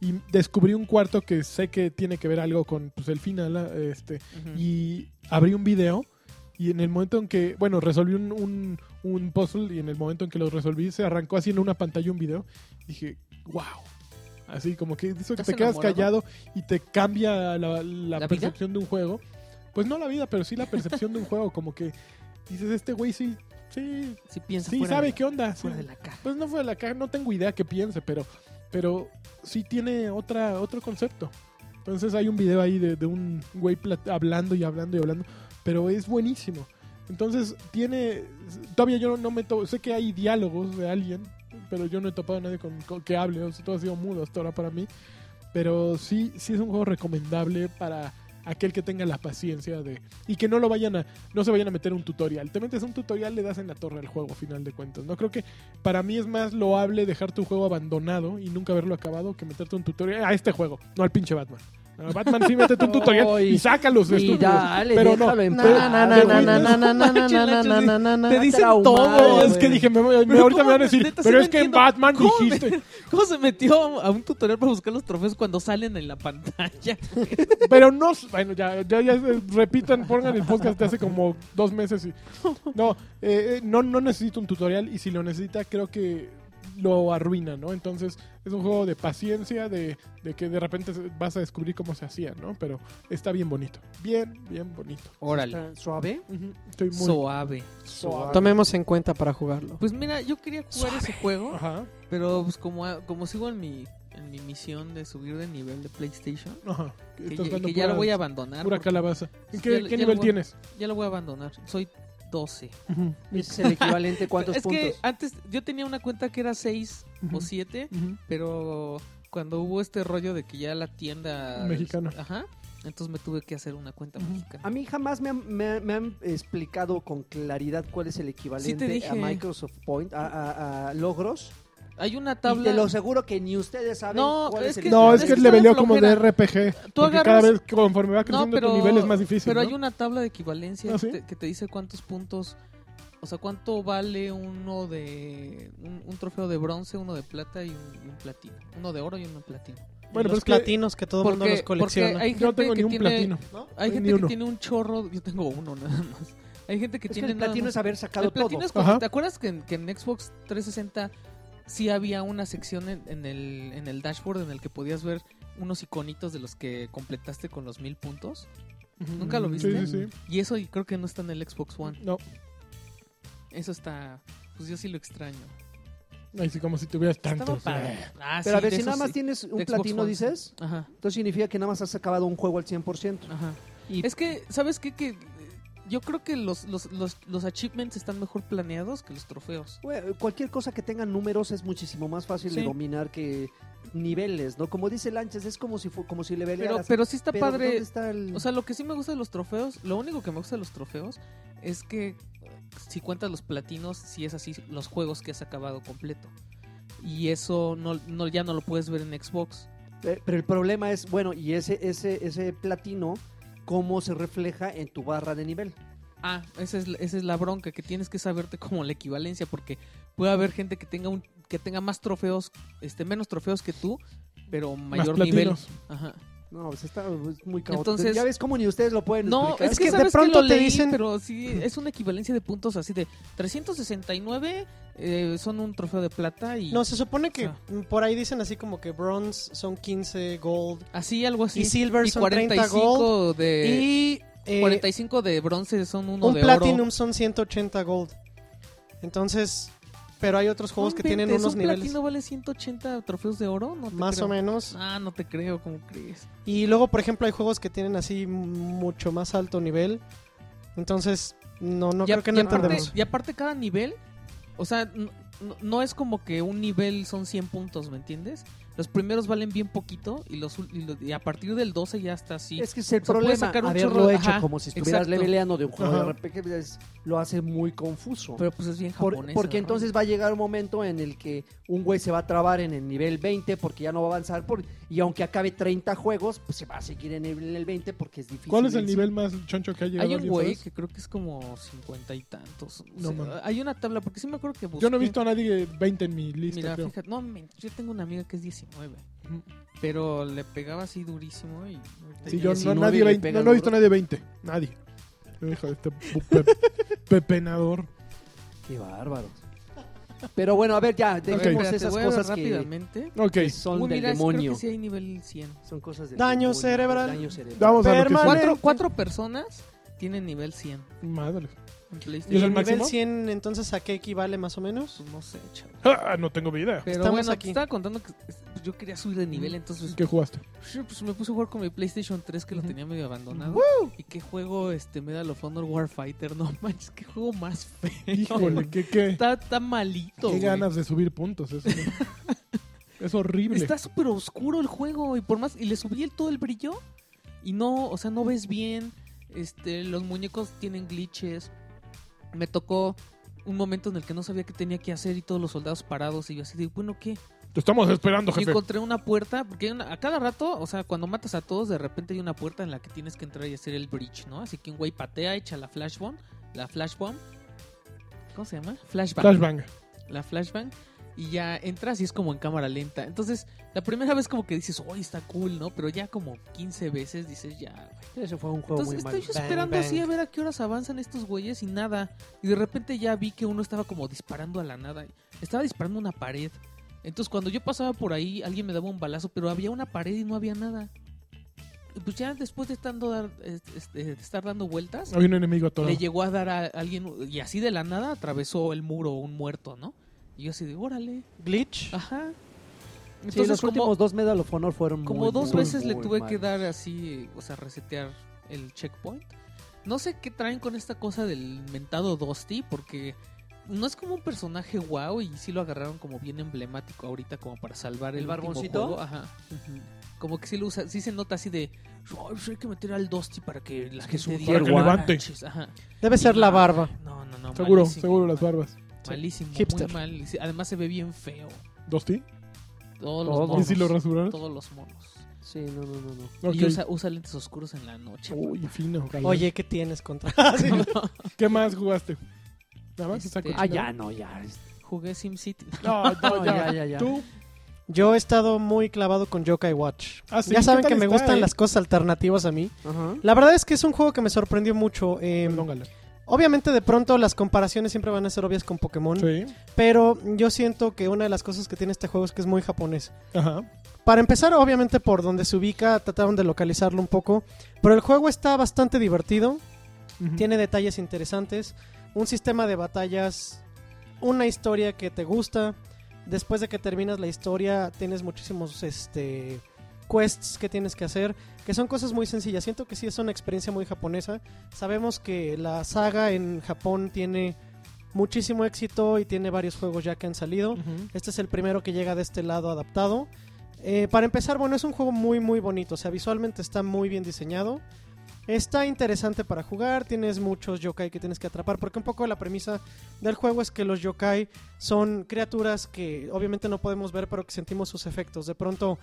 S4: Y descubrí un cuarto que sé que tiene que ver algo con pues, el final, ah, este,
S5: Ujú.
S4: y abrí un video y en el momento en que, bueno, resolví un, un, un puzzle y en el momento en que lo resolví se arrancó así en una pantalla un video. Dije, wow. Así como que eso que
S5: ¿Estás
S4: te quedas
S5: enamorado?
S4: callado y te cambia la, la
S5: ¿La
S4: percepción de un juego. Pues no la vida, pero sí la percepción de un juego. Como que dices, este güey sí, sí,
S5: Si piensa
S4: sí
S5: fuera,
S4: sabe
S5: de,
S4: qué onda.
S5: fuera
S4: sí.
S5: de la caja.
S4: Pues no fue la caja, no tengo idea que piense, pero, pero sí tiene otra, otro concepto. Entonces hay un video ahí de, de un güey plat- hablando y hablando y hablando, pero es buenísimo. Entonces tiene, todavía yo no me to- sé que hay diálogos de alguien, pero yo no he topado a nadie con, con que hable, o sea, todo ha sido mudo hasta ahora para mí. Pero sí, sí es un juego recomendable para aquel que tenga la paciencia de y que no lo vayan a no se vayan a meter un tutorial. Te metes un tutorial le das en la torre al juego a final de cuentas. No creo que para mí es más loable dejar tu juego abandonado y nunca haberlo acabado que meterte un tutorial a este juego, no al pinche Batman. A Batman sí métete un tutorial y
S3: Ay,
S4: sácalos
S3: Y
S4: estúpidos.
S3: dale,
S4: pero no.
S3: déjalo en
S1: Na,
S3: paz. Ah,
S1: na, na,
S4: The
S1: na, na,
S4: Witness.
S1: na, na, na, na, na, na, na, na, na.
S5: Te dicen
S3: traumado,
S5: todo.
S4: es que [laughs]
S3: güey.
S4: dije, me, me-
S5: Pero
S4: ahorita me
S5: ¿cómo?
S4: van a decir,
S5: Neta, sí
S4: pero
S5: no
S4: es que en
S5: entiendo.
S4: Batman
S5: ¿Cómo me-
S4: dijiste.
S5: ¿Cómo se metió a un tutorial para buscar los trofeos cuando salen en la pantalla?
S4: Pero no, bueno, ya, ya, ya, eh, repitan, pongan el podcast de hace como dos meses. Y, no, eh, eh, no, no necesito un tutorial y si lo necesita creo que lo arruina, ¿no? Entonces es un juego de paciencia, de, de que de repente vas a descubrir cómo se hacía, ¿no? Pero está bien bonito, bien, bien bonito.
S5: Órale.
S3: Está Suave.
S4: Estoy muy...
S5: Suave.
S1: Tomemos en cuenta para jugarlo.
S5: Pues mira, yo quería jugar ese juego,
S4: Ajá,
S5: pero pues como, como sigo en mi, en mi misión de subir de nivel de PlayStation,
S4: ajá.
S5: que,
S4: Estás
S5: ya-
S4: dando
S5: que ya lo
S4: pura-
S5: voy a abandonar.
S4: Pura
S5: porque-
S4: calabaza. ¿En
S5: Ya
S4: qué,
S5: lo-
S4: qué
S5: ya
S4: nivel
S5: lo voy a-
S4: tienes?
S5: Ya lo voy a abandonar. Soy 12.
S4: Ujú,
S3: Ese es el equivalente cuántos
S5: es que
S3: puntos.
S5: antes yo tenía una cuenta que era 6
S4: Ujú.
S5: o 7,
S4: ujú.
S5: pero cuando hubo este rollo de que ya la tienda...
S4: Mexicana.
S5: Ajá. Entonces me tuve que hacer una cuenta
S4: Ujú.
S5: mexicana.
S3: A mí jamás me han, me, han- me han explicado con claridad cuál es el equivalente
S5: dije.
S3: a Microsoft Point, a, a- a logros.
S5: Hay una
S3: Y
S5: tabla...
S3: te lo aseguro que ni ustedes saben
S5: No,
S3: cuál
S5: es
S3: es el
S5: que-
S4: No, es
S5: es
S4: que
S5: que
S4: le
S5: está
S4: velió
S5: de
S4: como de
S5: flojera.
S4: RPG.
S5: Tú
S4: porque cada
S5: agarras-
S4: vez conforme va creciendo tu nivel es más difícil.
S5: Pero
S4: ¿no?
S5: hay una tabla de equivalencia
S4: ¿Ah,
S5: que,
S4: sí?
S5: te, que te dice cuántos puntos, o sea, cuánto vale uno de un, un trofeo de bronce, uno de plata y un, y un platino, uno de oro y uno de platino.
S1: Bueno,
S4: Bueno,
S1: los
S4: pues que-
S1: platinos que todo el mundo los colecciona.
S5: hay gente
S4: Yo no tengo
S5: que
S4: ni un
S5: tiene,
S4: platino.
S1: ¿no?
S5: Hay
S4: Ni
S5: gente que
S4: uno.
S5: tiene un chorro. Yo tengo uno nada más. Hay gente que
S3: Es que
S5: tiene.
S3: el
S5: nada
S3: platino
S5: más-
S3: es haber sacado
S5: El platino
S3: todo.
S5: es cuando-
S4: Ajá.
S5: ¿Te acuerdas que en, que en Xbox 360 sí había una sección en, en el, en el dashboard en el que podías ver unos iconitos de los que completaste con los mil puntos? ¿Nunca lo
S4: Sí,
S5: viste?
S4: sí, sí.
S5: Y eso y creo que no está en el Xbox One.
S4: No,
S5: Eso está. Pues yo sí lo extraño.
S4: ahí sí como si tuvieras
S5: Estaba
S4: tantos. eh,
S5: padre. Ah,
S3: Pero a
S5: sí,
S3: ver, si
S5: de eso
S3: nada más
S5: sí.
S3: tienes un
S5: Xbox
S3: platino,
S5: One.
S3: dices,
S5: Ajá,
S3: entonces significa que nada más has acabado un juego al 100%.
S5: ajá.
S3: Y-
S5: Es que, ¿sabes qué? Que, eh, yo creo que los, los, los, los achievements están mejor planeados que los trofeos.
S3: Bueno, cualquier cosa que tenga números es muchísimo más fácil de
S5: Sí.
S3: dominar que niveles, ¿no? Como dice Lanches, es como si fu- como si le
S5: Pero,
S3: pelearas.
S5: pero sí está
S3: Pero
S5: padre.
S3: ¿dónde está el-
S5: O sea, lo que sí me gusta de los trofeos, lo único que me gusta de los trofeos es que eh, si cuentas los platinos, si es así, los juegos que has acabado completo. Y eso no, no- ya no lo puedes ver en Xbox.
S3: Eh, Pero el problema es, bueno, y ese, ese, ese platino, ¿cómo se refleja en tu barra de nivel?
S5: Ah, esa es, la- esa es la bronca, que tienes que saberte como la equivalencia, porque puede haber gente que tenga un, que tenga más trofeos, este, menos trofeos que tú, pero mayor nivel.
S4: platinos.
S5: Ajá.
S3: No, pues está es muy caótico.
S5: Entonces-
S3: ya ves cómo ni ustedes lo pueden
S5: No,
S3: explicar.
S5: es que,
S1: Es que de
S5: sabes
S1: pronto
S5: que lo
S1: te
S5: leí,
S1: dicen-
S5: pero sí, es una equivalencia de puntos así de 369 eh, son un trofeo de plata y...
S1: No, se supone que
S5: Ah.
S1: mm, por ahí dicen así como que bronze son 15 gold
S5: Así, algo así.
S1: y silver
S5: Y
S1: son 30 gold
S5: de...
S1: y eh,
S5: 45 de bronce son uno
S1: un
S5: de
S1: platinum
S5: oro.
S1: son 180 gold. Entonces, pero hay otros juegos
S5: No
S1: que tienen
S5: inventes,
S1: unos
S5: ¿un
S1: niveles
S5: platino vale 180 trofeos de oro? No te
S1: más
S5: creo.
S1: o menos.
S5: Ah, no te creo, ¿cómo crees?
S1: Y luego, por ejemplo, hay juegos que tienen así mucho más alto nivel. Entonces, no, no
S5: y, a-
S1: creo que no
S5: y aparte,
S1: entendemos.
S5: y aparte cada nivel, o sea, n- no, no es como que un nivel son 100 puntos, ¿me entiendes? Los primeros valen bien poquito y los ul- y, lo- y a partir del 12 ya está así.
S3: Es que es el
S5: O sea, puedes
S3: problema,
S5: sacar un
S3: haberlo
S5: chorro-
S3: hecho
S5: ajá,
S3: como si estuvieras
S5: exacto.
S3: leveleando de un juego
S4: Ajá.
S3: de RPG, es- lo hace muy confuso.
S5: Pero pues es bien
S3: Por-
S5: japonés.
S3: porque entonces va a llegar un momento en el que un güey se va a trabar en el nivel 20 porque ya no va a avanzar por, y aunque acabe 30 juegos, pues se va a seguir en el, el 20 porque es difícil.
S4: ¿Cuál es el
S3: en-
S4: nivel más choncho que ha llegado?
S5: Hay un
S4: alguien,
S5: güey
S4: sabes?
S5: que creo que es como 50 y tantos. o
S4: No
S5: sea,
S4: mames.
S5: hay una tabla, porque sí me acuerdo que busqué.
S4: Yo no he visto a nadie de 20 en mi lista,
S5: Mira,
S4: creo.
S5: fíjate, no, men, yo tengo una amiga que es 19,
S4: Ujú.
S5: pero le pegaba así durísimo y... ahorita
S4: Sí,
S5: ya
S4: yo
S5: es-
S4: no,
S3: 19
S4: nadie
S3: le
S4: 20,
S3: pega
S4: no, no he visto a
S3: duro.
S4: nadie 20. Nadie. Hijo de este pu-
S5: [laughs]
S4: pe- pepenador.
S3: Qué bárbaros. Pero bueno, a ver, ya, dejemos
S5: Espérate,
S3: esas
S5: voy a ver
S3: cosas que
S5: rápidamente.
S4: Ok,
S3: son
S5: Uy,
S3: del
S5: mira, es- creo
S3: demonio.
S5: que sí hay nivel 100.
S3: Son cosas del
S1: Daño
S3: demonio,
S1: cerebral.
S3: Daño cerebral.
S4: vamos a lo que
S1: Permanente.
S4: sigue.
S5: Cuatro, cuatro personas tienen nivel 100
S4: Madre.
S5: en
S1: ¿Y
S4: ¿Y es
S5: PlayStation.
S1: el
S4: el
S1: nivel
S4: máximo?
S1: 100 entonces a qué equivale más o menos?
S5: Pues no sé, chaval.
S4: Ah, no tengo vida.
S5: Pero
S1: Estamos
S5: bueno,
S1: aquí.
S5: te estaba contando que pues, yo quería subir de nivel, entonces
S4: ¿Qué
S5: [laughs]
S4: jugaste?
S5: Sí, pues me puse a jugar con mi PlayStation 3 que lo
S4: Ujú.
S5: tenía medio abandonado. ¿Y qué juego este Medal of Honor Warfighter? No [laughs] manches, qué juego más feo.
S4: Híjole, qué, qué,
S5: Está tan malito.
S4: qué
S5: güey.
S4: ganas de subir puntos. Eso,
S5: [laughs]
S4: es horrible.
S5: Está súper oscuro el juego y por más y le subí el todo el brillo y no, o sea, no ves bien. Este, los muñecos tienen glitches. Me tocó un momento en el que no sabía qué tenía que hacer y todos los soldados parados y yo así de, bueno, ¿qué?
S4: Te estamos esperando,
S5: Y
S4: jefe.
S5: encontré una puerta, porque hay una- a cada rato, o sea, cuando matas a todos, de repente hay una puerta en la que tienes que entrar y hacer el bridge, ¿no? Así que un güey patea, echa la flashbomb, la flashbomb, ¿cómo se llama? Flashbang.
S4: Flashbang.
S5: La flashbang. Y ya entras y es como en cámara lenta. Entonces, la primera vez como que dices, uy, está cool, ¿no? Pero ya como 15 veces dices, ya, güey.
S3: Ese fue un juego
S5: Entonces
S3: muy
S5: estoy
S3: malo.
S5: yo
S1: Bang,
S5: esperando así a
S1: bang.
S5: ver a qué horas avanzan estos güeyes y nada. Y de repente ya vi que uno estaba como disparando a la nada. Estaba disparando una pared. Entonces cuando yo pasaba por ahí, alguien me daba un balazo, pero había una pared y no había nada. Y pues ya después de, estando dar- este, este, de estar dando vueltas,
S4: Había un enemigo
S5: le
S4: atorado.
S5: llegó a dar a alguien y así de la nada atravesó el muro un muerto, ¿no? Y yo así de, órale,
S1: Glitch.
S5: ajá.
S3: Sí,
S5: Entonces
S3: los
S5: como,
S3: últimos dos Medal of Honor fueron
S5: como
S3: muy,
S5: dos
S3: muy,
S5: veces le
S3: muy
S5: tuve que
S3: malos.
S5: dar así, o sea, resetear el checkpoint. No sé qué traen con esta cosa del inventado Dusty, porque no es como un personaje guau y sí lo agarraron como bien emblemático ahorita como para salvar el,
S3: ¿El
S5: último
S3: barboncito?
S5: juego, Ajá. Como que sí lo usa, sí se nota así de, "Ay, hay que meter al Dusty para que la gente
S3: que su-
S5: diga,
S4: para que
S5: "No
S4: levante".
S5: manches", Ajá.
S1: Debe ser la barba.
S5: No, no, no.
S4: Seguro,
S5: malísimo,
S4: seguro las
S5: mal-
S4: barbas.
S5: Malísimo,
S1: Hipster.
S5: muy mal. Sí, Además se ve bien feo.
S4: ¿Dos ti?
S5: Todos los
S3: Todos.
S4: ¿Y
S5: monos.
S4: si lo rasuraras?
S5: todos los monos.
S3: Sí, no, no, no. no.
S4: Ok. Uh.
S5: Y usa, usa lentes oscuros en la noche.
S4: Uy, fino. ojalá.
S1: Oye, ¿qué tienes contra? [laughs] Sí.
S4: ¿Qué más jugaste? Nada más esa
S5: Este-
S3: Ah,
S4: cochinada.
S3: ya, no, ya.
S5: Jugué SimCity.
S4: No, no,
S3: No,
S4: ya.
S3: ya, ya, ya.
S4: Tú,
S1: Yo he estado muy clavado con Yokai Watch.
S4: Ah, sí,
S1: ya
S4: ¿qué
S1: saben
S4: tal
S1: que me
S4: está,
S1: gustan
S4: eh?
S1: las cosas alternativas a mí.
S3: Ajá.
S1: La verdad es que es un juego que me sorprendió mucho. eh,
S4: Perdóngala.
S1: obviamente de pronto las comparaciones siempre van a ser obvias con Pokémon,
S4: Sí.
S1: pero yo siento que una de las cosas que tiene este juego es que es muy japonés.
S4: Ajá.
S1: Para empezar, obviamente por donde se ubica, trataron de localizarlo un poco, pero el juego está bastante divertido,
S4: Ujú.
S1: tiene detalles interesantes, un sistema de batallas, una historia que te gusta. Después de que terminas la historia, tienes muchísimos este quests que tienes que hacer, que son cosas muy sencillas. Siento que sí es una experiencia muy japonesa. Sabemos que la saga en Japón tiene muchísimo éxito y tiene varios juegos ya que han salido.
S4: Ujú.
S1: Este es el primero que llega de este lado adaptado. Eh, para empezar, bueno, es un juego muy, muy bonito. O sea, visualmente está muy bien diseñado. Está interesante para jugar. Tienes muchos yokai que tienes que atrapar. Porque un poco la premisa del juego es que los yokai son criaturas que obviamente no podemos ver, pero que sentimos sus efectos. De pronto.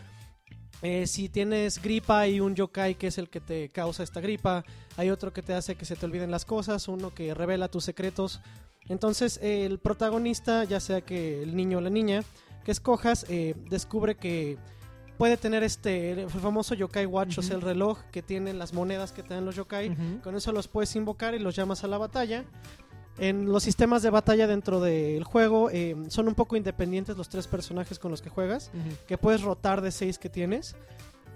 S1: eh, si tienes gripa y un yokai que es el que te causa esta gripa, hay otro que te hace que se te olviden las cosas, uno que revela tus secretos, entonces, eh, el protagonista, ya sea que el niño o la niña que escojas, eh, descubre que puede tener este el famoso yokai watch, o sea, el reloj que tienen las monedas que te dan los yokai.
S4: Ujú.
S1: Con eso los puedes invocar y los llamas a la batalla. En los sistemas de batalla dentro del juego eh, son un poco independientes los tres personajes con los que juegas,
S4: Ujú.
S1: que puedes rotar de seis que tienes.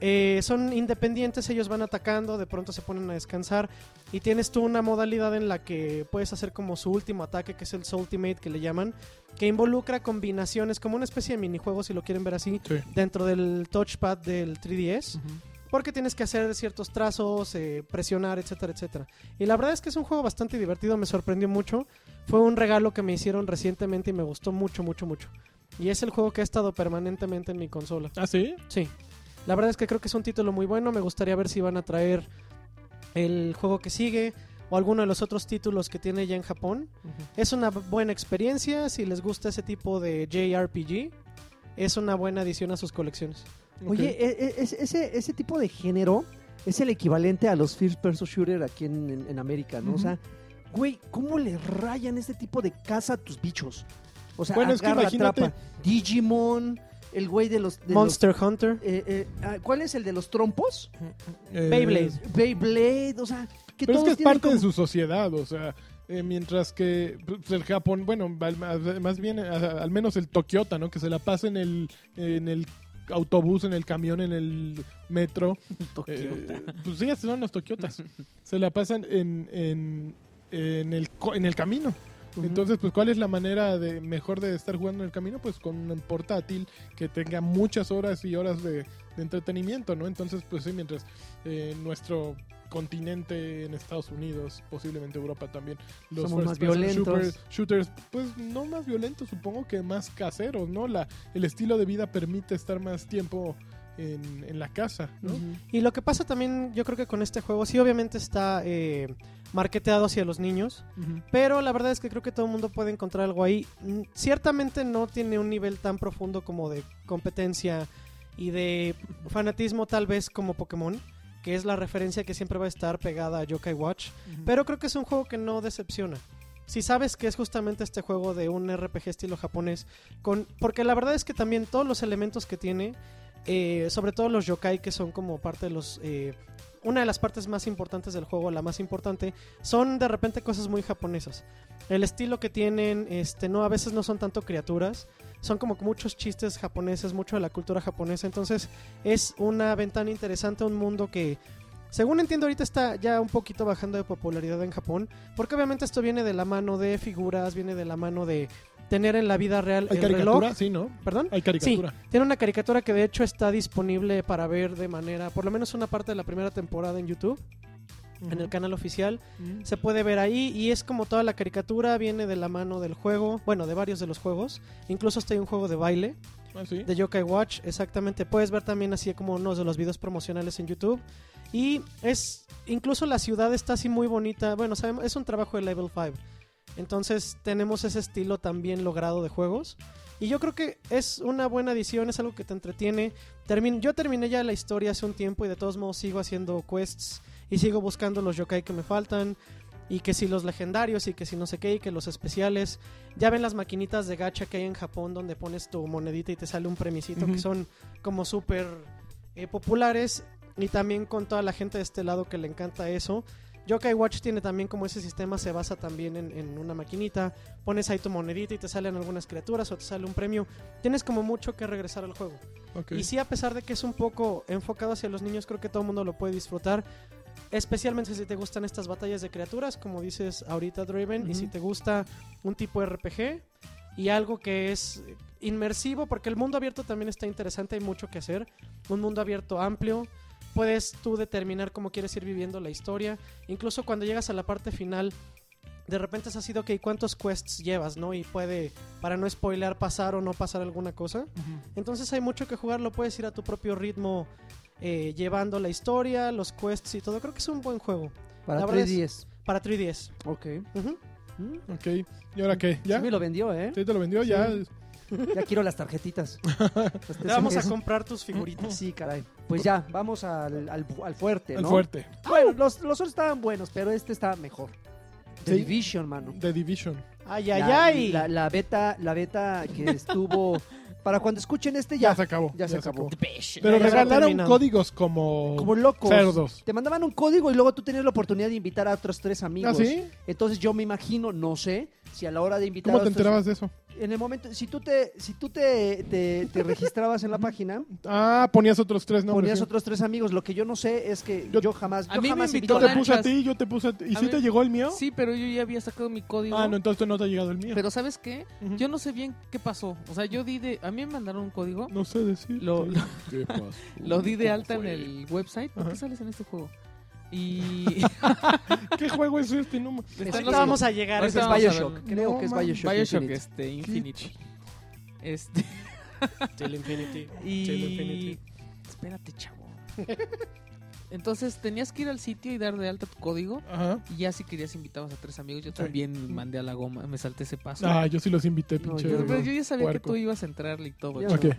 S1: Eh, son independientes, ellos van atacando, de pronto se ponen a descansar y tienes tú una modalidad en la que puedes hacer como su último ataque, que es el Soultimate que le llaman, que involucra combinaciones, como una especie de minijuego si lo quieren ver así,
S4: Sí.
S1: dentro del touchpad del 3DS
S4: Ujú.
S1: porque tienes que hacer ciertos trazos, eh, presionar, etcétera, etcétera. Y la verdad es que es un juego bastante divertido, me sorprendió mucho. Fue un regalo que me hicieron recientemente y me gustó mucho, mucho, mucho. Y es el juego que ha estado permanentemente en mi consola.
S4: Ah, sí.
S1: Sí. La verdad es que creo que es un título muy bueno. Me gustaría ver si van a traer el juego que sigue o alguno de los otros títulos que tiene ya en Japón. Es una b- buena experiencia si les gusta ese tipo de JRPG. Es una buena adición a sus colecciones.
S3: Oye, e- e- es- ese, ese tipo de género es el equivalente a los First Person Shooter aquí en, en- en América, ¿no? O sea, güey, ¿cómo le rayan este tipo de caza a tus bichos? O sea,
S4: Bueno, es que
S3: agarra,
S4: imagínate-
S3: atrapa. Digimon, el güey de los... de los-
S1: Monster Hunter.
S3: eh, eh, ah, ¿Cuál es el de los trompos?
S4: Eh,
S1: Beyblade.
S3: Beyblade, o sea... Que
S4: Pero es
S3: todos
S4: que es
S3: tienen
S4: parte de
S3: como-
S4: su sociedad, o sea, eh, mientras que pues, el Japón, bueno, al- al- más bien, a- al menos el Tokiota, ¿no? Que se la pasa en el, en el autobús, en el camión, en el
S3: [laughs]
S4: metro. Eh, pues sí, así son los Tokiotas. se la pasan en, en, en, el, co- en el camino. Entonces, pues, ¿cuál es la manera de mejor de estar jugando en el camino? Pues con un portátil que tenga muchas horas y horas de, de entretenimiento, ¿no? Entonces, pues sí, mientras eh, nuestro continente en Estados Unidos, posiblemente Europa también, los
S3: Somos más
S4: first person
S3: violentos.
S4: shooters, shooters, pues no más violentos, supongo que más caseros, ¿no? La, el estilo de vida permite estar más tiempo en, en la casa, ¿no?
S1: Y lo que pasa también, yo creo que con este juego, sí, obviamente está eh, marketeado hacia los niños,
S4: Ujú.
S1: pero la verdad es que creo que todo el mundo puede encontrar algo ahí. Mm, Ciertamente no tiene un nivel tan profundo como de competencia y de fanatismo, tal vez como Pokémon, que es la referencia que siempre va a estar pegada a Yokai Watch, pero creo que es un juego que no decepciona. Si sabes que es justamente este juego de un RPG estilo japonés, con, porque la verdad es que también todos los elementos que tiene eh, sobre todo los yokai que son como parte de los... eh, una de las partes más importantes del juego, la más importante, son de repente cosas muy japonesas. El estilo que tienen, este, no, a veces no son tanto criaturas, son como muchos chistes japoneses, mucho de la cultura japonesa, entonces es una ventana interesante a un mundo que, según entiendo ahorita está ya un poquito bajando de popularidad en Japón, porque obviamente esto viene de la mano de figuras, viene de la mano de tener en la vida real
S4: Hay
S1: el reloj,
S4: caricatura, sí, ¿no?
S1: perdón.
S4: Hay
S1: Sí,
S4: caricatura.
S1: tiene una caricatura que de hecho está disponible para ver de manera, por lo menos una parte de la primera temporada en YouTube, en el canal oficial.
S4: Mm,
S1: Se puede ver ahí y es como toda la caricatura viene de la mano del juego, bueno, de varios de los juegos. Incluso hasta hay un juego de baile
S4: Ah, sí.
S1: de Yokai Watch, exactamente. Puedes ver también así como unos de los videos promocionales en YouTube. Y es, incluso la ciudad está así muy bonita. Bueno, sabemos, es un trabajo de Level 5. Entonces tenemos ese estilo también logrado de juegos. Y yo creo que es una buena adición, es algo que te entretiene. Termin- yo terminé ya la historia hace un tiempo y de todos modos sigo haciendo quests y sigo buscando los yokai que me faltan. y que si los legendarios y que si no sé qué y que los especiales. Ya ven las maquinitas de gacha que hay en Japón donde pones tu monedita y te sale un premisito
S5: Ujú.
S1: que son como súper eh, populares y también con toda la gente de este lado que le encanta eso. Yokai Watch tiene también como ese sistema, se basa también en, en una maquinita. Pones ahí tu monedita y te salen algunas criaturas o te sale un premio. Tienes como mucho que regresar al juego.
S4: Ok.
S1: Y sí, a pesar de que es un poco enfocado hacia los niños, creo que todo el mundo lo puede disfrutar. Especialmente si te gustan estas batallas de criaturas, como dices ahorita, Draven, y
S5: Ujú.
S1: si te gusta un tipo RPG y algo que es inmersivo, porque el mundo abierto también está interesante, hay mucho que hacer. Un mundo abierto amplio, puedes tú determinar cómo quieres ir viviendo la historia. Incluso cuando llegas a la parte final, de repente es así de, ok, ¿cuántos quests llevas, no? Y puede, para no spoilear, pasar o no pasar alguna cosa.
S4: Ujú.
S1: Entonces hay mucho que jugar, lo puedes ir a tu propio ritmo eh, llevando la historia, los quests y todo. Creo que es un buen juego
S3: Para
S1: La verdad es-
S3: 310.
S1: para 3DS.
S3: Ok.
S1: Ujú.
S3: Mm.
S4: Ok. ¿Y ahora qué?
S3: Sí
S4: ¿Ya?
S3: me lo vendió, ¿eh?
S4: ¿Sí te lo vendió?
S3: Sí.
S4: Ya.
S3: Ya quiero las
S4: [laughs]
S3: tarjetitas. Las
S1: Te vamos a
S3: TCGs.
S1: comprar tus figuritas.
S3: Sí, caray. Pues ya, vamos al, al, al fuerte, ¿no?
S4: El fuerte.
S3: Bueno, los, los otros estaban buenos, pero este está mejor. The
S4: Sí.
S3: Division, mano.
S4: The Division.
S1: Ay, ay,
S3: La-
S1: ay.
S3: La, la beta, la beta que estuvo... para cuando escuchen este
S4: Ya,
S3: ya,
S4: se acabó.
S3: ya se acabó.
S4: Pero
S1: Ya, ya se
S4: regalaron
S1: terminó.
S4: códigos como.
S3: como locos.
S4: cerdos.
S3: Te mandaban un código y luego tú tenías la oportunidad de invitar a otros tres amigos.
S4: ¿Ah, sí?
S3: Entonces yo me imagino, no sé, si a la hora de invitar
S4: ¿Cómo
S3: a
S4: te
S3: otros-
S4: enterabas de eso?
S3: En el momento, si tú te, si tú te, te- te registrabas en la página,
S4: Ah, ponías otros tres nombres.
S3: ponías
S4: sí.
S3: otros tres amigos. Lo que yo no sé es que
S4: Yo-
S3: yo, jamás,
S5: A
S3: yo
S5: mí me
S3: jamás
S5: invitó
S3: invito
S4: Yo te
S3: a
S5: Lanchas.
S4: puse a ti, yo te puse a ti. ¿Y
S5: A
S4: sí
S5: mí-
S4: te llegó el mío?
S5: Sí, pero yo ya había sacado mi código.
S4: Ah, no, entonces tú no te ha llegado el mío.
S5: Pero ¿sabes qué?
S4: Ujú.
S5: Yo no sé bien qué pasó. O sea, yo di de... A mí me mandaron un código.
S4: No sé decir.
S5: Lo- lo-
S4: ¿Qué pasó?
S5: [laughs] Lo di de
S4: Uh, ¿Cómo
S5: alta en
S4: fue?
S5: el website. ¿Por
S4: Ajá.
S5: qué sales en este juego? Y...
S4: [laughs] ¿Qué juego es este? No, ma-
S5: Están
S1: Ahorita
S5: los-
S1: vamos a llegar.
S5: Ahorita
S1: esos-
S5: vamos a
S3: Bioshock,
S5: ver.
S3: creo que es
S4: man,
S3: Bioshock.
S5: Bioshock,
S3: Infinite.
S5: este, Infinity. Este...
S1: Till
S5: Y...
S1: Infinity.
S5: Espérate, chavo. [laughs] Entonces tenías que ir al sitio y dar de alta tu código.
S4: Ajá.
S5: Y ya si querías invitabas a tres amigos. Yo también mandé a la goma. Me salté ese paso.
S4: Ah, yo sí los invité,
S3: No,
S4: pinche.
S5: Pero, pero yo ya sabía
S4: puerco.
S5: que tú ibas a entrarle y todo.
S3: Ya.
S5: chavo.
S4: Ok.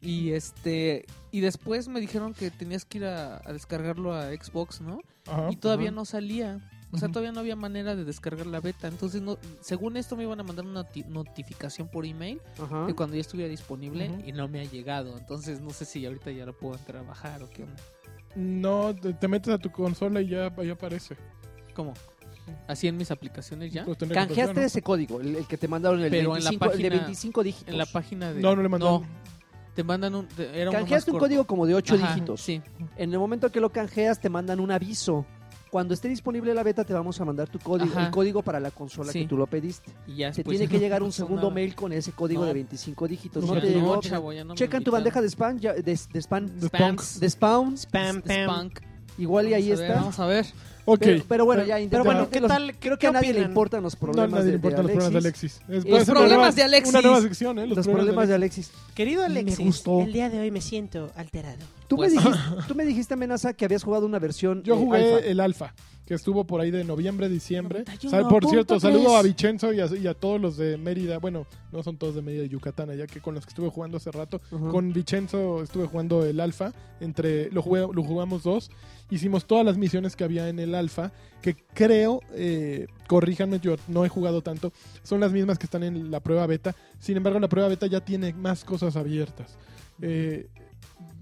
S5: Y este y después me dijeron que tenías que ir a, a descargarlo a Xbox, ¿no?
S4: Ah, Ajá.
S5: y todavía
S3: ajá.
S5: no salía. O sea,
S4: Ujú.
S5: todavía no había manera de descargar la beta. Entonces, no, según esto me iban a mandar una noti- notificación por email
S3: Ajá.
S5: de cuando ya estuviera disponible
S4: Ujú.
S5: y no me ha llegado. Entonces, no sé si ahorita ya lo puedo entrar a bajar o qué onda.
S4: No, te, te metes a tu consola y ya, ahí aparece.
S5: ¿Cómo? Así en mis aplicaciones ya.
S4: Pues tendría que
S3: Canjeaste
S4: aparecer,
S3: ese código, el, el que te mandaron el,
S5: Pero en
S3: 25,
S5: la
S3: el de
S5: página-
S3: 25 dígitos.
S5: En la página de
S4: No, no le mandaron.
S5: te mandan un te- era uno más
S3: Canjeaste un
S5: corto.
S3: código como de 8
S5: Ajá,
S3: dígitos.
S5: Sí.
S3: En el momento que lo canjeas, te mandan un aviso. Cuando esté disponible la beta, te vamos a mandar tu código,
S5: Ajá.
S3: el código para la consola
S5: Sí.
S3: que tú lo pediste.
S5: Y ya
S3: Te
S5: después [laughs]
S3: tiene
S5: ya
S3: que
S5: no
S3: llegar un
S5: pasó
S3: segundo
S5: nada.
S3: mail con ese código
S5: No.
S3: de 25 dígitos.
S4: Nunca
S3: No
S5: Ya
S3: te
S4: te
S3: llegó.
S5: no, chavo, ya no me
S3: Checa en tu
S5: invitaron.
S3: bandeja de spam, ya- de, de spam,
S5: [laughs]
S4: De
S5: Spams.
S4: Stonks.
S3: de spam,
S1: Pam, pam.
S5: Spunk.
S3: igual y ahí
S5: Vamos a ver,
S3: está.
S5: Vamos a ver.
S4: Ok.
S3: Pero, pero bueno,
S4: Pero-
S3: ya
S1: Pero bueno,
S3: independientemente
S1: ¿qué
S3: los-
S1: tal?
S3: Creo
S1: ¿Qué
S3: que a nadie le
S1: opinan?
S3: importan los
S4: No, a
S3: problemas,
S4: nadie
S3: de,
S4: le
S3: de
S4: importan los problemas de
S3: Alexis.
S4: Alexis. Es-
S3: Eh,
S4: puede ser una
S5: problemas
S4: nueva-
S5: de Alexis.
S4: Una nueva sección, ¿eh?
S3: Los problemas de Alexis.
S1: Querido
S3: Me
S1: Alexis,
S3: gustó.
S1: el día de hoy me siento alterado.
S3: Tú,
S5: Pues-
S3: me dijiste, tú me dijiste, amenaza, que habías jugado una versión.
S4: Yo
S3: eh,
S4: jugué
S3: alfa.
S4: el Alfa, que estuvo por ahí de noviembre, diciembre.
S5: 91.3.
S4: Sal- por cierto, saludo a Vicenzo y a, y a todos los de Mérida. Bueno, no son todos de Mérida y Yucatán, allá que con los que estuve jugando hace rato.
S3: Ujú.
S4: Con Vicenzo estuve jugando el alfa, entre lo, jugué- lo jugamos dos, hicimos todas las misiones que había en el alfa, que creo, eh, corríjanme, yo no he jugado tanto, son las mismas que están en la prueba beta, sin embargo la prueba beta ya tiene más cosas abiertas. Eh,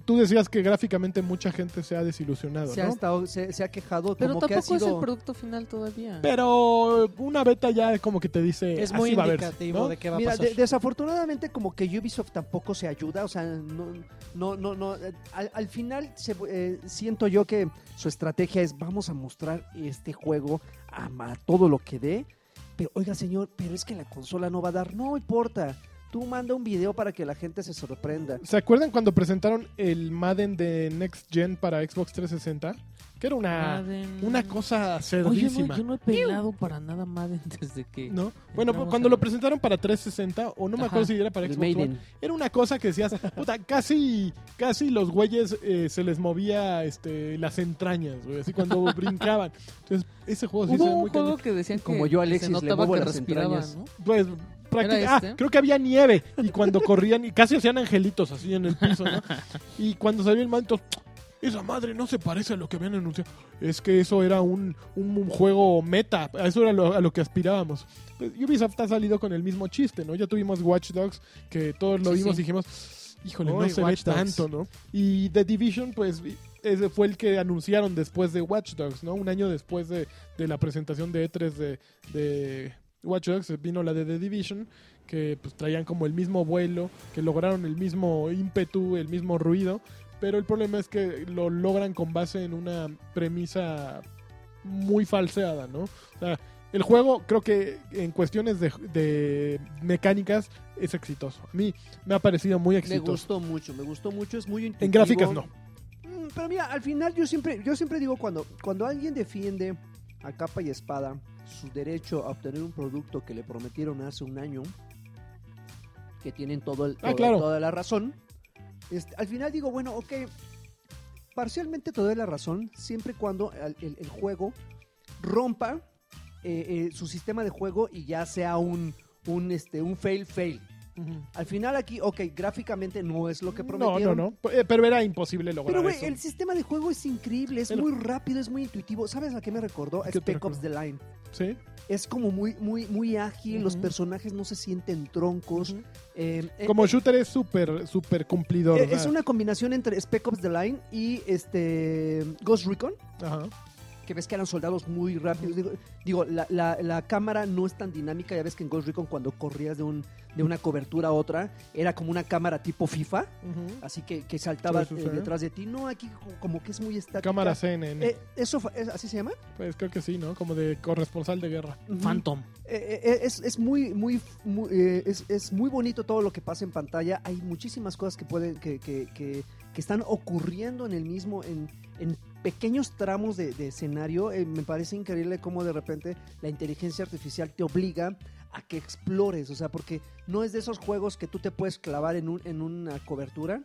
S4: tú decías que gráficamente mucha gente se ha desilusionado,
S3: se, ha
S4: ¿no?
S3: estado- se- se ha quejado
S5: Pero
S3: como que ha
S5: tampoco
S3: sido...
S5: es el producto final todavía.
S4: Pero una beta ya como que te dice...
S1: Es muy
S4: Eh, "Así va a verse",
S1: indicativo
S4: ¿no?
S1: de qué va a
S3: Mira,
S1: pasar.
S3: de- desafortunadamente como que Ubisoft tampoco se ayuda, o sea, no, no, no, no, eh, al, al final se- eh, siento yo que su estrategia es vamos a mostrar este juego a, ma- todo lo que dé, pero oiga señor, pero es que la consola no va a dar, no importa, tú manda un video para que la gente se sorprenda.
S4: ¿Se acuerdan cuando presentaron el Madden de Next Gen para Xbox 360? Que era una,
S5: Madden.
S4: una cosa
S5: Oye, yo no,
S4: cerdísima.
S5: yo no he pelado para
S3: [laughs]
S5: nada Madden desde que.
S4: ¿No? Bueno,
S5: Entramos
S4: cuando
S5: a-
S4: lo presentaron para 360, o no me
S5: Ajá,
S4: acuerdo si era para
S3: El
S4: Xbox One,
S3: Maiden.
S4: era una cosa que decías, puta, casi, casi los güeyes eh, se les movía este, las entrañas, güey, así
S5: [laughs]
S4: cuando brincaban. Entonces, ese juego Pues sí se
S5: Hubo
S4: ve
S5: un
S4: muy
S5: juego
S4: cañón.
S5: que decían que
S3: Como yo, Alexis,
S5: se
S3: le
S5: notaba
S3: muevo
S5: que
S3: las
S5: respiraba,
S3: entrañas.
S5: ¿no?
S4: Pues, práctica-
S5: ¿Era este?
S4: ah, creo que había nieve,
S5: [laughs]
S4: y cuando corrían, y casi hacían angelitos así en el piso, ¿no? Y cuando salió el manto, esa madre no se parece a lo que habían anunciado. Es que eso era un, un- un juego meta, a eso era lo, a lo que aspirábamos. Pues Ubisoft ha salido con el mismo chiste, ¿no? Ya tuvimos Watch Dogs, que todos lo
S5: Sí,
S4: vimos
S5: sí.
S4: y dijimos, híjole, no
S1: Uy,
S4: se
S1: Watch
S4: ve
S1: Dogs.
S4: tanto, ¿no? Y The Division, pues, y- ese fue el que anunciaron después de Watch Dogs, ¿no? Un año después de, de la presentación de E3 de, de Watch Dogs, vino la de The Division, que pues traían como el mismo vuelo, que lograron el mismo ímpetu, el mismo ruido, pero el problema es que lo logran con base en una premisa muy falseada, ¿no? O sea, el juego creo que en cuestiones de, de mecánicas es exitoso. A mí me ha parecido muy
S6: Me
S4: exitoso.
S6: gustó mucho, me gustó mucho, es muy intuitivo.
S4: En gráficas no.
S3: Mm, Pero mira, al final yo siempre, yo siempre digo cuando, cuando alguien defiende a capa y espada su derecho a obtener un producto que le prometieron hace un año, que tienen todo el,
S4: Ah,
S3: todo-
S4: claro.
S3: toda la razón, este, al final digo, bueno, ok, parcialmente te doy la razón, siempre y cuando el, el- el juego rompa eh, eh, su sistema de juego y ya sea un, un, este, un fail fail. Al final aquí, ok, gráficamente no es lo que
S4: No,
S3: prometieron.
S4: no, no. Eh, Pero era imposible lograr
S3: Pero, güey,
S4: eso.
S3: el sistema de juego es increíble, es
S4: El-
S3: muy rápido, es muy intuitivo. ¿Sabes a qué me recordó? A
S4: ¿A qué te
S3: Spec Ops The
S4: recordó?
S3: Line.
S4: Sí.
S3: Es como muy, muy, muy ágil, los
S4: Ujú.
S3: personajes no se sienten troncos.
S4: Ujú.
S3: eh, eh,
S4: Como shooter es súper, súper cumplidor.
S3: eh, es
S4: ¿verdad?
S3: una combinación entre Spec Ops The Line y este Ghost Recon,
S4: Ajá.
S3: que ves que eran soldados muy rápidos. Digo, digo, la, la- la cámara no es tan dinámica, ya ves que en Ghost Recon cuando corrías de, un, de una cobertura a otra, era como una cámara tipo FIFA, así que, que saltaba
S4: Sí, sí,
S3: eh,
S4: sí.
S3: detrás de ti. No, aquí co- como que es muy estática.
S4: Cámara CNN.
S3: Eh, ¿Eso fa- es- así se llama?
S4: Pues creo que sí, ¿no? Como de corresponsal de guerra.
S5: Phantom.
S3: Eh, eh, es, es muy, muy, muy, eh, es, es muy bonito todo lo que pasa en pantalla. Hay muchísimas cosas que pueden, que, que- que- que están ocurriendo en el mismo, en, en pequeños tramos de, de escenario. Eh, me parece increíble cómo de repente la inteligencia artificial te obliga a que explores. O sea, porque no es de esos juegos que tú te puedes clavar en, un, en una cobertura.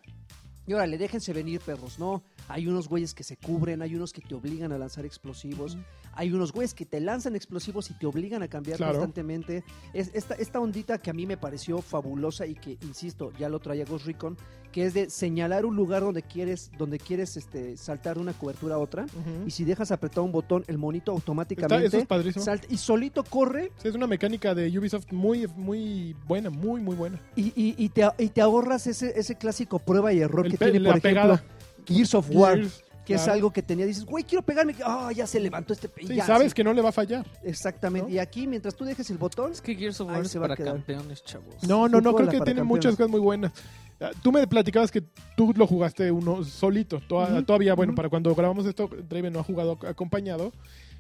S3: Y órale, déjense venir, perros. No, hay unos güeyes que se cubren, hay unos que te obligan a lanzar explosivos. Hay unos güeyes que te lanzan explosivos y te obligan a cambiar
S4: Claro.
S3: constantemente. Es esta, esta ondita que a mí me pareció fabulosa y que, insisto, ya lo traía Ghost Recon, que es de señalar un lugar donde quieres, donde quieres este, saltar de una cobertura a otra. Y si dejas apretado un botón, el monito
S4: Está-
S3: automáticamente
S4: eso es padrísimo.
S3: salta y solito corre
S4: Sí, es una mecánica de Ubisoft muy, muy buena, muy, muy buena.
S3: y, y- y te, y te ahorras ese, ese clásico prueba y error
S4: El
S3: que
S4: pe-
S3: tiene, por
S4: la
S3: ejemplo,
S4: pegada.
S3: Gears of War.
S4: Gears,
S3: Que es
S4: claro.
S3: algo que tenía, dices, güey, quiero pegarme. Ah, ya se levantó este. pe-
S4: Sí,
S3: ya,
S4: sabes
S3: sí".
S4: que no le va a fallar.
S3: Exactamente.
S4: ¿no?
S3: Y aquí, mientras tú dejes el botón,
S5: Es que Gears of
S3: Ahí
S5: War es
S3: se va a
S5: para
S3: quedar.
S5: campeones, chavos.
S4: No, no, no,
S3: Fútbol
S4: creo que
S3: para
S4: tiene
S3: campeones.
S4: muchas cosas muy buenas. Ah, Tú me platicabas que tú lo jugaste uno solito. toa-
S3: Ujú,
S4: Todavía, bueno,
S3: ujú.
S4: para cuando grabamos esto, Draven no ha jugado ac- acompañado.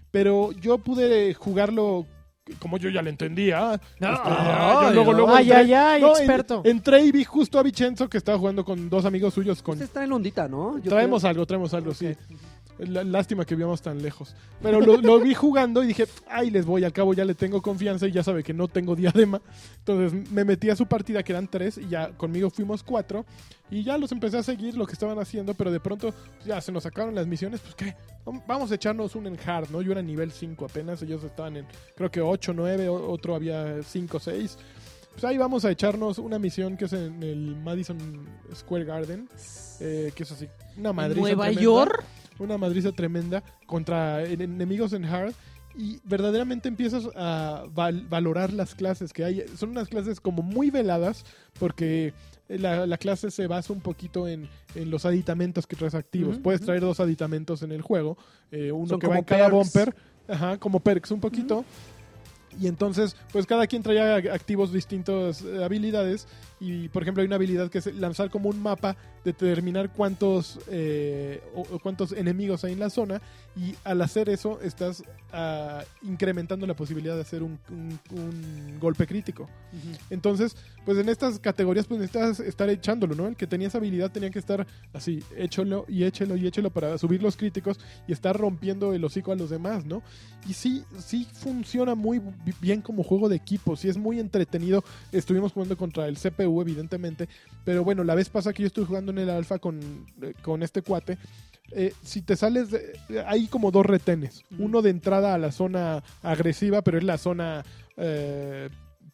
S4: Pero yo pude jugarlo como yo ya le entendía. Este, ah, yo luego, luego
S1: ay,
S4: entré-
S1: ay, ay,
S4: No, en-
S1: experto.
S4: entré y vi justo a Vicenzo que estaba jugando con dos amigos suyos con
S3: Usted está en la ondita, ¿no? Yo
S4: traemos
S3: creo.
S4: algo, traemos algo, sí. Lá- Lástima que vivíamos tan lejos. Pero lo, lo vi jugando y dije, ay, les voy, al cabo ya le tengo confianza y ya sabe que no tengo diadema. Entonces me metí a su partida, que eran tres, y ya conmigo fuimos cuatro. Y ya los empecé a seguir lo que estaban haciendo, pero de pronto ya se nos sacaron las misiones, pues qué, Vam- vamos a echarnos un en hard, ¿no? Yo era nivel 5 apenas, ellos estaban en, creo que 8, 9, o- otro había 5, 6. Pues ahí vamos a echarnos una misión que es en el Madison Square Garden, eh, que es así, una madriza
S5: ¿Nueva
S4: tremenda,
S5: York?
S4: Una madriza tremenda contra en- enemigos en hard. Y verdaderamente empiezas a val- valorar las clases que hay. Son unas clases como muy veladas porque la, la clase se basa un poquito en, en los aditamentos que traes activos.
S3: Ujú,
S4: Puedes
S3: ujú.
S4: traer dos aditamentos en el juego. eh, uno
S3: Son
S4: que va
S3: como
S4: en cada
S3: perks.
S4: bumper. Ajá, como perks un poquito. Y entonces, pues cada quien traía ac- activos distintas eh, habilidades. Y por ejemplo, hay una habilidad que es lanzar como un mapa, determinar cuántos, eh, o- o cuántos enemigos hay en la zona. Y al hacer eso, estás ah, incrementando la posibilidad de hacer un- un- un golpe crítico. Entonces, pues en estas categorías, pues necesitas estar echándolo, ¿no? El que tenía esa habilidad tenía que estar así, échalo y échelo y échelo para subir los críticos y estar rompiendo el hocico a los demás, ¿no? Y sí, sí funciona muy bi- bien como juego de equipo, sí es muy entretenido. Estuvimos jugando contra el CPU, evidentemente, pero bueno, la vez pasa que yo estuve jugando en el alfa con, eh, con este cuate. eh, si te sales, de- hay como dos retenes. Uno de entrada a la zona agresiva, pero es la zona eh,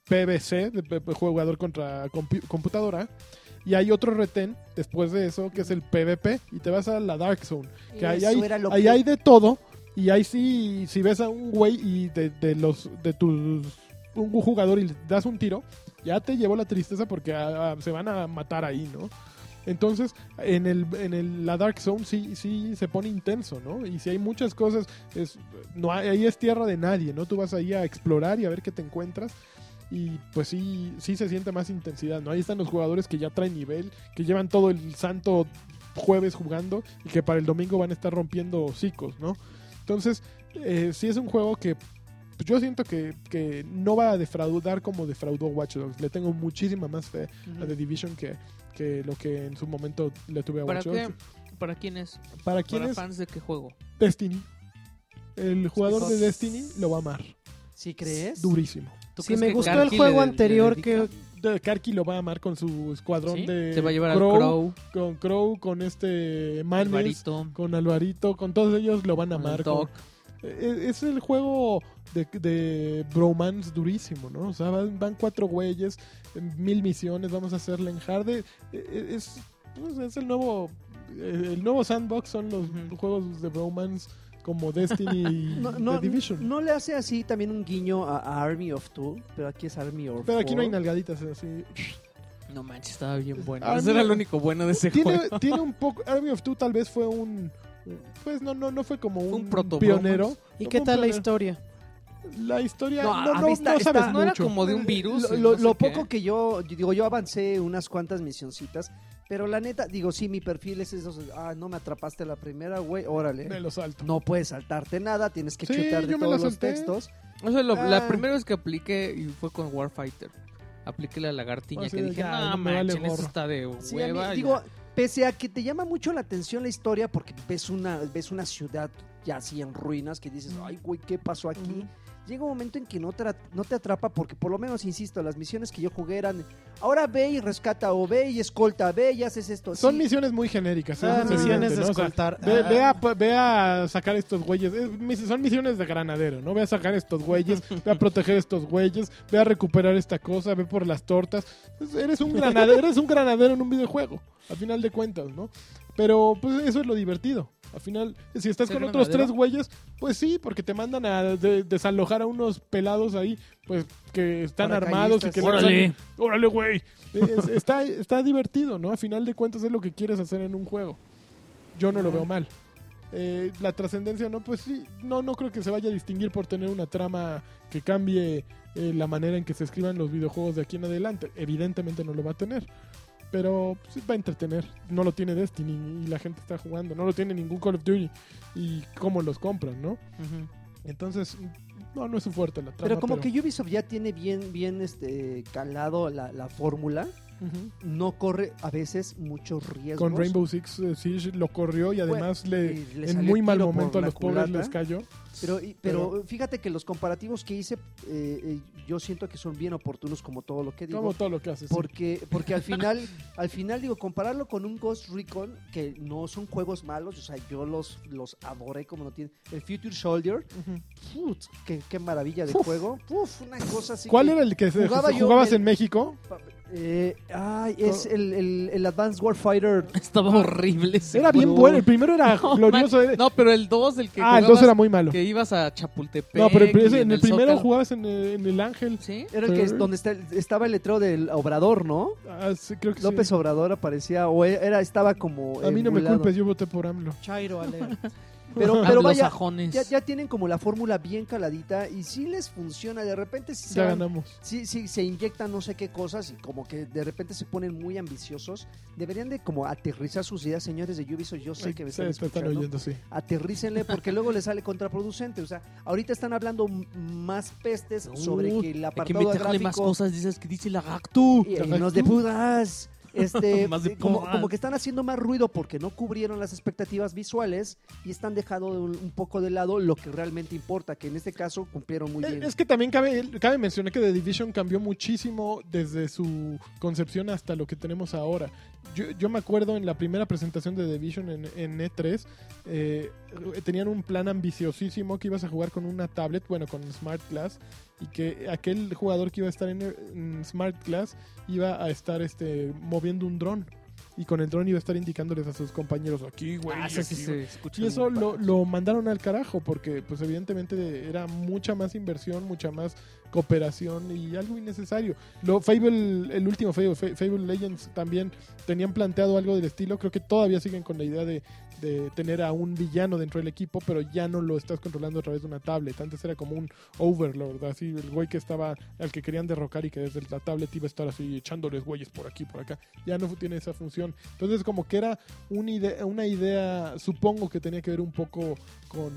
S4: PVC, de, de- de jugador contra compu- computadora. Y hay otro retén después de eso, que es el PvP, y te vas a la Dark Zone. Que ahí
S3: Eso
S4: hay,
S3: era lo
S4: ahí
S3: que-
S4: hay de todo. Y ahí sí, si ves a un güey y de, de los de tus un jugador y le das un tiro, ya te llevó la tristeza porque ah, ah, se van a matar ahí, ¿no? Entonces, en el, en el- la Dark Zone sí, sí se pone intenso, ¿no? Y si hay muchas cosas, es, no hay- ahí es tierra de nadie, ¿no? Tú vas ahí a explorar y a ver qué te encuentras. Y pues sí, sí se siente más intensidad, ¿no? Ahí están los jugadores que ya traen nivel, que llevan todo el santo jueves jugando y que para el domingo van a estar rompiendo hocicos, ¿no? Entonces, eh, sí es un juego que pues, yo siento que, que no va a defraudar como defraudó Watch Dogs. Le tengo muchísima más fe a The Division que, que lo que en su momento le tuve a
S5: ¿Para
S4: Watch
S5: qué?
S4: Dogs.
S5: ¿Para quién es?
S4: ¿Para quién
S5: ¿Para
S4: es?
S5: fans de qué juego?
S4: Destiny. El jugador de
S3: Hijos.
S4: Destiny lo va a amar.
S3: ¿Sí crees?
S4: Durísimo.
S5: ¿Tú
S1: Si
S5: crees
S1: me
S5: que
S1: gustó
S5: Karki
S1: el
S5: le
S1: juego
S5: de- le
S1: anterior
S5: dedica?
S1: que...
S4: De- Karki lo va a amar con su escuadrón
S5: ¿Sí?
S4: de.
S5: Se va a llevar
S4: Crow,
S5: al Crow,
S4: Con Crow, con este
S5: al
S4: Manes,
S5: Barito,
S4: con Alvarito, con todos ellos lo van a
S5: con
S4: amar.
S5: el
S4: con-
S5: Doc.
S4: E- Es el juego de, de bromance durísimo, ¿no? O sea, van, van cuatro güeyes, eh, mil misiones, vamos a hacerle en hard. E- e- Es, pues, es el nuevo. eh, El nuevo sandbox son los
S5: Ujú.
S4: juegos de bromance como Destiny y
S3: No, no,
S4: The Division.
S3: no le hace así también un guiño a, a Army of Two, pero aquí es Army of
S4: Pero aquí no hay
S3: Four.
S4: nalgaditas así.
S5: No manches, estaba bien bueno.
S4: Ah,
S5: Ese era
S4: mira.
S5: lo único bueno de ese
S4: Tiene,
S5: juego.
S4: tiene un poco. Army of Two tal vez fue un. Pues no, no, no fue como un,
S5: un proto-bromance.
S4: pionero.
S1: ¿Y
S4: No
S1: qué
S4: fue un
S1: tal la
S4: pionero.
S1: historia?
S4: La historia.
S3: No,
S4: No,
S3: a
S4: no,
S3: mí
S4: no
S3: está-
S4: sabes
S3: está-
S5: No era
S4: mucho.
S5: como de un virus.
S3: Lo,
S5: y
S3: lo-
S5: no sé
S3: lo
S5: qué.
S3: poco que yo, yo digo, yo avancé unas cuantas misioncitas, pero la neta, digo, sí, mi perfil es eso. Ah, no me atrapaste la primera, güey, órale.
S4: Me lo salto.
S3: No puedes saltarte nada, tienes que
S4: Sí,
S3: chutar de
S4: yo me la
S3: todos los
S4: salté.
S3: textos.
S5: O sea, lo-
S3: Ah.
S5: la primera vez que apliqué y fue con Warfighter. Apliqué la lagartiña
S4: Así
S5: que
S4: de,
S5: dije,
S4: Ah, ya,
S5: no,
S4: no me vale
S5: manches, eso
S4: gorro".
S5: está de
S3: Sí, a mí-
S5: hueva. ya".
S3: digo, pese a que te llama mucho la atención la historia, porque ves una, ves una ciudad ya así en ruinas que dices, ay, güey, ¿qué pasó aquí? Llega un momento en que no, tra- no te atrapa, porque por lo menos, insisto, las misiones que yo jugué eran, ahora ve y rescata, o ve y escolta, ve y haces esto.
S4: Son
S3: Sí,
S4: misiones muy genéricas.
S1: Ah,
S4: eso es
S1: misiones de
S4: evidente, ¿no? O sea,
S1: escoltar.
S4: Ve,
S1: Ah.
S4: ve a, ve a sacar estos güeyes. Es mis- son misiones de granadero, ¿no? Ve a sacar estos güeyes, ve a proteger estos güeyes, ve a recuperar esta cosa, ve por las tortas. Es- Eres un granadero, eres un granadero en un videojuego, a final de cuentas, ¿no? Pero pues eso es lo divertido. Al final, si estás
S5: ¿Ser
S4: con otros
S5: granadero?
S4: tres güeyes, pues sí, porque te mandan a de- desalojar a unos pelados ahí, pues que están armados y que no
S5: Órale.
S4: saben- órale, güey. Es- está, está divertido, ¿no? A final de cuentas es lo que quieres hacer en un juego. Yo no lo veo mal. Eh, la trascendencia, no, pues sí, no, no creo que se vaya a distinguir por tener una trama que cambie eh, la manera en que se escriban los videojuegos de aquí en adelante. Evidentemente no lo va a tener. Pero sí va a entretener. No lo tiene Destiny y la gente está jugando. No lo tiene ningún Call of Duty. Y cómo los compran, ¿no?
S5: Ujú.
S4: Entonces, no, no es su fuerte la trama.
S3: Pero como que Ubisoft ya tiene bien, bien este, calado la, la fórmula,
S4: Ujú.
S3: no corre a veces muchos riesgos.
S4: Con Rainbow Six eh, Siege lo corrió y además le,
S3: y le
S4: en
S3: salió
S4: muy
S3: el
S4: mal
S3: tiro por
S4: momento a
S3: la
S4: los pobres
S3: culata.
S4: les cayó.
S3: Pero, y- pero, fíjate que los comparativos que hice, eh, eh, yo siento que son bien oportunos como todo lo que digo.
S4: Como todo lo que haces.
S3: Porque, porque al final, [laughs] al final digo, compararlo con un Ghost Recon, que no son juegos malos, o sea, yo los, los adoré como no tienen. El Future Soldier, put, qué, qué maravilla de
S4: Uf.
S3: juego. Puf, una cosa así.
S4: ¿Cuál
S3: que-
S4: era el que se-
S3: jugaba yo
S4: jugabas
S3: el-
S4: en México?
S3: Eh, ay, es el, el, el Advanced Warfighter.
S5: [laughs] Estaba horrible ese
S4: Era bien
S5: juego.
S4: bueno. El primero era glorioso. eh. [laughs]
S5: man. [laughs] No, pero el 2, el que
S4: ah, el
S5: jugabas-
S4: dos era muy malo.
S5: que ibas a Chapultepec.
S4: No, pero el-
S5: y
S4: ese- en el primero
S5: Zócalo.
S4: jugabas en, eh, en el Ángel.
S5: ¿Sí?
S3: Era el que es
S4: Sí.
S3: donde está- estaba el letrero del Obrador, ¿no?
S4: Ah, sí, creo que sí.
S3: López Obrador aparecía, o e- era, estaba como.
S4: A mí no me
S3: emulado.
S4: culpes, yo voté por AMLO.
S1: Chairo, Ale.
S4: [laughs]
S3: Pero, pero vaya,
S5: Ah, sajones.
S3: ya, ya tienen como la fórmula bien caladita y sí les funciona. De repente sí se,
S4: Ya
S3: van-
S4: ganamos.
S3: sí, sí, se inyectan no sé qué cosas y como que de repente se ponen muy ambiciosos. Deberían de como aterrizar sus ideas, señores de Ubisoft. Yo sé que me
S4: Sí,
S3: están
S4: te están
S3: escuchando.
S4: oyendo, sí.
S3: Aterrícenle porque luego le sale contraproducente. O sea, ahorita están hablando m- más pestes
S5: No,
S3: sobre que el
S5: Hay que
S3: apartado
S5: meterle
S3: gráfico...
S5: más cosas de esas que dice la Gactu.
S3: Y, y nos de putas.
S4: [laughs]
S3: Este,
S5: Más de
S3: como,
S5: putas.
S3: como que están haciendo más ruido porque no cubrieron las expectativas visuales y están dejando de un, un poco de lado lo que realmente importa, que en este caso cumplieron muy bien.
S4: Eh, Es que también cabe, cabe mencionar que The Division cambió muchísimo desde su concepción hasta lo que tenemos ahora. yo, yo me acuerdo en la primera presentación de The Vision en, en E3, eh, tenían un plan ambiciosísimo que ibas a jugar con una tablet, bueno, con Smart Glass, y que aquel jugador que iba a estar en, en Smart Glass iba a estar este, moviendo un dron. Y con el dron iba a estar indicándoles a sus compañeros aquí, güey.
S5: Ah, sí,
S4: aquí,
S5: sí,
S4: güey".
S5: se escucha
S4: Y eso
S5: muy
S4: lo,
S5: padre.
S4: lo mandaron al carajo porque pues evidentemente era mucha más inversión, mucha más cooperación y algo innecesario. Lo Fable, el último Fable, Fa- Fable Legends también tenían planteado algo del estilo, creo que todavía siguen con la idea de, de tener a un villano dentro del equipo, pero ya no lo estás controlando a través de una tablet. Antes era como un overlord, así el güey que estaba al que querían derrocar y que desde la tablet iba a estar así echándoles güeyes por aquí, por acá. Ya no tiene esa función. Entonces como que era una idea, una idea supongo que tenía que ver un poco con,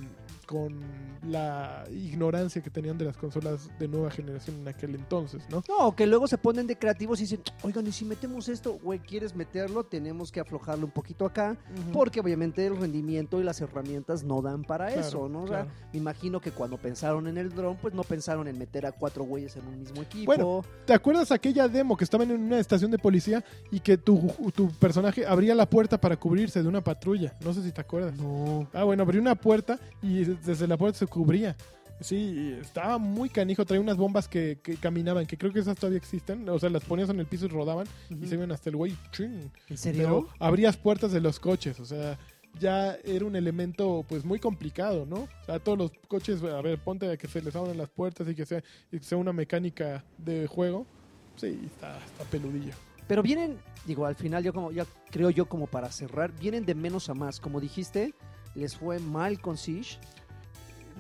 S4: con la ignorancia que tenían de las consolas de nueva generación en aquel entonces, ¿no?
S3: No, que luego se ponen de creativos y dicen, oigan, y si metemos esto, güey, ¿quieres meterlo? Tenemos que aflojarlo un poquito acá, porque obviamente el rendimiento y las herramientas no dan para
S4: Claro,
S3: eso, ¿no? O sea,
S4: claro.
S3: me imagino que cuando pensaron en el dron, pues no pensaron en meter a cuatro güeyes en un mismo equipo.
S4: Bueno, ¿Te acuerdas aquella demo que estaban en una estación de policía y que tu, tu personaje abría la puerta para cubrirse de una patrulla? No sé si te acuerdas.
S5: No.
S4: Ah, bueno, abrió una puerta y desde la puerta se cubría. Sí, estaba muy canijo. Traía unas bombas que, que caminaban, que creo que esas todavía existen. O sea, las ponías en el piso y rodaban y se iban hasta el güey. ¡Chin!
S3: ¿En
S4: pero abrías puertas de los coches, o sea, ya era un elemento pues muy complicado, ¿no? O sea, todos los coches, a ver, ponte a que se les abran las puertas y que sea, y que sea una mecánica de juego. Sí, está, está peludillo.
S3: Pero vienen, digo, al final yo como ya creo yo como para cerrar, vienen de menos a más, como dijiste, les fue mal con Siege.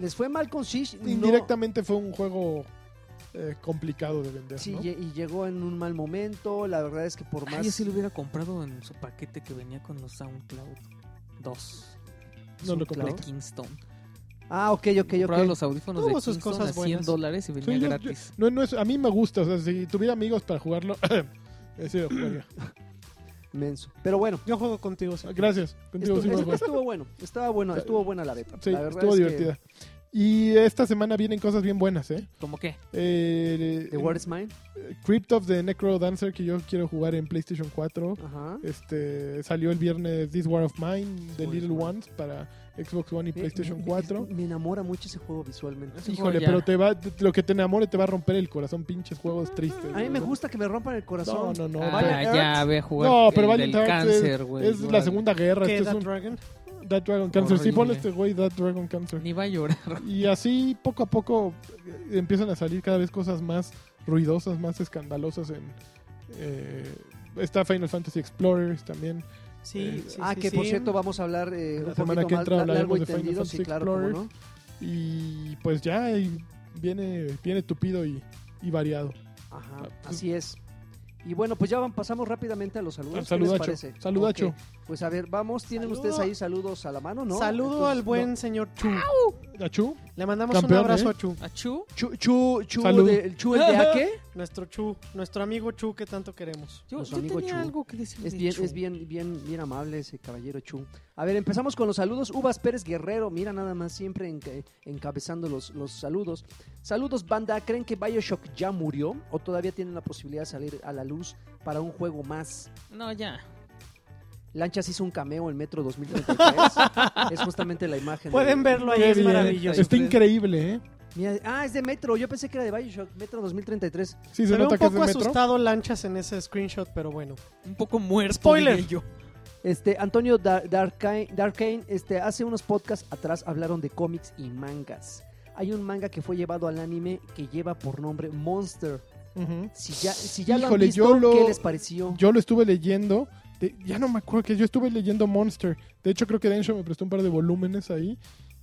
S3: Les fue mal con Siege, no-
S4: Indirectamente fue un juego eh, complicado de vender,
S3: sí,
S4: ¿no?
S3: lle- y llegó en un mal momento, la verdad es que por
S5: Ay,
S3: más
S5: yo sí lo hubiera comprado en su paquete que venía con los SoundCloud
S4: No
S5: 2.
S4: lo
S5: SoundCloud
S4: compré.
S5: de Kingston.
S3: Ah, ok, ok, ok.
S5: Compraba los audífonos
S1: Tuvo
S5: de
S1: sus
S5: Kingston
S1: cosas
S5: a 100
S1: buenas.
S5: dólares y venía
S4: Sí, yo-
S5: gratis.
S4: No, no es, a mí me gusta, o sea, si tuviera amigos para jugarlo, [clears throat] ese
S3: [clears throat]
S4: lo jugaría.
S3: Menso. Pero bueno,
S1: Yo juego contigo. sí.
S4: Gracias. Contigo
S3: estu-
S4: sí me
S3: estu- [laughs]
S4: juego.
S3: estuvo bueno, estaba bueno, estuvo buena la beta.
S4: Sí,
S3: la verdad
S4: estuvo
S3: es que
S4: divertida. Y esta semana vienen cosas bien buenas, ¿eh?
S5: ¿Cómo qué?
S4: eh
S3: The Word is Mine.
S4: Crypt of the Necro Dancer que yo quiero jugar en PlayStation 4.
S3: Ajá.
S4: Este salió el viernes This War of Mine de Little Ones para Xbox One y PlayStation
S3: Eh,
S4: 4.
S3: Me enamora mucho ese juego visualmente.
S5: ese
S4: Híjole,
S5: juego ya.
S4: pero te va te- lo que te enamore te va a romper el corazón, pinches juegos tristes.
S3: A mí me
S4: ¿verdad?
S3: gusta que me rompan el
S4: No,
S3: corazón.
S4: no, no.
S5: ah,
S4: pero-
S5: ya, ve a jugar.
S4: No, pero
S5: el
S4: Valiant
S5: del
S4: Hearts es-
S5: cáncer, güey.
S4: es la
S5: órale.
S4: segunda guerra,
S1: ¿Qué,
S4: esto es
S1: That
S4: un
S1: Dragon?
S4: That Dragon Cancer. Sí,
S5: Horrible.
S4: ponle este güey That Dragon Cancer.
S5: Ni va a llorar.
S4: Y así poco a poco eh, empiezan a salir cada vez cosas más ruidosas, más escandalosas en... eh, está Final Fantasy Explorers también. Eh,
S1: Sí, sí,
S3: ah,
S1: sí,
S3: que por
S1: sí.
S3: cierto vamos a hablar eh, un
S4: La
S3: poquito
S4: semana que
S3: más
S4: entra
S3: la- largo
S4: hablaremos
S3: y
S4: de Final
S3: tendido, sí,
S4: Fantasy
S3: claro, cómo
S4: Explorer.
S3: no.
S4: Y pues ya y viene, viene tupido y, y variado. Ah,
S3: Ajá, así es. Y bueno, pues ya van- pasamos rápidamente a los saludos. ¿qué les
S4: Saludacho.
S3: parece?
S4: Saludacho.
S3: Ok, Pues a ver, vamos, tienen
S1: Saludo.
S3: ustedes ahí saludos a la mano, ¿no?
S1: Saludo
S3: Entonces,
S1: al buen señor Chu.
S4: Achú,
S1: Le mandamos
S4: Campeón,
S1: un abrazo
S4: ¿eh?
S1: a Chu.
S5: ¿Achú?
S3: no. Chu, chu, chu,
S4: Salud.
S3: de- el chu el de
S4: [laughs]
S3: Aque.
S1: Nuestro Chu, nuestro amigo Chu que tanto queremos.
S5: Yo,
S3: Nuestro
S5: yo
S3: amigo
S5: tenía
S3: Chu.
S5: algo que decir.
S3: Es
S5: de
S3: bien,
S5: Chu.
S3: es bien, bien, bien amable ese caballero Chu. A ver, empezamos con los saludos. Uvas Pérez Guerrero, mira nada más, siempre enca- encabezando los, los saludos. Saludos, banda. ¿Creen que Bioshock ya murió? ¿O todavía tienen la posibilidad de salir a la luz para un juego más?
S5: No, ya.
S3: Lanchas hizo un cameo en Metro 2033.
S1: [laughs]
S3: es justamente la imagen.
S1: Pueden
S3: de-
S1: verlo ahí,
S4: qué
S1: es
S4: bien.
S1: maravilloso.
S4: Está increíble, ¿eh?
S3: Mira, ah, es de Metro. Yo pensé que era de Bioshock. Metro 2033.
S4: Sí, se,
S1: Se ve
S4: nota
S1: un
S4: que es de
S1: poco
S4: metro.
S1: asustado Lanchas en ese screenshot, pero bueno.
S5: Un poco muerto.
S1: Spoiler.
S5: diría yo.
S3: Este, Antonio Dar- Darkane, Darkane, este, hace unos podcasts atrás hablaron de cómics y mangas. Hay un manga que fue llevado al anime que lleva por nombre Monster.
S4: Ujú.
S3: Si ya, si ya lo han
S4: Híjole,
S3: visto,
S4: yo lo-
S3: ¿qué les pareció?
S4: Yo lo estuve leyendo. de- ya no me acuerdo que yo estuve leyendo Monster. De hecho, creo que Densho me prestó un par de volúmenes ahí.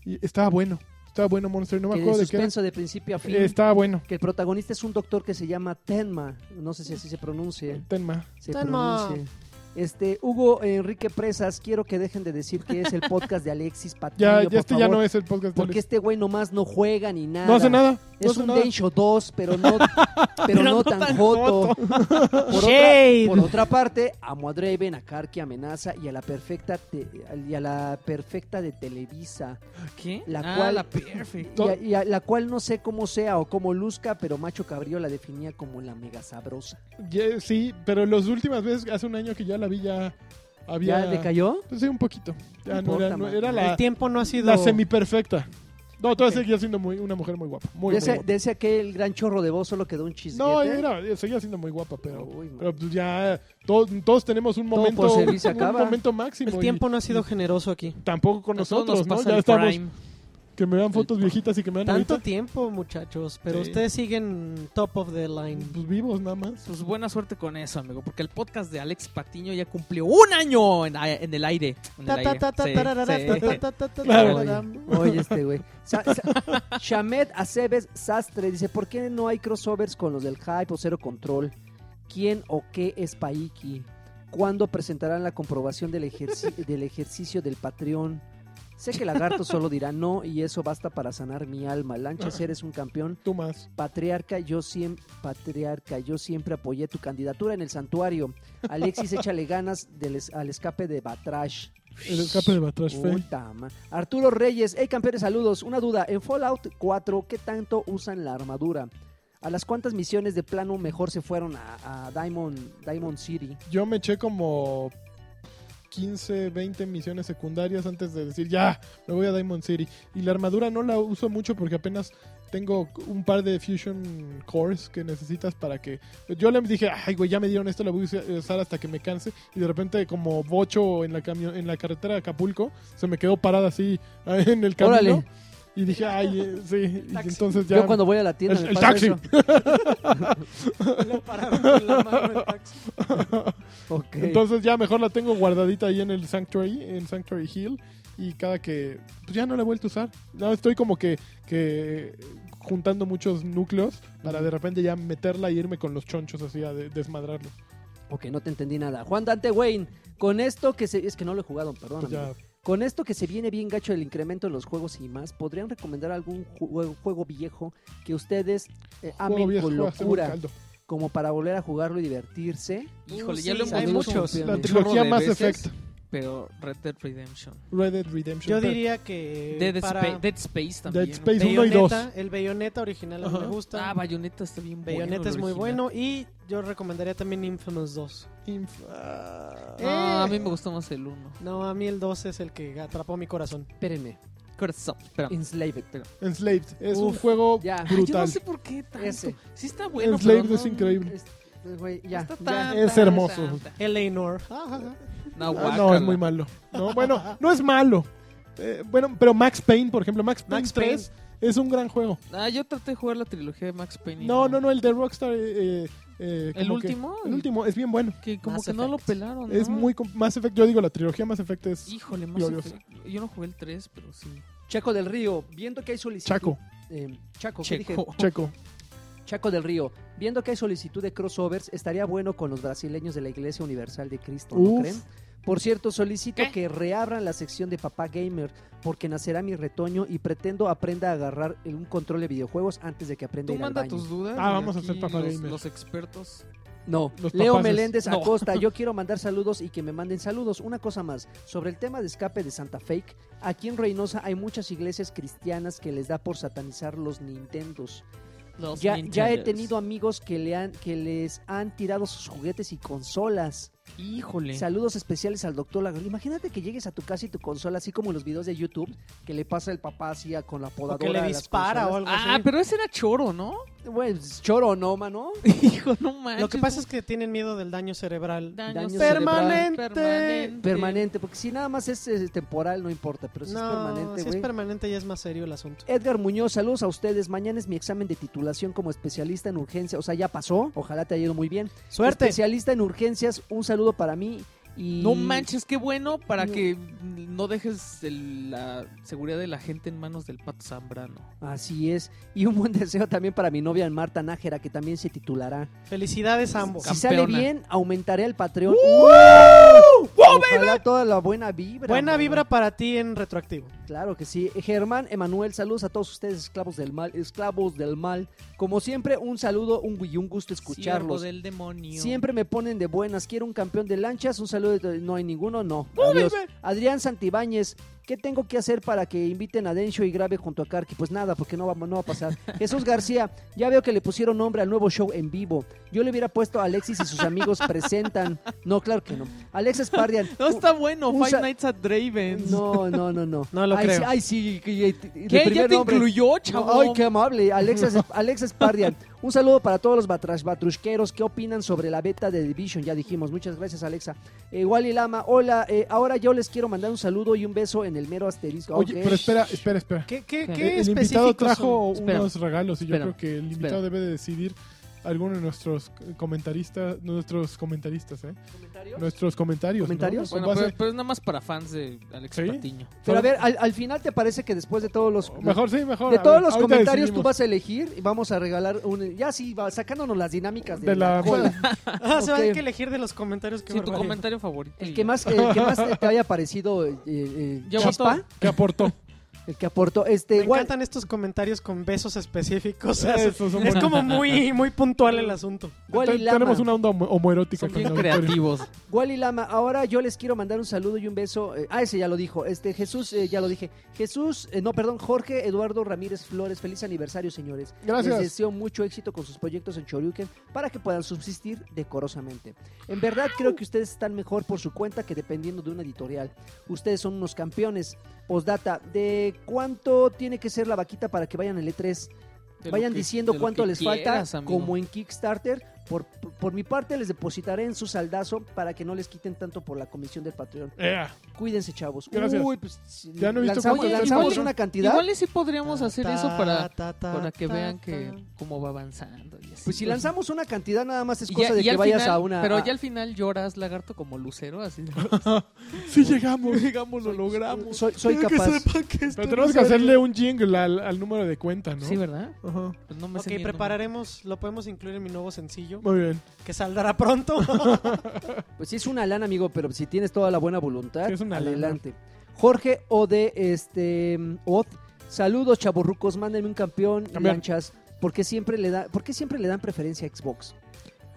S4: Y estaba bueno. Estaba bueno Monster. No me
S3: que de
S4: acuerdo de qué era.
S3: suspenso de principio a fin.
S4: Eh, estaba bueno.
S3: Que el protagonista es un doctor que se llama Tenma. No sé si así se pronuncia.
S4: Tenma.
S3: se
S1: Tenma.
S3: pronuncie. Este, Hugo Enrique Presas, quiero que dejen de decir que es el podcast de Alexis Patiño,
S4: [laughs] Ya, ya
S3: por
S4: este ya
S3: favor,
S4: no es el podcast de
S3: Porque
S4: Alex.
S3: este güey nomás no juega ni nada.
S4: No hace nada. Pues No
S3: Es
S4: hace
S3: un
S4: nada.
S3: Densho 2, pero no, pero no, tan, joto. Por, otra,
S1: Shade.
S3: por otra parte, amo a Draven, a Karki, Amenaza y a la perfecta te- y a la perfecta de Televisa.
S5: ¿Qué?
S3: La
S5: ah,
S3: cual-
S5: la perfect.
S3: Y a- y a la cual no sé cómo sea o cómo luzca, pero Macho Cabrío la definía como la mega sabrosa.
S4: Ya, sí, pero las últimas veces, hace un año que ya la la vi ya había...
S6: ¿Ya decayó?
S4: Pues sí, un poquito.
S3: No
S4: Ya no
S3: importa,
S4: era, no-
S3: man.
S4: era
S1: El
S4: la,
S1: tiempo no ha sido.
S4: la semiperfecta. No, todavía
S1: Ok.
S4: seguía siendo muy, una mujer muy guapa. Muy,
S3: De
S4: muy
S3: ese,
S4: guapa.
S3: de ese aquel gran chorro de voz solo quedó un chisguete.
S4: No, era, eh, seguía siendo muy guapa, pero...
S3: Uy, man.
S4: Pero pues ya todos, todos tenemos un
S3: Todo
S4: momento,
S3: por servir se
S4: un
S3: acaba.
S4: momento máximo.
S1: El
S4: y
S1: tiempo no ha sido generoso aquí.
S4: Tampoco con
S5: A todos
S4: nosotros,
S5: nos
S4: ¿no?
S5: pasa
S4: Ya
S5: el
S4: estamos
S5: prime.
S4: que me dan fotos viejitas y que me dan
S1: Tanto
S4: ahorita.
S1: tiempo, muchachos. Pero
S4: Sí.
S1: ustedes siguen top of the line.
S4: Pues vivos nada más.
S5: Pues buena suerte con eso, amigo, porque el podcast de Alex Patiño ya cumplió un año en, a- en el aire. En el
S1: Ta, ta,
S5: aire.
S1: ta, ta,
S5: Sí,
S1: tarara,
S5: sí.
S1: ta, ta, ta, ta, ta,
S4: Claro.
S1: tarara.
S3: Oye, este güey. Sa- sa- Shamed Aceves Sastre dice: ¿Por qué no hay crossovers con los del hype o cero control? ¿Quién o qué es Paiki? ¿Cuándo presentarán la comprobación del, ejerci- del ejercicio del Patreon? Sé que Lagarto solo dirá no y eso basta para sanar mi alma. Lanchas, eres un campeón.
S4: Tú
S1: Pues,
S4: más.
S3: Patriarca, yo siempre, patriarca, yo siempre apoyé tu candidatura en el santuario. Alexis, échale ganas del es- al escape de Batrash.
S4: El escape de Batrash Fey.
S3: Puta ma- Arturo Reyes, hey campeones, saludos. Una duda, en Fallout 4, ¿qué tanto usan la armadura? ¿A las cuántas misiones de plano mejor se fueron a, a Diamond, Diamond City?
S4: Yo me eché como 15, 20 misiones secundarias antes de decir, ya, me voy a Diamond City. Y la armadura no la uso mucho porque apenas tengo un par de Fusion Cores que necesitas para que... Yo le dije, ay, güey, ya me dieron esto, la voy a usa- usar hasta que me canse. Y de repente, como bocho en la, camio- en la carretera de Acapulco, se me quedó parada así ah, en el camino.
S3: Órale.
S4: Y dije, ay, eh, sí. Y
S1: Taxi.
S4: entonces ya...
S3: Yo cuando voy a la tienda
S4: El-
S3: me
S4: el
S3: pasa
S4: taxi.
S3: eso. [laughs]
S1: Lo pararon con la mano el
S4: [laughs]
S1: taxi.
S3: Ok.
S4: Entonces ya mejor la tengo guardadita ahí en el Sanctuary, en Sanctuary Hill. Y cada que... Pues ya no la he vuelto a usar. No, estoy como que, que juntando muchos núcleos para de repente ya meterla y irme con los chonchos así a de- desmadrarlos.
S3: ok, no te entendí nada. Juan Dante Wayne, con esto que se... Es que no lo he jugado, perdón.
S4: Pues
S3: amigo.
S4: ya,
S3: Con esto que se viene bien gacho el incremento en los juegos y más, ¿podrían recomendar algún juego, juego viejo que ustedes eh,
S4: juego
S3: amen
S4: viejo,
S3: con
S4: juego, hacemos
S3: locura?
S4: caldo.
S3: Como para volver a jugarlo y divertirse.
S5: [laughs] Híjole,
S1: Uh,
S5: ya
S1: sí,
S5: lo hemos
S1: hay
S5: dicho
S1: muchos.
S5: un
S4: La
S5: chorro
S4: trilogía
S5: de
S4: Mass
S5: veces,
S4: Effect,
S5: Pero Red Dead Redemption.
S4: Red Dead Redemption.
S1: Yo
S4: Dead-
S1: diría que.
S5: Dead,
S1: Eh, para
S5: Spa- Dead Space también.
S4: Dead Space uno y dos.
S1: Bayonetta, el Bayonetta original a mí
S4: Ajá.
S1: me
S5: Ah,
S1: gusta.
S5: Bayonetta está bien bueno.
S1: Bayonetta
S5: el
S1: es muy
S5: original.
S1: bueno. Y yo recomendaría también Infamous 2.
S4: Inf- ah.
S5: Ah,
S1: Eh.
S5: a mí me gustó más el 1.
S1: No, a mí el 2 es el que atrapó mi corazón.
S3: Espérenme.
S5: Corazón.
S3: Ah.
S5: Espera.
S3: Enslaved.
S4: Enslaved. Es un
S1: Uf,
S4: juego
S3: ya. Ay,
S5: Ay, Yo no
S4: brutal.
S5: sé por qué tanto.
S3: Ese.
S5: Sí está bueno,
S4: Enslaved
S5: pero no-
S4: es increíble.
S3: Es- güey, ya,
S5: está
S3: ya.
S5: tan-
S4: es
S5: tan-
S4: hermoso.
S5: tan-
S1: Eleanor.
S5: No,
S4: Ah,
S5: guácala.
S4: no, es muy malo. No, bueno, no es malo. Eh, bueno, pero Max Payne, por ejemplo, Max Payne
S1: Max
S4: 3 es un gran juego.
S5: Ah, yo traté de jugar la trilogía de Max Payne. y
S4: No, no, no, el de Rockstar. eh, eh, eh,
S5: ¿El
S4: como que-
S5: último?
S4: el último, es bien bueno.
S5: Que como
S1: Mass
S5: que no lo
S1: Effect.
S5: pelaron.
S4: Es
S5: ¿no?
S4: muy. com- Mass Effect, yo digo, la trilogía Mass Effect es
S5: Híjole, más
S4: glorioso.
S5: Effect. Yo no jugué el 3, pero sí.
S3: Chaco del Río, viendo que hay solicitud.
S4: Chaco,
S3: Eh, Chaco, ¿qué dije?
S5: Checo.
S4: Checo.
S3: Chaco del Río, viendo que hay solicitud de crossovers, estaría bueno con los brasileños de la Iglesia Universal de Cristo, ¿no
S4: Uf.
S3: creen? Por cierto, solicito
S5: ¿Qué?
S3: que reabran la sección de Papá Gamer, porque nacerá mi retoño y pretendo aprenda a agarrar el- un control de videojuegos antes de que aprenda a
S5: Tú
S3: ir al
S5: manda
S3: baño.
S5: tus dudas.
S4: Ah,
S5: y
S4: vamos a
S5: aquí
S4: hacer Papa
S5: los,
S4: Gamer.
S5: los expertos.
S3: No,
S4: Los
S3: Leo
S4: papaces.
S3: Meléndez
S5: No.
S1: [laughs]
S3: Acosta, yo quiero mandar saludos y que me manden saludos. Una cosa más, sobre el tema de escape de Santa Fake, aquí en Reynosa hay muchas iglesias cristianas que les da por satanizar los Nintendos.
S5: Los
S3: Ya, ya he
S5: Nintendos.
S3: tenido amigos que, le han, que les han tirado sus juguetes y consolas.
S5: Híjole.
S3: Saludos especiales al doctor Lagro. Imagínate que llegues a tu casa y tu consola, así como en los videos de YouTube, que le pasa el papá así a- con la podadora.
S1: O que le
S3: a las
S1: dispara o
S3: consolas.
S1: algo
S5: Ah,
S1: así.
S5: pero ese era choro,
S4: [laughs]
S5: ¿no?
S3: Bueno, choro no, mano.
S5: Hijo, no manches.
S1: Lo que pasa es que tienen miedo del daño cerebral.
S5: Daño
S3: Daño
S5: cerebral
S1: permanente.
S3: Permanente, porque si nada más es, eh, temporal no importa, pero si
S1: no,
S3: es permanente,
S1: si es
S3: güey.
S1: permanente ya es más serio el asunto.
S3: Edgar Muñoz, saludos a ustedes. Mañana es mi examen de titulación como especialista en urgencias. O sea, ya pasó. Ojalá te haya ido muy bien.
S1: Suerte.
S3: Especialista en urgencias, un saludo para mí. Y...
S5: No manches, qué bueno para
S3: No.
S5: que no dejes el- la seguridad de la gente en manos del Pato Zambrano.
S3: Así es. Y un buen [laughs] deseo también para mi novia Marta Nájera, que también se titulará.
S1: Felicidades a ambos.
S3: Si sale
S5: Campeona.
S3: bien, aumentaré el Patreon. Ojalá toda la buena vibra.
S1: Buena
S3: mano.
S1: vibra para ti en retroactivo.
S3: Claro que sí. Germán, Emanuel, saludos a todos ustedes, esclavos del mal, esclavos del mal. Como siempre, un saludo, un, y un gusto
S5: Siervo
S3: escucharlos.
S5: del demonio.
S3: Siempre me ponen de buenas. Quiero un campeón de lanchas. Un saludo. de- No hay ninguno, no. Adiós. Adrián Santibáñez. ¿Qué tengo que hacer para que inviten a Densho y grabe junto a Karki? Pues nada, porque no va, no va a pasar.
S5: [laughs]
S3: Jesús García, ya veo que le pusieron nombre al nuevo show en vivo. Yo le hubiera puesto Alexis y sus
S5: [laughs]
S3: amigos presentan. No, claro que no. Alex Spardian.
S5: No está bueno,
S3: usa-
S5: Five Nights at Draven's.
S3: No, no, no, no.
S1: No lo
S3: Ay,
S1: creo.
S3: sí- ay, sí, que- eh, de
S5: ¿Qué?
S3: primer
S5: ¿Ya te
S3: nombre.
S5: incluyó,
S3: No,
S5: chavo?
S3: Ay, qué amable. Alexa, Alexa Spardian. Un saludo para todos los batrash- batrusqueros. ¿Qué opinan sobre la beta de Division? Ya dijimos. Muchas gracias, Alexa. Eh, Wally Lama, hola. eh, ahora yo les quiero mandar un saludo y un beso en el mero asterisco.
S4: Oye,
S3: Ok.
S4: pero espera, espera, espera.
S1: ¿Qué, qué,
S5: El-
S1: qué
S4: el invitado
S1: específicos
S4: trajo
S5: son? Espera,
S4: unos regalos y
S5: espera,
S4: yo creo que el invitado debe de decidir alguno de nuestros comentaristas, nuestros comentaristas, ¿eh? Nuestros comentarios. ¿no?
S3: ¿Comentarios?
S4: Con
S5: Bueno,
S4: base-
S5: pero, pero es nada más para fans de Alex
S4: ¿Sí?
S5: Patiño.
S3: Pero a ver, al, al final te parece que después de todos
S5: pues,
S3: los...
S4: Mejor sí, mejor.
S3: De
S4: a
S3: todos
S4: ver,
S3: los
S4: ahorita
S3: comentarios tú
S4: decidimos.
S3: vas a elegir y vamos a regalar un... Ya sí, va, sacándonos las dinámicas de,
S4: de la,
S3: cola.
S1: [laughs] Ah, se va a
S3: Ok.
S1: haber que elegir de los comentarios que
S5: Sí, tu comentario favorito.
S3: El que más, el que más te haya parecido eh, eh,
S5: Yo
S3: Chispa,
S5: voto.
S4: [laughs] que aportó.
S3: el que aportó. Este,
S1: Me
S3: Wa-
S1: encantan estos comentarios con besos específicos. o sea, es
S4: Esos son
S1: es
S4: buenos.
S1: como muy, muy puntual el asunto.
S3: Wally
S4: Ten-
S3: Lama.
S4: Tenemos una onda homo- homoerótica
S5: Son
S4: con
S5: bien
S4: la auditorio.
S5: creativos.
S3: Wally Lama, ahora yo les quiero mandar un saludo y un beso. eh, ah, ese ya lo dijo. Este Jesús, eh, ya lo dije. Jesús, eh, no, perdón, Jorge Eduardo Ramírez Flores, feliz aniversario, señores.
S4: Gracias.
S3: Les deseo mucho éxito con sus proyectos en Choryuken para que puedan subsistir decorosamente. En verdad creo que ustedes están mejor por su cuenta que dependiendo de una editorial. Ustedes son unos campeones. Postdata, ¿de cuánto tiene que ser la vaquita para que vayan al E3?
S5: De lo
S3: Vayan
S5: que-
S3: diciendo
S5: de lo
S3: cuánto
S5: que
S3: les
S5: quieras,
S3: falta,
S5: amigo.
S3: como en Kickstarter. Por, por, por mi parte les depositaré en su saldazo para que no les quiten tanto por la comisión del Patreon.
S4: Ea.
S3: Cuídense, chavos.
S4: Gracias.
S3: Uy, pues, si
S4: Ya no he visto
S3: lanzamos,
S5: cuánto-
S3: lanzamos
S5: Oye,
S3: una cantidad.
S5: Igual y sí podríamos hacer
S1: Ta,
S5: eso para,
S1: ta, ta,
S5: para que
S1: ta,
S5: vean
S1: ta.
S5: que cómo va avanzando. y así.
S3: pues si lanzamos una cantidad nada más es
S5: Y
S3: cosa
S5: ya-
S3: de
S5: y
S3: que
S5: al
S3: vayas
S5: final-
S3: a una...
S5: Pero
S3: a-
S5: ya al final lloras, lagarto, como lucero, así.
S4: Sí llegamos.
S5: Digamos, lo logramos.
S3: soy, soy capaz.
S4: Pero tenemos que hacerle un jingle al, al número de cuenta, ¿no?
S5: Sí, ¿verdad?
S4: Ajá.
S5: Pues no me
S1: Ok,
S5: sé ni el nombre.
S1: prepararemos, lo podemos incluir en mi nuevo sencillo,
S4: Muy bien.
S1: que saldrá [laughs] pronto.
S3: Pues sí es una lana, amigo, pero si tienes toda la buena voluntad,
S4: Sí, es una lana.
S3: adelante. Jorge o de este mm, Oz, saludos chaborrucos, mándenme un campeón,
S4: Campeón.
S3: lanchas, porque siempre le da, porque siempre le dan preferencia a Xbox.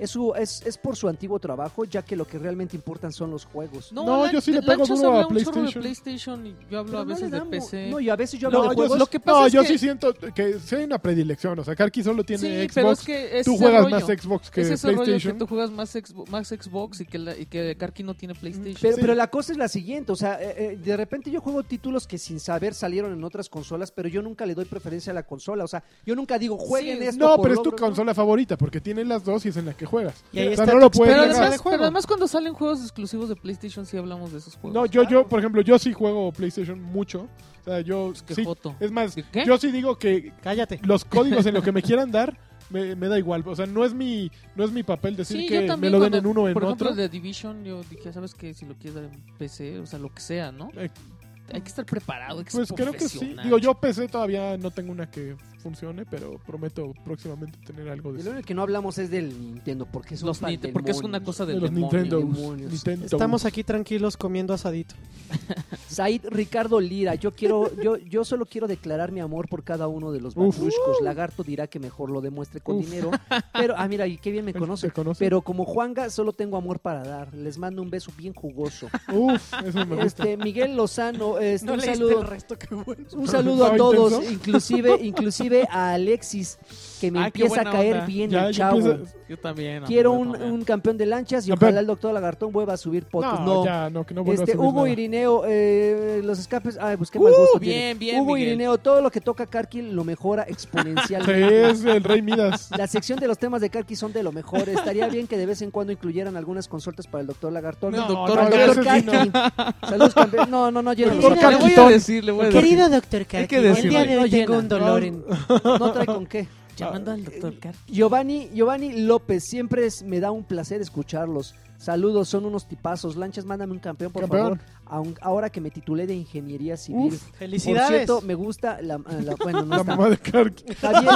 S3: Es, su- es, es por su antiguo trabajo, ya que lo que realmente importan son los juegos.
S5: No,
S4: No,
S5: Lan-
S4: yo sí le pego
S5: Lanchas
S4: duro a
S5: habla un chorro de
S4: PlayStation.
S5: PlayStation y yo hablo
S3: Pero
S5: a
S3: no
S5: veces
S3: le
S5: de
S3: damos-
S5: PC.
S3: No, y a veces yo hablo
S4: No,
S3: de
S4: yo,
S3: juegos.
S5: Lo que pasa
S4: no,
S5: es
S4: yo
S5: que-
S4: sí siento que sí hay una predilección. O sea, Karki solo tiene
S5: sí,
S4: Xbox.
S5: pero es que es
S4: Tú
S5: ese
S4: juegas
S5: rollo.
S4: más Xbox que
S5: es ese rollo que
S4: PlayStation.
S5: tú juegas más, Xbox- más Xbox y que, la- y que Karki no tiene PlayStation.
S3: Pero,
S4: Sí.
S3: pero la cosa es la siguiente, o sea, eh, eh, de repente yo juego títulos que sin saber salieron en otras consolas, pero yo nunca le doy preferencia a la consola, o sea, yo nunca digo jueguen
S5: Sí,
S3: esto.
S4: No,
S3: por
S4: pero es tu
S3: logros", ¿no?
S4: consola favorita porque tiene las dos y es en la que juegas.
S1: Y ahí
S4: o sea,
S1: está
S4: no
S1: tu
S4: lo puedes
S5: Pero
S1: experiencia
S4: negar.
S1: de
S5: además,
S1: juego.
S5: pero además cuando salen juegos exclusivos de PlayStation sí hablamos de esos juegos.
S4: No, yo, yo, por ejemplo, yo sí juego PlayStation mucho. O sea, yo
S5: Pues qué
S4: sí-
S5: joto.
S4: Es más,
S5: ¿Qué?
S4: yo sí digo que
S1: Cállate.
S4: los códigos en lo
S5: [laughs]
S4: que me quieran dar me, me da igual. O sea, no es mi, no es mi papel decir
S5: Sí, yo
S4: que me
S5: también
S4: lo den
S5: cuando,
S4: en uno o en
S5: Por ejemplo,
S4: otro.
S5: de Division yo dije, ¿sabes qué? Si lo quieres dar en PC, o sea, lo que sea, ¿no?
S4: Eh,
S5: Hay que estar preparado, hay que
S4: Pues
S5: ser
S4: creo que sí.
S5: profesional.
S4: Digo, yo PC todavía no tengo una que funcione, pero prometo próximamente tener algo de
S3: De
S4: eso.
S3: lo único que no hablamos es del Nintendo, porque es, un
S5: Los
S3: pan
S5: Nintendo,
S3: del
S5: porque es
S3: mono.
S5: una cosa
S4: De
S5: del
S4: los
S5: demonio.
S4: Nintendo. pues,
S3: demonios.
S4: Nintendo.
S1: Estamos aquí tranquilos comiendo asadito.
S3: Said Ricardo Lira, yo
S4: [laughs]
S3: quiero, yo, yo solo quiero declarar mi amor por cada uno de los
S4: Uf.
S3: batruscos. Lagarto dirá que mejor lo demuestre con
S4: Uf.
S3: dinero. Pero, ah, mira, y qué bien me conoce.
S4: ¿Te conoce?
S3: Pero como Juanga, solo tengo amor para dar. Les mando un beso bien jugoso.
S4: Uf, eso
S3: [laughs]
S4: [laughs] me gusta.
S3: Este, Miguel Lozano, este,
S1: No
S3: un
S1: leíste
S3: saludo.
S1: el resto, qué bueno.
S3: Un saludo a
S4: ¿Estaba
S3: todos,
S4: intenso?
S3: inclusive,
S4: [laughs]
S3: inclusive a Alexis, que me
S5: Ah, qué
S3: empieza a
S5: buena
S3: caer
S5: onda.
S3: bien
S4: Ya,
S3: el
S4: yo
S3: chavo.
S4: pienso-
S5: Yo también.
S3: Quiero
S5: amigo,
S3: un,
S5: también.
S3: un campeón de lanchas y
S4: Campeón.
S3: ojalá el doctor Lagartón vuelva a subir podcast. No,
S4: No, ya, no, que no vuelva
S3: Este,
S4: a subir
S3: Hugo
S4: nada.
S3: Irineo, eh, los escapes. Ay, pues qué mal gusto
S5: Uh, bien,
S3: tiene.
S5: bien,
S3: Hugo
S5: Miguel.
S3: Irineo, todo lo que toca Karki lo mejora
S4: Sí, [laughs]
S3: exponencialmente.
S4: es el
S3: [laughs]
S4: Rey Midas.
S3: La sección de los temas de Karki son de lo mejor. Estaría bien que de vez en cuando incluyeran algunas consultas para el doctor Lagartón.
S5: No,
S3: Para el
S5: no,
S4: ya
S3: doctor
S4: ese sí
S3: Karki. Saludos, campeón. No, no, no, yo no-
S4: Doctor
S5: Le voy a
S4: Carquitón.
S5: decir, le voy a decir.
S1: doctor
S5: Hay que decirlo. Oye,
S1: tengo un dolor en...
S3: no trae con qué.
S5: Llamando al doctor Carquitón.
S3: Giovanni, Giovanni López, siempre es- me da un placer escucharlos. Saludos, son unos tipazos. Lanchas, mándame un campeón, por
S4: Campeón.
S3: favor. Aun- ahora que me titulé de ingeniería civil. por
S1: Felicidades.
S3: cierto, me gusta la, ah, la- bueno, no
S4: La
S3: está.
S4: mamá de Karki.
S3: Javier,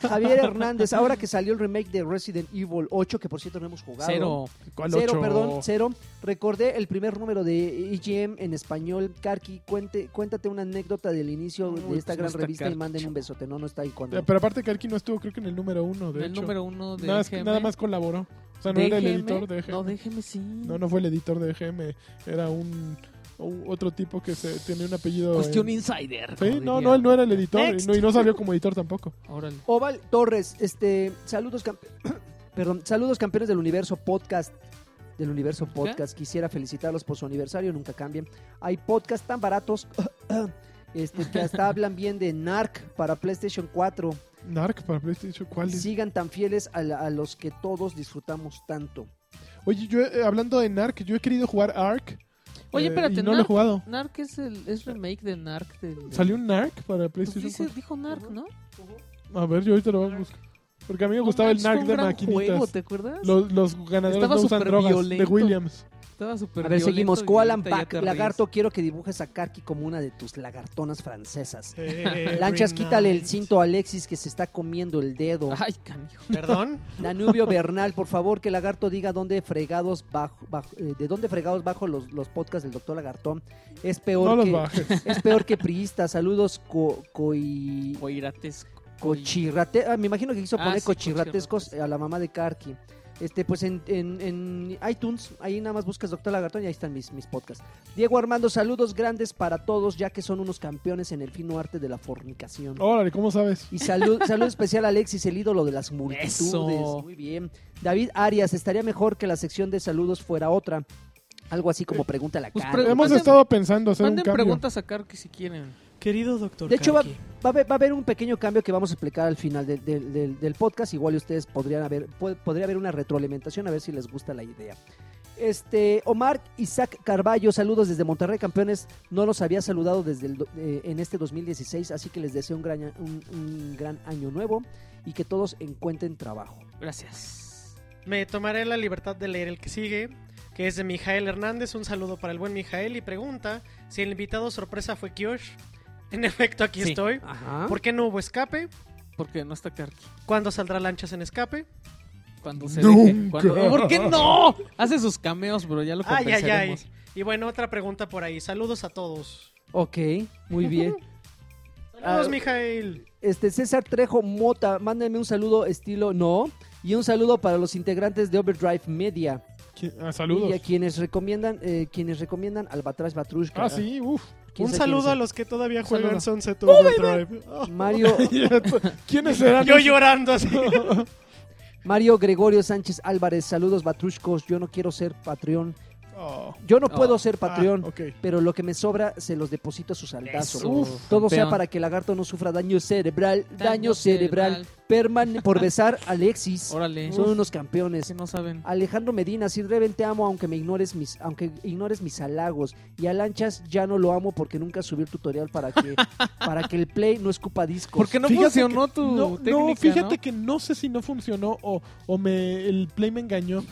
S3: Javier Hernández, ahora que salió el remake de Resident Evil 8, que por cierto no hemos jugado.
S5: Cero.
S4: ¿Cuál
S3: Cero,
S4: ocho?
S3: perdón, cero. Recordé el primer número de EGM en español. Karki, cuente, cuéntate una anécdota del inicio de
S5: Uy,
S3: esta
S5: pues no
S3: gran
S5: está
S3: revista y
S5: Karki,
S3: manden un
S5: chavo.
S3: besote. No, no está ahí cuando.
S4: Eh, Pero aparte Karki no estuvo, creo que en el número uno, de
S5: El
S4: hecho.
S5: número uno de
S4: nada, más,
S5: EGM.
S4: nada más colaboró. O sea, no
S5: ¿De
S4: era el
S5: EGM?
S4: editor de EGM.
S5: No, déjeme sí.
S4: No, no fue el editor de EGM. Era un, o- otro tipo que se tiene un apellido.
S5: Cuestión
S4: en-
S5: insider.
S4: eh. Sí,
S5: como
S4: no,
S5: diría.
S4: no, él no era el editor y
S1: Next.
S4: no, y no salió como editor tampoco.
S5: Órale.
S3: Oval Torres, este, saludos, campe- [coughs] perdón, saludos campeones del universo podcast, del universo podcast. Quisiera felicitarlos por su aniversario, nunca cambien. Hay podcasts tan baratos, [coughs] este, que
S5: [laughs]
S3: hasta hablan bien de Narc para PlayStation 4.
S4: Narc para PlayStation, ¿cuál es?
S3: Sigan tan fieles a, la- a los que todos disfrutamos tanto.
S4: Oye, yo eh, hablando de Narc, yo he querido jugar Ark.
S5: Oye,
S4: eh,
S5: espérate,
S4: y no lo he
S5: Narc-
S4: jugado.
S5: Narc es el es remake de Narc. Del,
S4: ¿Salió un Narc para
S5: Pues
S4: PlayStation
S5: dice- dijo Narc, ¿no?
S4: cuatro? A ver, yo ahorita lo voy a buscar. Porque a mí me gustaba el
S5: Narc
S4: Narc de maquinitas.
S5: ¿Te acuerdas?
S4: Los, los ganadores
S5: Estaba
S4: no usan
S5: súper
S4: drogas. De
S5: violento.
S4: Williams.
S5: Estaba súper
S3: A ver, seguimos.
S5: violento y
S3: Koalan
S5: ahorita ya
S3: Pack,
S5: te ríes.
S3: lagarto, quiero que dibujes a Karki como una de tus lagartonas francesas. Lanchas, quítale el cinto a Alexis que se está comiendo el dedo.
S5: Ay, canijo.
S1: ¿Perdón?
S3: Danubio Bernal, por favor, que Lagarto diga dónde fregados bajo, bajo- eh, de dónde fregados bajo los, los podcasts del doctor Lagartón. Es
S4: No
S3: peor
S4: los
S3: que
S5: [laughs]
S4: bajes.
S3: es peor que priista. Saludos co, coi-
S5: Coiratesco.
S3: cochirrate- ah, me imagino que quiso
S5: Ah,
S3: poner
S5: sí,
S3: cochirratescos
S5: cochirrates.
S3: a la mamá de Karki. Este, pues en, en- en iTunes, ahí nada más buscas Doctor Lagartón y ahí están mis, mis podcasts. Diego Armando, saludos grandes para todos, ya que son unos campeones en el fino arte de la fornicación.
S4: Órale, ¿cómo sabes?
S3: Y salud, salud especial a Alexis, el ídolo de las multitudes.
S5: Eso.
S3: Muy bien. David Arias, estaría mejor que la sección de saludos fuera otra. Algo así como pregunta la
S5: Pues
S3: cara.
S5: Pero
S4: Hemos
S5: manden-
S4: estado pensando hacer un
S5: Manden
S4: cambio.
S5: preguntas a Karki si quieren.
S1: Querido doctor.
S3: De hecho, va,
S1: Karki,
S3: va a haber- va a haber un pequeño cambio que vamos a explicar al final del- del- del- del podcast. Igual ustedes podrían haber, pu- podría haber una retroalimentación a ver si les gusta la idea. Este, Omar Isaac Carballo, saludos desde Monterrey, campeones. No los había saludado desde el do- eh, en este 2016, así que les deseo un gran, a- un- un gran año nuevo y que todos encuentren trabajo.
S5: Gracias.
S1: Me tomaré la libertad de leer el que sigue, que es de Mijael Hernández. Un saludo para el buen Mijael y pregunta si el invitado sorpresa fue Kiosh. En efecto, aquí
S5: Sí.
S1: estoy.
S3: Ajá.
S1: ¿Por qué no hubo escape?
S5: Porque no está Karki.
S1: ¿Cuándo saldrá lanchas en escape?
S5: Cuando se
S4: Nunca.
S5: deje. Cuando... ¿Por qué no? Hace sus cameos, bro. Ya lo
S1: Ay, ay, ay.
S5: compensaremos.
S1: Ah, Y bueno, otra pregunta por ahí. Saludos a todos.
S3: Ok, muy bien.
S1: Saludos,
S3: Ah,
S1: Mijael.
S3: Este César Trejo Mota, mándenme un saludo estilo no y un saludo para los integrantes de Overdrive Media
S4: ¿Qui- ah,
S3: y
S4: saludos.
S3: a quienes recomiendan eh, quienes recomiendan Albatrash Batrushka.
S4: Ah, sí, uff.
S3: ¿Quién
S1: Un
S3: sabe quién
S1: saludo a
S3: es?
S1: los que todavía
S4: Un saludo.
S1: juegan Sunset Overdrive. Ah,
S3: Mario
S4: ¿Quiénes serán?
S1: Yo llorando así.
S3: Mario Gregorio Sánchez Álvarez, saludos Batrushcos, yo no quiero ser Patreon.
S4: Oh,
S3: Yo no
S5: Oh.
S3: puedo ser
S4: ah,
S3: Patreon,
S4: ok.
S3: pero lo que me sobra se los deposito a su saldazo.
S5: Eso,
S4: Uf,
S3: Todo sea
S5: campeón.
S3: para que el lagarto no sufra daño cerebral, daño,
S5: Daño
S3: cerebral, permane- por besar a Alexis.
S5: Órale.
S3: Son unos campeones.
S5: Si no saben.
S3: Alejandro Medina, Sir Reven te amo aunque me ignores mis, aunque ignores mis halagos. Y a Lanchas ya no lo amo porque nunca subí el tutorial para que,
S4: [laughs]
S3: para que el play no escupa discos.
S5: Porque no
S4: Fíjate
S5: funcionó tu
S4: No, no,
S5: técnica,
S4: fíjate
S5: ¿no?
S4: que no sé si no funcionó o, o me, el play me engañó.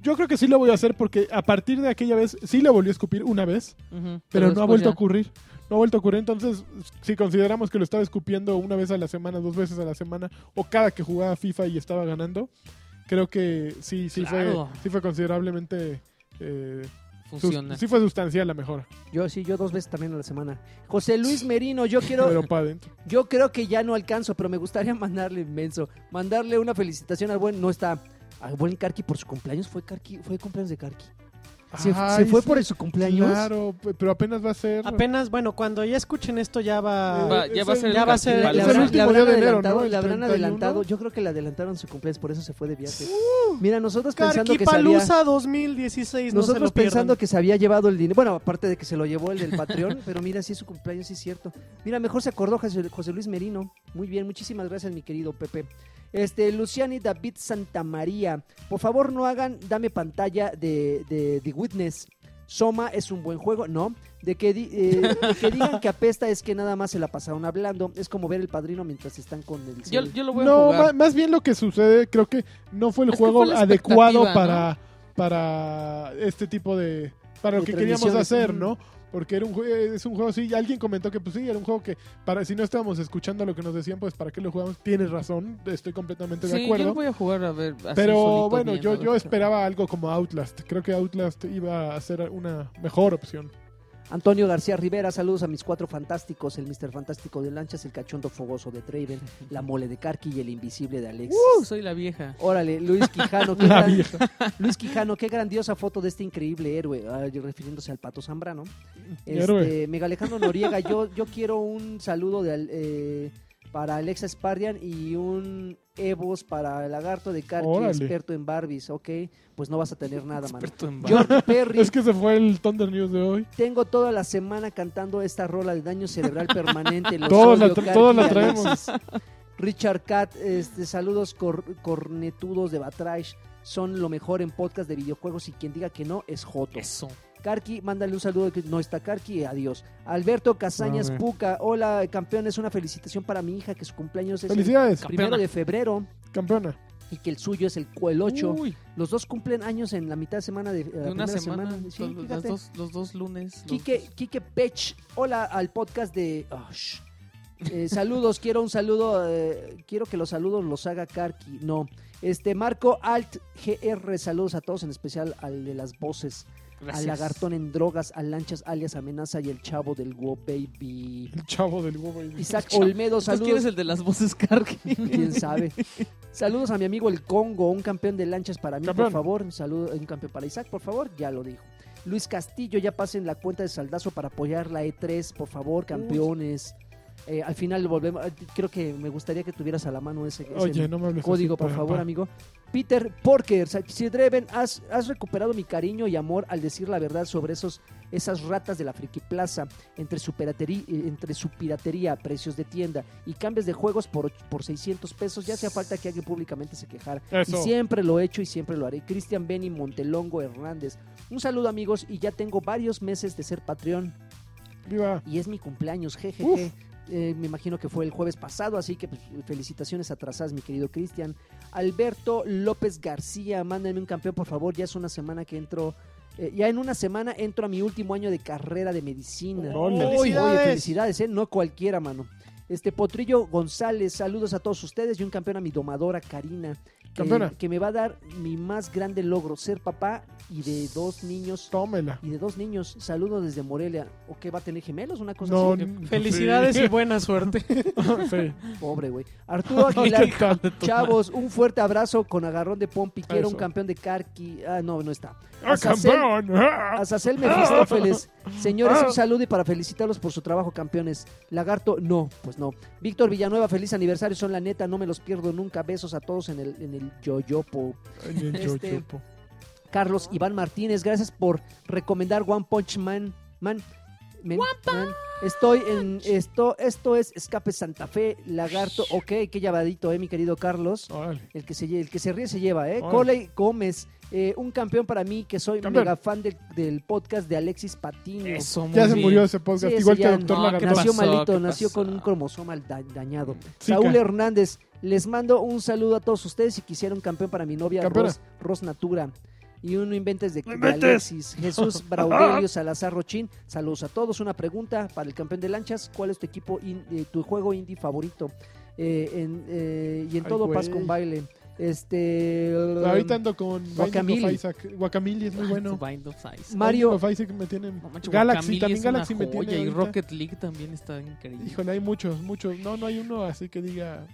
S4: Yo creo que sí lo voy a hacer porque a partir de aquella vez sí le volví a escupir una vez,
S5: Ujú,
S4: pero, no ha
S5: después
S4: vuelto a
S5: ya.
S4: ocurrir. No ha vuelto a ocurrir, entonces si consideramos que lo estaba escupiendo una vez a la semana, dos veces a la semana o cada que jugaba FIFA y estaba ganando, creo que sí, sí,
S5: Claro.
S4: fue, sí fue considerablemente... eh, sus-
S5: Funciona.
S4: sí fue sustancial la mejora,
S3: Yo sí, yo dos veces también a la semana. José Luis Merino, yo quiero,
S4: pero para adentro.
S3: yo creo que ya no alcanzo, pero me gustaría mandarle inmenso, mandarle una felicitación al buen, no está, al buen Karki por su cumpleaños. Fue Karki, fue cumpleaños de Karki. Se,
S4: Ay,
S3: se fue
S4: sí,
S3: por su cumpleaños.
S4: Claro, pe- pero apenas va a ser...
S1: Apenas, bueno, cuando ya escuchen esto ya va...
S5: Va, ya va a
S4: Ese-
S5: ser
S1: ya va a ser-
S3: Le,
S4: Es
S5: capítulo.
S4: el
S3: habrán,
S4: último
S3: le habrán
S4: día de enero,
S3: adelantado,
S4: ¿no? El
S3: le habrán
S4: 31.
S3: adelantado, yo creo que le adelantaron su cumpleaños, por eso se fue de viaje.
S4: ¡Uh!
S3: Mira, nosotros pensando que se había-
S1: Carquipalusa 2016, no se
S3: Nosotros
S1: lo pierdan.
S3: pensando que se había llevado el dinero. Bueno, aparte de que se lo llevó el del Patreon, [laughs] pero mira, sí es su cumpleaños, sí es cierto. Mira, mejor se acordó José, José Luis Merino. Muy bien, muchísimas gracias, mi querido Pepe. Este, Luciani David Santamaría. Por favor, no hagan dame pantalla de, de The Witness. Soma es un buen juego, no. De que, di- eh, que
S1: [laughs]
S3: digan que apesta es que nada más se la pasaron hablando. Es como ver el padrino mientras están con el.
S5: Yo,
S3: cel.
S5: yo lo voy a
S4: No, ma-
S5: jugar.
S4: más, bien lo que sucede, creo que no fue el
S5: Es que
S4: juego
S5: fue la
S4: adecuado
S5: expectativa,
S4: para, para este tipo de... Para lo
S3: De
S4: que queríamos
S3: transmisiones,
S4: hacer,
S3: mm.
S4: ¿no? Porque era un, jue- eh, es un juego, sí, y alguien comentó que pues sí, era un juego que para si no estábamos escuchando lo que nos decían, pues para qué lo jugamos, tienes razón, estoy completamente
S5: Sí,
S4: de
S5: yo lo
S4: acuerdo.
S5: voy a jugar a ver. así
S4: Pero
S5: solito,
S4: bueno,
S5: bien,
S4: yo,
S5: ¿no?
S4: yo esperaba algo como Outlast, creo que Outlast iba a ser una mejor opción.
S3: Antonio García Rivera, saludos a mis cuatro fantásticos, el Mr. Fantástico de Lanchas, el Cachondo Fogoso de Draven, la Mole de Karki y el Invisible de Alexis.
S5: Uh, soy la vieja.
S3: Órale, Luis Quijano, qué gran- [laughs] Luis Quijano, qué grandiosa foto de este increíble héroe, ah, yo refiriéndose al Pato Zambrano. Este,
S4: Héroe.
S3: Mega Alejandro Noriega, yo, yo quiero un saludo de, al- eh, para Alexa Spardian y un Evos para el Lagarto de Karki,
S4: Órale.
S3: experto en Barbies, ok, pues no vas a tener nada, mano.
S5: Experto en bar-
S3: George Perry,
S4: Es que se fue el Thunder News de hoy.
S3: tengo toda la semana cantando esta rola de daño
S4: [laughs]
S3: cerebral permanente. Los
S4: Todos la
S3: odio,
S4: tra-
S3: Karki
S4: todos
S3: y
S4: la traemos.
S3: Alexis. Richard Cat, este, saludos cor- cornetudos de Batrash. Son lo mejor en podcast de videojuegos y quien diga que no es Joto.
S5: Eso.
S3: Karki, mándale un saludo. que No está Karki, adiós. Alberto Casañas
S4: Vale.
S3: Puca, hola campeones, una felicitación para mi hija que su cumpleaños es el
S4: Felicidades,
S3: primero
S5: Campeona.
S3: de febrero
S4: campeona.
S3: y que el suyo es el, cu- el 8.
S4: Uh.
S5: Uy,
S3: Los dos cumplen años en la mitad de semana de, eh, la
S5: de una
S3: primera
S5: semana.
S3: Sí,
S5: los, las
S3: fíjate.
S5: dos, los dos lunes. los
S3: Quique, Quique Pech, hola al podcast de... oh, sh. Eh, saludos, [laughs] quiero un saludo, eh, quiero que los saludos los haga Karki, no. Este, Marco Alt GR, saludos a todos, en especial al de las voces,
S5: dos.
S3: al
S5: Gracias.
S3: lagartón en drogas, al lanchas alias amenaza y el chavo del Wo
S5: [laughs]
S3: Baby.
S4: El chavo del huevo. ahí.
S3: Isaac
S5: chavo.
S3: Olmedo,
S5: Entonces, ¿Quién es
S3: saludos.
S5: el de las
S4: [laughs]
S5: voces, Karki?
S3: ¿Quién sabe? Saludos a mi amigo el Congo, un campeón de lanchas para mí, por
S4: Campeón.
S3: favor. Un saludo, un campeón para Isaac, por favor, ya lo dijo. Luis Castillo, ya pasen la cuenta de Saldazo para apoyar la E3, por favor, campeones. Eh, al final volvemos. eh, Creo que me gustaría que tuvieras a la mano ese, ese
S4: Oye, no me hables.
S3: código,
S4: así,
S3: por
S4: papá.
S3: favor, amigo. Peter Porker, Sa- si Dreven, has, has recuperado mi cariño y amor al decir la verdad sobre esos, esas ratas de la Friki Plaza, entre su, piratería, entre su piratería, precios de tienda y cambios de juegos por, och- por 600 pesos, ya hacía falta que alguien públicamente se quejara.
S4: Eso.
S3: Y siempre lo he hecho y siempre lo haré. Cristian Benny Montelongo Hernández, un saludo amigos y ya tengo varios meses de ser Patreon
S4: Viva.
S3: y es mi cumpleaños, jejeje.
S4: Uf.
S3: Eh, me imagino que fue el jueves pasado, así que pues, felicitaciones atrasadas, mi querido Cristian. Alberto López García, mándenme un campeón, por favor. Ya es una semana que entro. eh, ya en una semana entro a mi último año de carrera de medicina.
S4: Órale.
S3: Oye,
S1: ¡Felicidades!
S3: felicidades, ¿eh? No cualquiera, mano. Este Potrillo González, saludos a todos ustedes y un campeón a mi domadora Karina. que-
S4: Campeona.
S3: Que, me va a dar mi más grande logro, ser papá y de dos niños
S4: Tómela.
S3: y de dos niños. Saludos desde Morelia. ¿O qué va a tener gemelos? Una cosa
S4: No,
S3: así.
S4: n-
S1: Felicidades
S4: sí.
S1: y buena suerte.
S4: [laughs]
S3: [laughs]
S4: Sí.
S3: Pobre, güey.
S4: [laughs]
S3: Arturo Aguilar. Chavos, un fuerte abrazo con agarrón de Pompi. Quiero un
S4: Eso.
S3: campeón de Karki. Ah, no, no está.
S4: ¡Ah,
S3: Azazel- [laughs]
S4: campeón! [laughs] ¡Ah!
S3: Azazel
S4: [laughs]
S3: Mefistófeles. Señores, un saludo y para felicitarlos por su trabajo, campeones. Lagarto, no, pues no. Víctor Villanueva, feliz aniversario. Son la neta, no me los pierdo nunca. Besos a todos en el, en el Yoyopo.
S4: En el
S3: Este-
S4: chochopo.
S3: Carlos Iván Martínez, gracias por recomendar One Punch Man. Man, men, man. Estoy en esto, esto es Escape Santa Fe, Lagarto. Ok, qué llavadito, eh, mi querido Carlos.
S4: Órale.
S3: El que se, lle- el que se ríe se lleva, ¿eh?
S4: Órale.
S3: Coley Gómez, eh, un campeón para mí que soy
S4: Campeón.
S3: mega fan del, del podcast de Alexis Patiño.
S5: [laughs] Eso, muy
S4: Ya se
S5: bien.
S4: murió ese
S3: Sí,
S4: podcast,
S3: ese
S4: igual que
S3: ya
S4: Doctor
S3: no,
S5: ¿qué
S4: Lagarto.
S3: Nació
S5: pasó?
S3: malito,
S5: ¿Qué
S3: nació con
S5: pasó?
S3: un cromosoma da- dañado.
S4: Chica.
S3: Saúl Hernández, les mando un saludo a todos ustedes y quisiera un campeón para mi novia
S4: Campeona.
S3: Ros, Ros Natura. Y un no inventes de, de Alexis,
S4: [laughs]
S3: Jesús Braudelio Salazar Rochín. Saludos a todos. Una pregunta para el campeón de lanchas. ¿Cuál es tu equipo, in- eh, tu juego indie favorito? Eh, en, eh, y en
S4: Ay,
S3: todo
S4: güey.
S3: paz con baile. Este...
S4: Ahorita ando con Binding
S3: Guacamole.
S4: of Isaac. Guacamole es muy bueno.
S5: Bind of Eyes.
S3: Mario,
S4: Binding of Isaac me tienen.
S5: No manches,
S4: Galaxy,
S5: Guacamole
S4: también
S5: es una
S4: Galaxy me tiene.
S5: joya, y
S4: ahorita.
S5: Rocket League también está increíble.
S4: Híjole, hay muchos, muchos. No, no hay uno así que diga.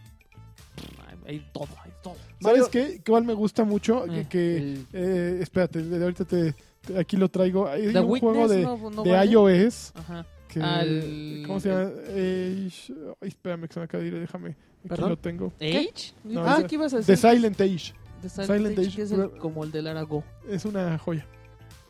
S5: Ay, Hay todo, hay todo.
S3: Mario-
S4: ¿Sabes qué? ¿Cuál me gusta mucho? Que-
S5: Eh,
S4: que.
S3: el-
S4: eh, espérate, de- de ahorita te, te- Aquí lo traigo. Hay
S5: The
S4: un
S5: Witness
S4: juego de,
S5: no- no
S4: de
S5: vale.
S4: iOS.
S5: Ajá.
S4: Que,
S5: Al-
S4: ¿Cómo se llama? Eh, sh- ay, espérame que se me acaba de ir, déjame. Aquí
S1: ¿Perdón?
S4: lo tengo.
S5: ¿Age?
S4: No,
S5: ah,
S4: ese-
S5: ¿qué ibas a
S4: The
S5: decir?
S4: Silent Age.
S5: The Silent,
S4: Silent
S5: Age,
S4: Age,
S5: que es el-
S4: pero-
S5: como el del Arago.
S4: Es una joya.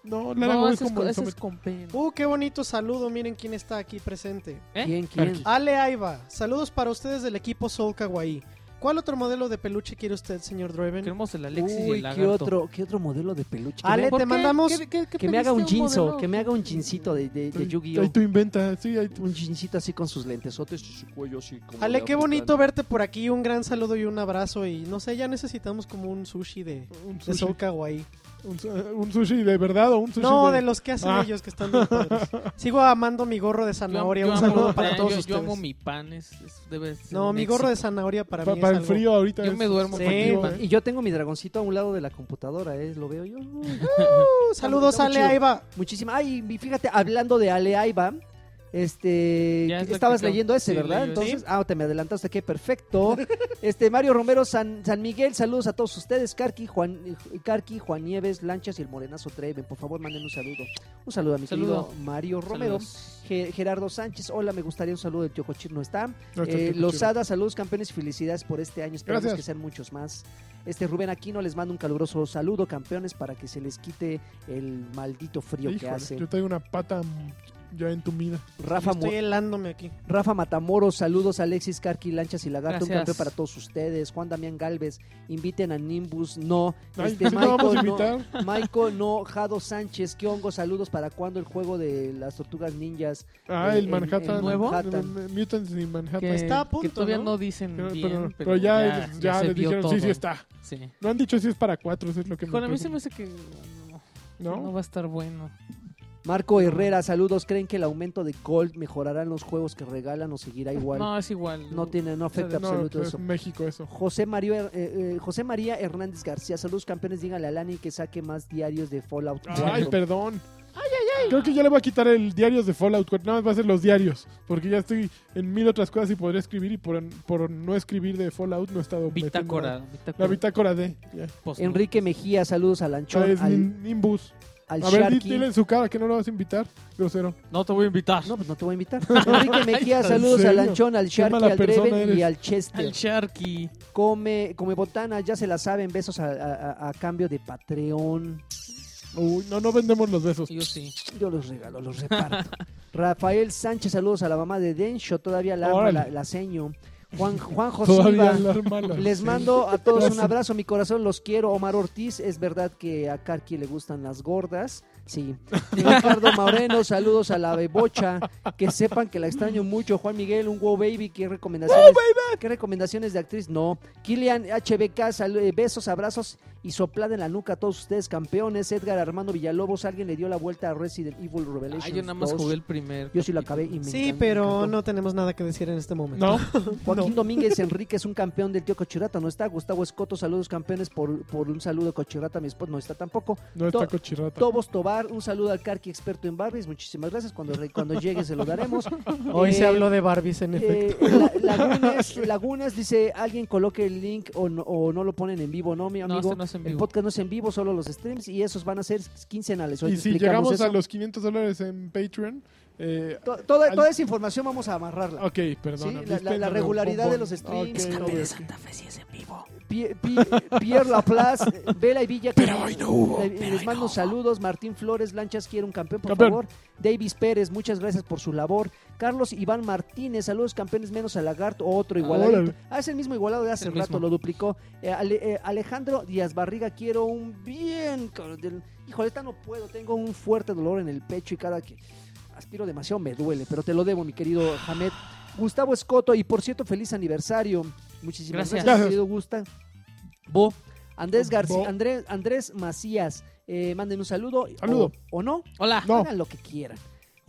S4: No, Lara
S5: No,
S4: Go es
S5: ese es,
S4: como
S5: co-
S4: el
S5: ese es
S4: Summer-
S5: con Pen.
S1: [laughs] Uh, qué bonito saludo. Miren quién está aquí presente.
S5: ¿eh?
S3: ¿Quién, quién?
S4: Karki.
S1: Ale Aiba, saludos para ustedes del equipo Soul Kawaii. ¿Cuál otro modelo de peluche quiere usted, señor Draven?
S5: Queremos el Alexis y
S3: Uy,
S5: el
S3: ¿qué
S5: Lagarto.
S3: otro, ¿qué otro modelo de peluche? Que
S1: Ale,
S3: me-
S1: te mandamos-
S3: Que me haga un
S5: jeanso,
S3: jeanso, que me haga un jeansito de, de, de Yu-Gi-Oh!
S4: Ahí tú inventas. Sí, ahí tú-
S3: Un jeansito así con sus lentesotes y su cuello así como
S1: Ale,
S3: de
S1: qué bonito verte por aquí. Un gran saludo y un abrazo. Y no sé, ya necesitamos como un sushi de,
S4: un
S1: de
S4: sushi.
S1: Soul Kawaii.
S4: Un, su- un sushi de verdad o un sushi
S1: No,
S4: de...
S1: de los que hacen
S4: Ah.
S1: ellos que están bien padres. Sigo amando mi gorro de zanahoria.
S5: Yo- yo
S1: un
S5: amo-
S1: saludo para
S5: yo-
S1: todos
S5: yo,
S1: ustedes.
S5: amo mi pan, es, es- debe ser
S1: No,
S5: un
S1: mi gorro de
S5: éxito.
S1: zanahoria para
S4: Pa-
S1: mí
S4: para
S1: es
S4: el
S1: algo-
S4: frío ahorita.
S5: Yo
S4: es-
S5: me duermo
S1: Sí,
S5: con mi
S1: güey.
S5: pan.
S3: Y yo tengo mi dragoncito a un lado de la computadora, ¿eh? Lo veo yo.
S1: Uh, saludos,
S3: Está muy
S1: Ale,
S3: chido.
S1: ahí va.
S3: Muchísima. Ay, y fíjate, hablando de Ale Aiba, este,
S5: Ya es lo
S3: estabas
S5: que te-
S3: leyendo ese,
S5: sí,
S3: ¿verdad?
S5: leí yo ese.
S3: Entonces, ah, te me adelantaste, qué
S5: [laughs]
S3: perfecto. Este, Mario Romero, San, San Miguel, saludos a todos ustedes. Carqui, Juan, Carqui, Juan Nieves, Lanchas y el Morenazo Treven, por favor, manden un saludo. Un saludo a mi
S5: Saludo.
S3: querido Mario Romero.
S5: Saludos.
S3: Ge- Gerardo Sánchez, hola, me gustaría un saludo del Tío Cochir, no está.
S4: No está el
S3: Eh,
S4: Tío Cochir.
S3: Lozada, saludos campeones y felicidades por este año, esperamos
S4: Gracias.
S3: que sean muchos más. Este Rubén Aquino les mando un caluroso saludo, campeones, para que se les quite el maldito frío que
S4: Híjole,
S3: hace.
S4: Yo traigo una pata mm, ya entumida.
S3: Rafa, Mo-
S1: Estoy helándome aquí.
S3: Rafa Matamoros, saludos Alexis Carqui, Lanchas y Lagarto, un
S5: Gracias.
S3: campeón para todos ustedes. Juan Damián Galvez, inviten a Nimbus, no.
S4: Ay,
S3: Este,
S4: ¿sí te vamos a
S3: no.
S4: invitar?
S3: Michael, no. Jado Sánchez, qué hongo, saludos para cuando el juego de las tortugas ninjas.
S4: Ah,
S3: El-
S4: el,
S3: el-
S4: Manhattan.
S5: el nuevo.
S4: el- el Mutants in Manhattan.
S5: Que,
S1: Está a punto,
S5: que todavía
S1: ¿no?
S5: no, dicen
S4: Pero,
S5: bien,
S4: pero-
S5: pero,
S4: pero ya, ya,
S5: se
S4: le
S5: vio
S4: dijeron, sí,
S5: todo.
S4: sí está.
S5: Sí.
S4: No han dicho si es para cuatro, eso es lo que
S5: Con a mí se me
S4: preocupa.
S5: hace que no,
S4: ¿No?
S5: no va a estar bueno.
S3: Marco Herrera, saludos. ¿Creen que el aumento de Gold mejorará en los juegos que regalan o seguirá igual? No,
S5: No, es igual.
S3: tiene, no afecta
S4: No,
S3: absoluto
S4: es
S3: eso.
S4: México eso.
S3: José, Mario, Her- eh, eh, José María Hernández García, saludos campeones, díganle a Lani que saque más diarios de Fallout.
S4: Ay,
S3: 4.
S4: perdón. Creo que ya le voy a quitar el diarios de Fallout 4. Nada más va a ser los diarios. Porque ya estoy en mil otras cosas y podría escribir. Y por, por no escribir de Fallout no he estado. metiendo
S5: Bitácora.
S4: nada.
S5: bitácora
S4: La bitácora D. ya.
S5: post-
S3: Enrique Mejía, saludos al
S4: Ah,
S3: Anchón,
S4: es
S3: al,
S4: Nim- Nimbus.
S3: al
S4: A ver, di-
S3: Sharky.
S4: dile en su cara que no lo vas a invitar. Grosero.
S5: No te voy a invitar.
S3: No, pues no te voy a
S4: [laughs]
S3: invitar. Enrique Mejía,
S4: ¿En
S3: saludos al
S4: serio?
S3: Anchón, al Sharky,
S4: mala
S3: al Dreven
S4: persona
S3: y
S4: eres.
S3: al Chester.
S5: Al Sharky.
S3: Come, come botana, ya se la saben, besos a, a- a- a cambio de Patreon.
S4: Uy, no, no vendemos los besos.
S5: Yo sí.
S3: Yo los regalo, los
S4: [laughs]
S3: reparto. Rafael Sánchez, saludos a la mamá de Densho, todavía la, arma,
S4: Órale.
S3: la, la seño. Juan, Juan
S4: Todavía
S3: José
S4: alarma la-
S3: Les mando a todos un abrazo, mi corazón los quiero. Omar Ortiz, es verdad que a Karki le gustan las gordas. Sí. Ricardo Moreno, saludos a la bebocha. Que sepan que la extraño mucho. Juan Miguel, un wow baby. ¿Qué recomendaciones? ¿Qué recomendaciones de actriz? No. Kilian HBK, salu- eh, besos, abrazos y soplad en la nuca a todos ustedes, campeones. Edgar Armando Villalobos, alguien le dio la vuelta a Resident Evil Revelations.
S5: Ah, yo nada más
S3: 2.
S5: jugué el primer.
S3: Yo sí lo acabé
S5: capítulo.
S3: y me
S1: Sí,
S3: encan- me
S1: pero
S3: encantó.
S1: no tenemos nada que decir en este momento.
S4: No,
S3: Joaquín Domínguez Enrique es un campeón del tío Cochirata, no está. Gustavo Escoto, saludos campeones por, por un saludo Cochirata, mi esposo, no está tampoco.
S4: no
S3: To-
S4: está cochirrata.
S3: Tobos Tobar, un saludo al Carqui experto en Barbies, muchísimas gracias. Cuando, re- cuando llegue se lo daremos.
S1: Hoy se
S3: Eh,
S1: habló de Barbies, en efecto.
S3: eh, la- Lagunes, Lagunes dice: alguien coloque el link o no, o no lo ponen en vivo, no, mi
S5: No,
S3: amigo.
S5: este no es en
S3: El
S5: vivo.
S3: podcast no es en vivo, solo los streams y esos van a ser quincenales. Ahorita
S4: Y si
S3: explicamos
S4: llegamos a
S3: eso.
S4: los 500 dólares en Patreon, eh,
S3: To- toda, toda esa información vamos a amarrarla.
S4: ok, perdón.
S3: Sí, la- la- la regularidad de los streams. Escape de
S4: Santa Fe.
S3: Pie- Pi- Pierre [laughs] Laplace, eh, Vela y Villa. Pero hoy no les mando saludos. Martín Flores, Lanchas quiere un campeón, por
S4: Campeón.
S3: favor. Davis Pérez, muchas gracias por su labor. Carlos Iván Martínez, saludos campeones menos a Lagarto, otro igualado.
S4: Órale.
S3: Ah, es el mismo igualado de hace
S5: el
S3: rato,
S5: mismo.
S3: lo duplicó. Eh, Ale- eh, Alejandro Díaz Barriga, quiero un bien. cabrón, del- Híjole, esta no puedo, tengo un fuerte dolor en el pecho y cada que aspiro demasiado me duele, pero te lo debo, mi querido Hamed. Gustavo Escoto, y por cierto, feliz aniversario. Muchísimas gracias,
S5: Gracias.
S4: Gracias.
S3: querido Gusta. Bo. Andrés García,
S4: Bo.
S3: Andrés, Andrés Macías, eh, manden un saludo.
S4: Saludo.
S3: O, o no,
S5: Hola.
S4: No.
S3: hagan lo que quieran.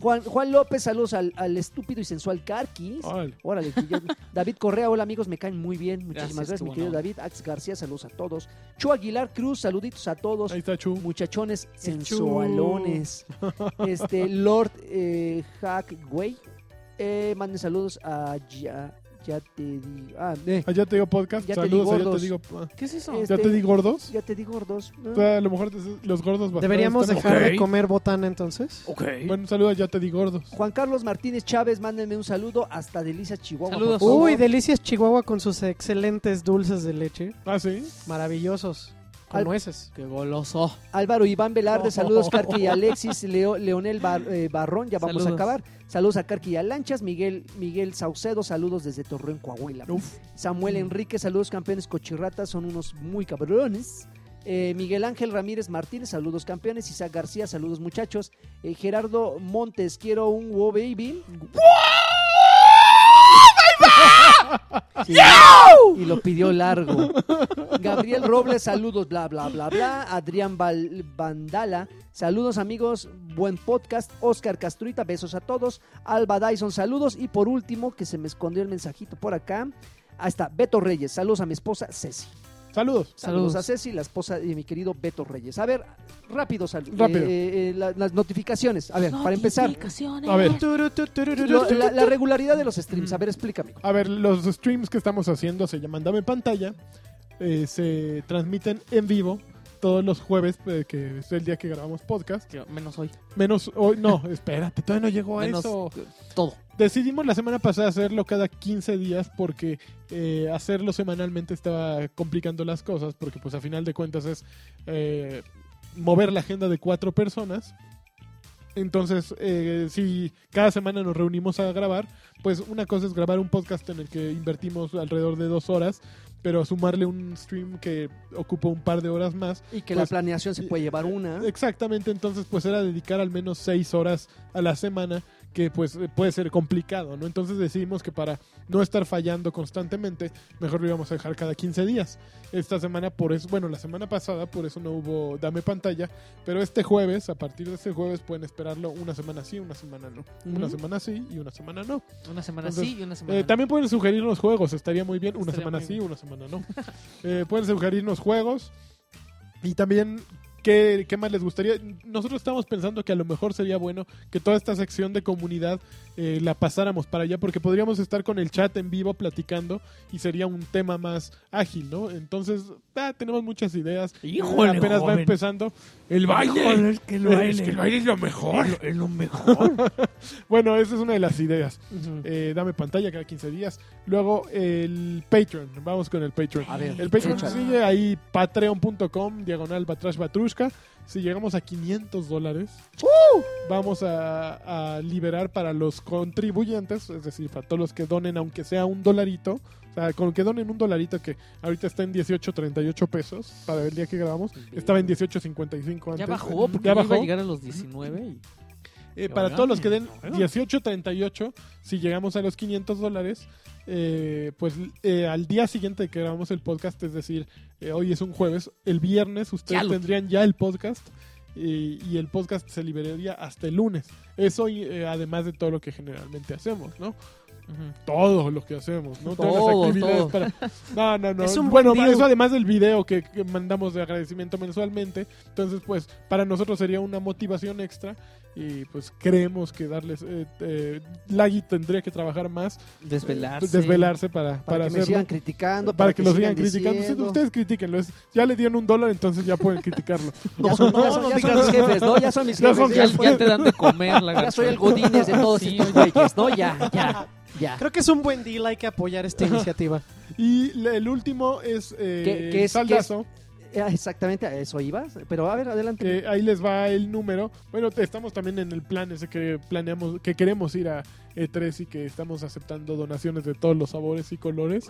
S3: Juan, Juan López, saludos al, al estúpido y sensual Carquis.
S4: Órale.
S3: Órale, [laughs] que yo- David Correa, hola amigos, me caen muy bien. Muchísimas gracias,
S5: Gracias, qué
S3: mi
S5: buena
S3: querido
S5: onda.
S3: David. Ax García, saludos a todos. Chu Aguilar Cruz, saluditos a todos.
S4: Ahí está Chu.
S3: Muchachones
S4: El Chu.
S3: sensualones. Este, Lord eh, Hackway, eh, manden saludos a. Ya, ya te di- ah, eh,
S4: Allá te digo podcast.
S3: Ya te di
S4: Saludos, allá
S3: gordos.
S4: te digo. ah,
S5: ¿Qué es eso?
S3: Es-
S4: ¿Ya
S3: Este-
S4: te di gordos?
S3: ya te di gordos.
S4: O sea, A lo mejor te- los gordos bastardos
S1: Deberíamos
S4: están-
S1: dejar de
S6: Ok.
S1: comer botana entonces.
S3: Oh,
S6: Ok.
S4: Bueno, un saludo a Ya te di gordos.
S3: Juan Carlos Martínez Chávez, mándenme un saludo hasta Delicias Chihuahua.
S5: Saludos.
S3: por favor.
S1: Uy, Delicias Chihuahua con sus excelentes dulces de leche.
S4: Ah, sí.
S1: Maravillosos.
S3: Al-
S1: Con nueces.
S5: Qué goloso.
S3: Álvaro Iván Velarde,
S5: Oh.
S3: saludos Carqui y Alexis, Leo- Leonel Bar- eh, Barrón, ya vamos a
S5: Saludos.
S3: acabar. Saludos a Carqui y a Lanchas, Miguel, Miguel Saucedo, saludos desde Torreón, Coahuila.
S4: Uf.
S3: Samuel Enrique, saludos campeones cochirratas, son unos muy cabrones. Eh, Miguel Ángel Ramírez Martínez, saludos campeones. Isaac García, saludos muchachos. Eh, Gerardo Montes, quiero un wow baby. Y, y lo pidió largo. Gabriel Robles, saludos, bla, bla, bla, bla. Adrián Val- Vandala, saludos amigos, buen podcast. Oscar Castruita, besos a todos. Alba Dyson, saludos. Y por último, que se me escondió el mensajito por acá. Ahí está, Beto Reyes, saludos a mi esposa Ceci.
S4: Saludos.
S3: Saludos,
S5: Saludos.
S3: a Ceci, la esposa de mi querido Beto Reyes. A ver, rápido, eh, saludos.
S4: Rápido.
S3: las notificaciones. A ver, para empezar,
S4: A ver,
S3: lo- la, la regularidad de los streams. A ver, explícame.
S4: a ver, los streams que estamos haciendo se llaman Dame Pantalla. eh, se transmiten en vivo todos los jueves, eh, que es el día que grabamos podcast.
S5: Que Menos hoy.
S4: Menos hoy, no, [laughs] espérate, todavía no llegó a
S5: Menos
S4: eso.
S5: todo.
S4: Decidimos la semana pasada hacerlo cada 15 días porque eh, hacerlo semanalmente estaba complicando las cosas, porque pues a final de cuentas es eh, mover la agenda de cuatro personas. Entonces, eh, si cada semana nos reunimos a grabar, pues una cosa es grabar un podcast en el que invertimos alrededor de dos horas, pero sumarle un stream que ocupa un par de horas más
S3: Y que la
S4: Pues-
S3: planeación se puede llevar una. eh,
S4: Exactamente, entonces pues era dedicar al menos seis horas a la semana, que pues eh, puede ser complicado, ¿no? Entonces decidimos que para no estar fallando constantemente, mejor lo íbamos a dejar cada 15 días. Esta semana por eso, bueno, la semana pasada por eso no hubo dame pantalla, pero este jueves, a partir de este jueves pueden esperarlo una semana sí, una semana no. Una
S3: Ujú.
S4: semana sí y una semana no.
S5: Una semana
S4: Entonces,
S5: sí y una semana
S4: Eh,
S5: no.
S4: también pueden sugerirnos juegos, estaría muy bien. Una
S5: Estaría
S4: semana
S5: muy
S4: sí,
S5: bien.
S4: una semana no. [laughs] Eh, pueden sugerirnos juegos. Y también, ¿qué, qué más les gustaría? Nosotros estamos pensando que a lo mejor sería bueno que toda esta sección de comunidad eh, la pasáramos para allá, porque podríamos estar con el chat en vivo platicando y sería un tema más ágil, ¿no? Entonces, ah, tenemos muchas ideas.
S2: Híjole,
S4: Apenas va
S2: joven.
S4: empezando. El baile.
S2: Híjole, es que el baile.
S4: Es que el baile es lo mejor.
S2: Es lo- es lo mejor.
S4: Bueno, esa es una de las ideas.
S3: Ujú.
S4: Eh, dame pantalla cada 15 días. Luego el Patreon. Vamos con el Patreon.
S3: A ver,
S4: el Patreon
S3: échale.
S4: sigue ahí patreon.com diagonal batrash batrushka. Si llegamos a 500 dólares, vamos a, a liberar para los contribuyentes, es decir, para todos los que donen, aunque sea un dolarito. O sea, con que donen un dolarito que ahorita está en 18.38 pesos para el día que grabamos. Estaba en 18.55 antes.
S5: Pues Ya bajó, porque
S4: Ya
S5: yo iba
S4: bajó.
S5: a llegar a los 19. y-
S4: Eh,
S5: Que
S4: para
S5: valga,
S4: todos los que den
S5: que valga.
S4: 18.38, si llegamos a los 500 dólares, eh, pues eh, al día siguiente que grabamos el podcast, es decir, eh, hoy es un jueves, el viernes ustedes
S5: Ya lo-
S4: tendrían ya el podcast y, y el podcast se liberaría hasta el lunes. Eso y, eh, además de todo lo que generalmente hacemos, ¿no?
S5: Ujú.
S4: Todo lo que hacemos, ¿no?
S5: Todo,
S4: Todas las actividades
S5: todo.
S4: para- No, no, no.
S1: Es un
S4: bueno,
S1: buen deal.
S4: eso además del video que, que mandamos de agradecimiento mensualmente. Entonces, pues, para nosotros sería una motivación extra. Y pues creemos que darles... Eh, eh, Laggy tendría que trabajar más, eh,
S5: Desvelarse.
S4: desvelarse para, para,
S3: Para, que me
S4: hacerlo.
S3: sigan criticando.
S4: para, que lo sigan criticando. Ustedes-
S3: diciendo.
S4: Ustedes critiquenlo. es- ya le dieron un dólar, entonces ya pueden criticarlo.
S3: Ya son, ya son- ya son mis jefes, ¿no? Ya son mis
S4: Ya
S3: jefes.
S4: son
S3: Ya,
S4: jefes.
S5: Pues Ya, ya te dan de comer, la
S3: [laughs] ya soy el Godínez de todos
S5: Sí,
S3: [laughs] estos güeyes, ¿no? Ya, ya, ya.
S1: Creo que es un buen deal, hay que apoyar esta iniciativa.
S4: Y le- el último es... Eh,
S3: ¿Qué- qué es-
S4: Saldazo.
S3: Eh, Exactamente, a eso ibas. Pero a ver, adelante.
S4: Eh, ahí les va el número. Bueno, te- estamos también en el plan ese que planeamos, que queremos ir a E3 y que estamos aceptando donaciones de todos los sabores y colores.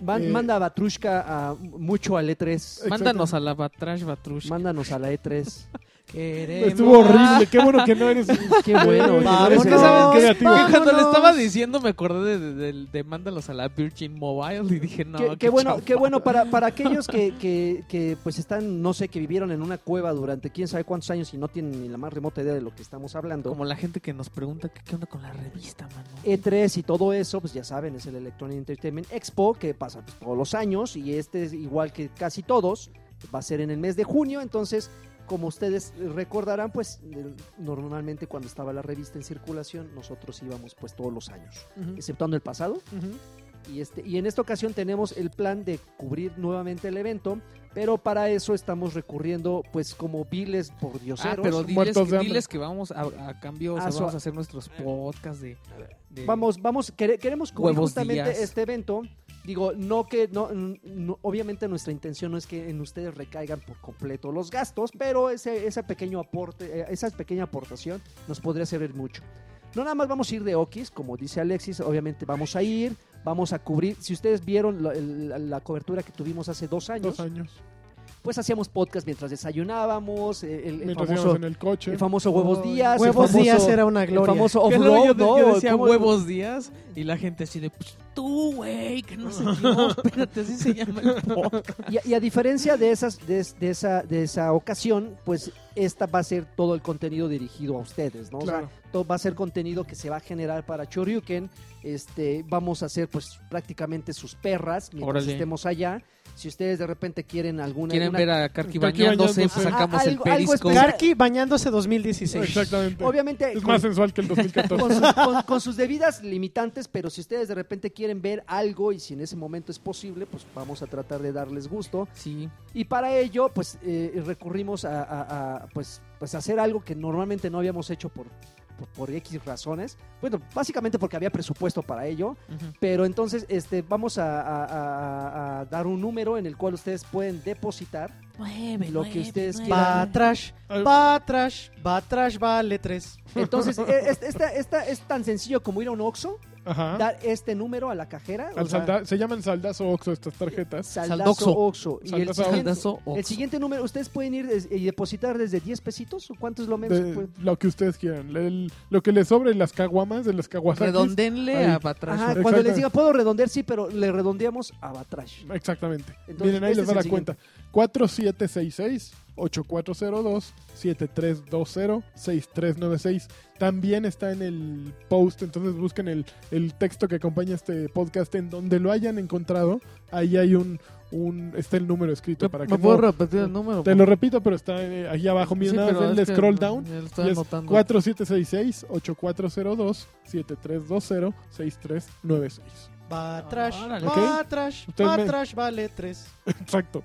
S3: Man-
S4: eh,
S3: manda a Batrushka a, mucho al E3.
S5: Mándanos a la Batrash Batrush.
S3: Mándanos a la E E3.
S4: Estuvo
S5: [laughs]
S4: horrible, qué bueno que no eres.
S3: Qué bueno. [laughs]
S4: Eres
S3: Vámonos.
S1: Es que,
S4: el
S1: ¿sabes qué?
S4: creativo.
S1: Vámonos.
S5: Cuando le estaba diciendo, me acordé de, de- de- de mándalos a la Virgin Mobile y dije, no.
S3: qué, qué bueno, qué bueno para, para aquellos que, que, que, pues están, no sé, que vivieron en una cueva durante quién sabe cuántos años y no tienen ni la más remota idea de lo que estamos hablando.
S5: Como la gente que nos pregunta, ¿qué, qué onda con la revista, mano?
S3: E3 E y todo eso, pues ya saben, es el Electronic Entertainment Expo que pasa pues, todos los años y este es igual que casi todos, va a ser en el mes de junio, entonces como ustedes recordarán, pues eh, normalmente cuando estaba la revista en circulación, nosotros íbamos pues todos los años, exceptuando el pasado,
S4: Ujú.
S3: y, este, y en esta ocasión tenemos el plan de cubrir nuevamente el evento, pero para eso estamos recurriendo pues como viles por
S5: Ah,
S3: dioseros.
S5: pero diles,
S4: muertos de hambre.
S5: diles que vamos a, a cambio, o sea,
S3: Ah, so-
S5: vamos a hacer nuestros podcasts de... de-
S3: Vamos, vamos, quere- queremos cubrir
S5: Huevos
S3: justamente
S5: días.
S3: este evento. Digo, no que, no, n- no- obviamente nuestra intención no es que en ustedes recaigan por completo los gastos, pero ese, ese pequeño aporte, eh, esa pequeña aportación nos podría servir mucho. No nada más vamos a ir de Okis, como dice Alexis, obviamente vamos a ir, vamos a cubrir, si ustedes vieron la, el- la cobertura que tuvimos hace dos años,
S4: Dos años.
S3: pues hacíamos podcast mientras desayunábamos, eh, el- [laughs] el, el
S4: Mientras
S3: famoso,
S4: íbamos en el coche.
S3: el famoso Huevos Díaz. el
S1: Huevos
S3: famoso-
S1: Díaz era una
S3: El
S1: gloria.
S3: famoso
S5: Que luego yo,
S3: off-road, ¿no?
S5: yo decía
S3: ¿Cómo-
S5: huevos días y la gente así de, pues tú, güey, que no sé qué, espérate, así se llama el podcast.
S3: Y, a- y a diferencia de, esas, de, es- de esa, de esa ocasión, pues esta va a ser todo el contenido dirigido a ustedes, ¿no? O sea,
S4: Claro.
S3: todo va a ser contenido que se va a generar para Choryuken. Este, vamos a hacer pues prácticamente sus perras mientras
S5: Órale.
S3: estemos allá. Si ustedes de repente quieren alguna...
S5: Quieren
S3: una-
S5: ver a Karki
S4: Karki
S5: bañándose,
S4: bañándose.
S5: pues sacamos
S3: Ah,
S5: el
S3: algo- algo
S5: perisco.
S3: especial.
S1: Karki bañándose 2016.
S4: Exactamente.
S3: Obviamente...
S4: Es
S3: con-
S4: más sensual que el 2014.
S3: con sus, con- con sus debidas limitantes, pero si ustedes de repente quieren ver algo y si en ese momento es posible, pues vamos a tratar de darles gusto.
S5: Sí,
S3: Y para ello, pues eh, recurrimos a, a- a, pues, pues hacer algo que normalmente no habíamos hecho por, por, por X razones. Bueno, básicamente porque había presupuesto para ello.
S5: ujú.
S3: Pero entonces este, vamos a, a- a- a- a dar un número en el cual ustedes pueden depositar lo que ustedes
S1: Va
S3: quieran.
S1: trash, va trash, va trash, vale 3.
S4: [laughs]
S3: Entonces, e- es, esta, esta es tan sencillo como ir a un Oxxo,
S4: Ajá.
S3: dar este número a la cajera. o
S4: Ah. Al
S3: sea,
S4: salda- se llaman saldazo Oxxo estas tarjetas.
S3: Saldazo
S5: Saldoxo.
S3: Oxxo. Y el
S4: Saldazo
S3: siguiente,
S5: Saldazo Oxxo.
S3: el siguiente número, ustedes pueden ir des- y depositar desde 10 pesitos o cuánto es lo menos. que
S4: De
S3: pueden-
S4: lo que ustedes quieran. El- lo que les sobre las caguamas de las caguasakis.
S5: Redondenle
S4: Ahí.
S5: a Batrash.
S3: Ajá,
S4: Exacto.
S3: cuando les diga puedo redondear, sí, pero le redondeamos a
S4: [laughs]
S3: Batrash.
S4: Exactamente.
S3: Entonces,
S4: Miren, ahí
S3: este
S4: les va
S3: es
S4: la
S3: el
S4: cuenta. 4766-8402-7320-6396. También está en el post, entonces busquen el, el texto que acompaña este podcast en donde lo hayan encontrado. Ahí hay un... un está el número escrito para que... no-
S5: repetir el número?
S4: te lo repito, pero está eh, ahí abajo. Miren, nada más denle scroll down.
S5: Estoy
S4: Y es
S5: anotando.
S4: 4766-8402-7320-6396.
S1: Va trash,
S5: Ah, Órale.
S1: va trash,
S4: Ustedes
S1: va
S4: me-
S1: trash, vale 3.
S4: Exacto.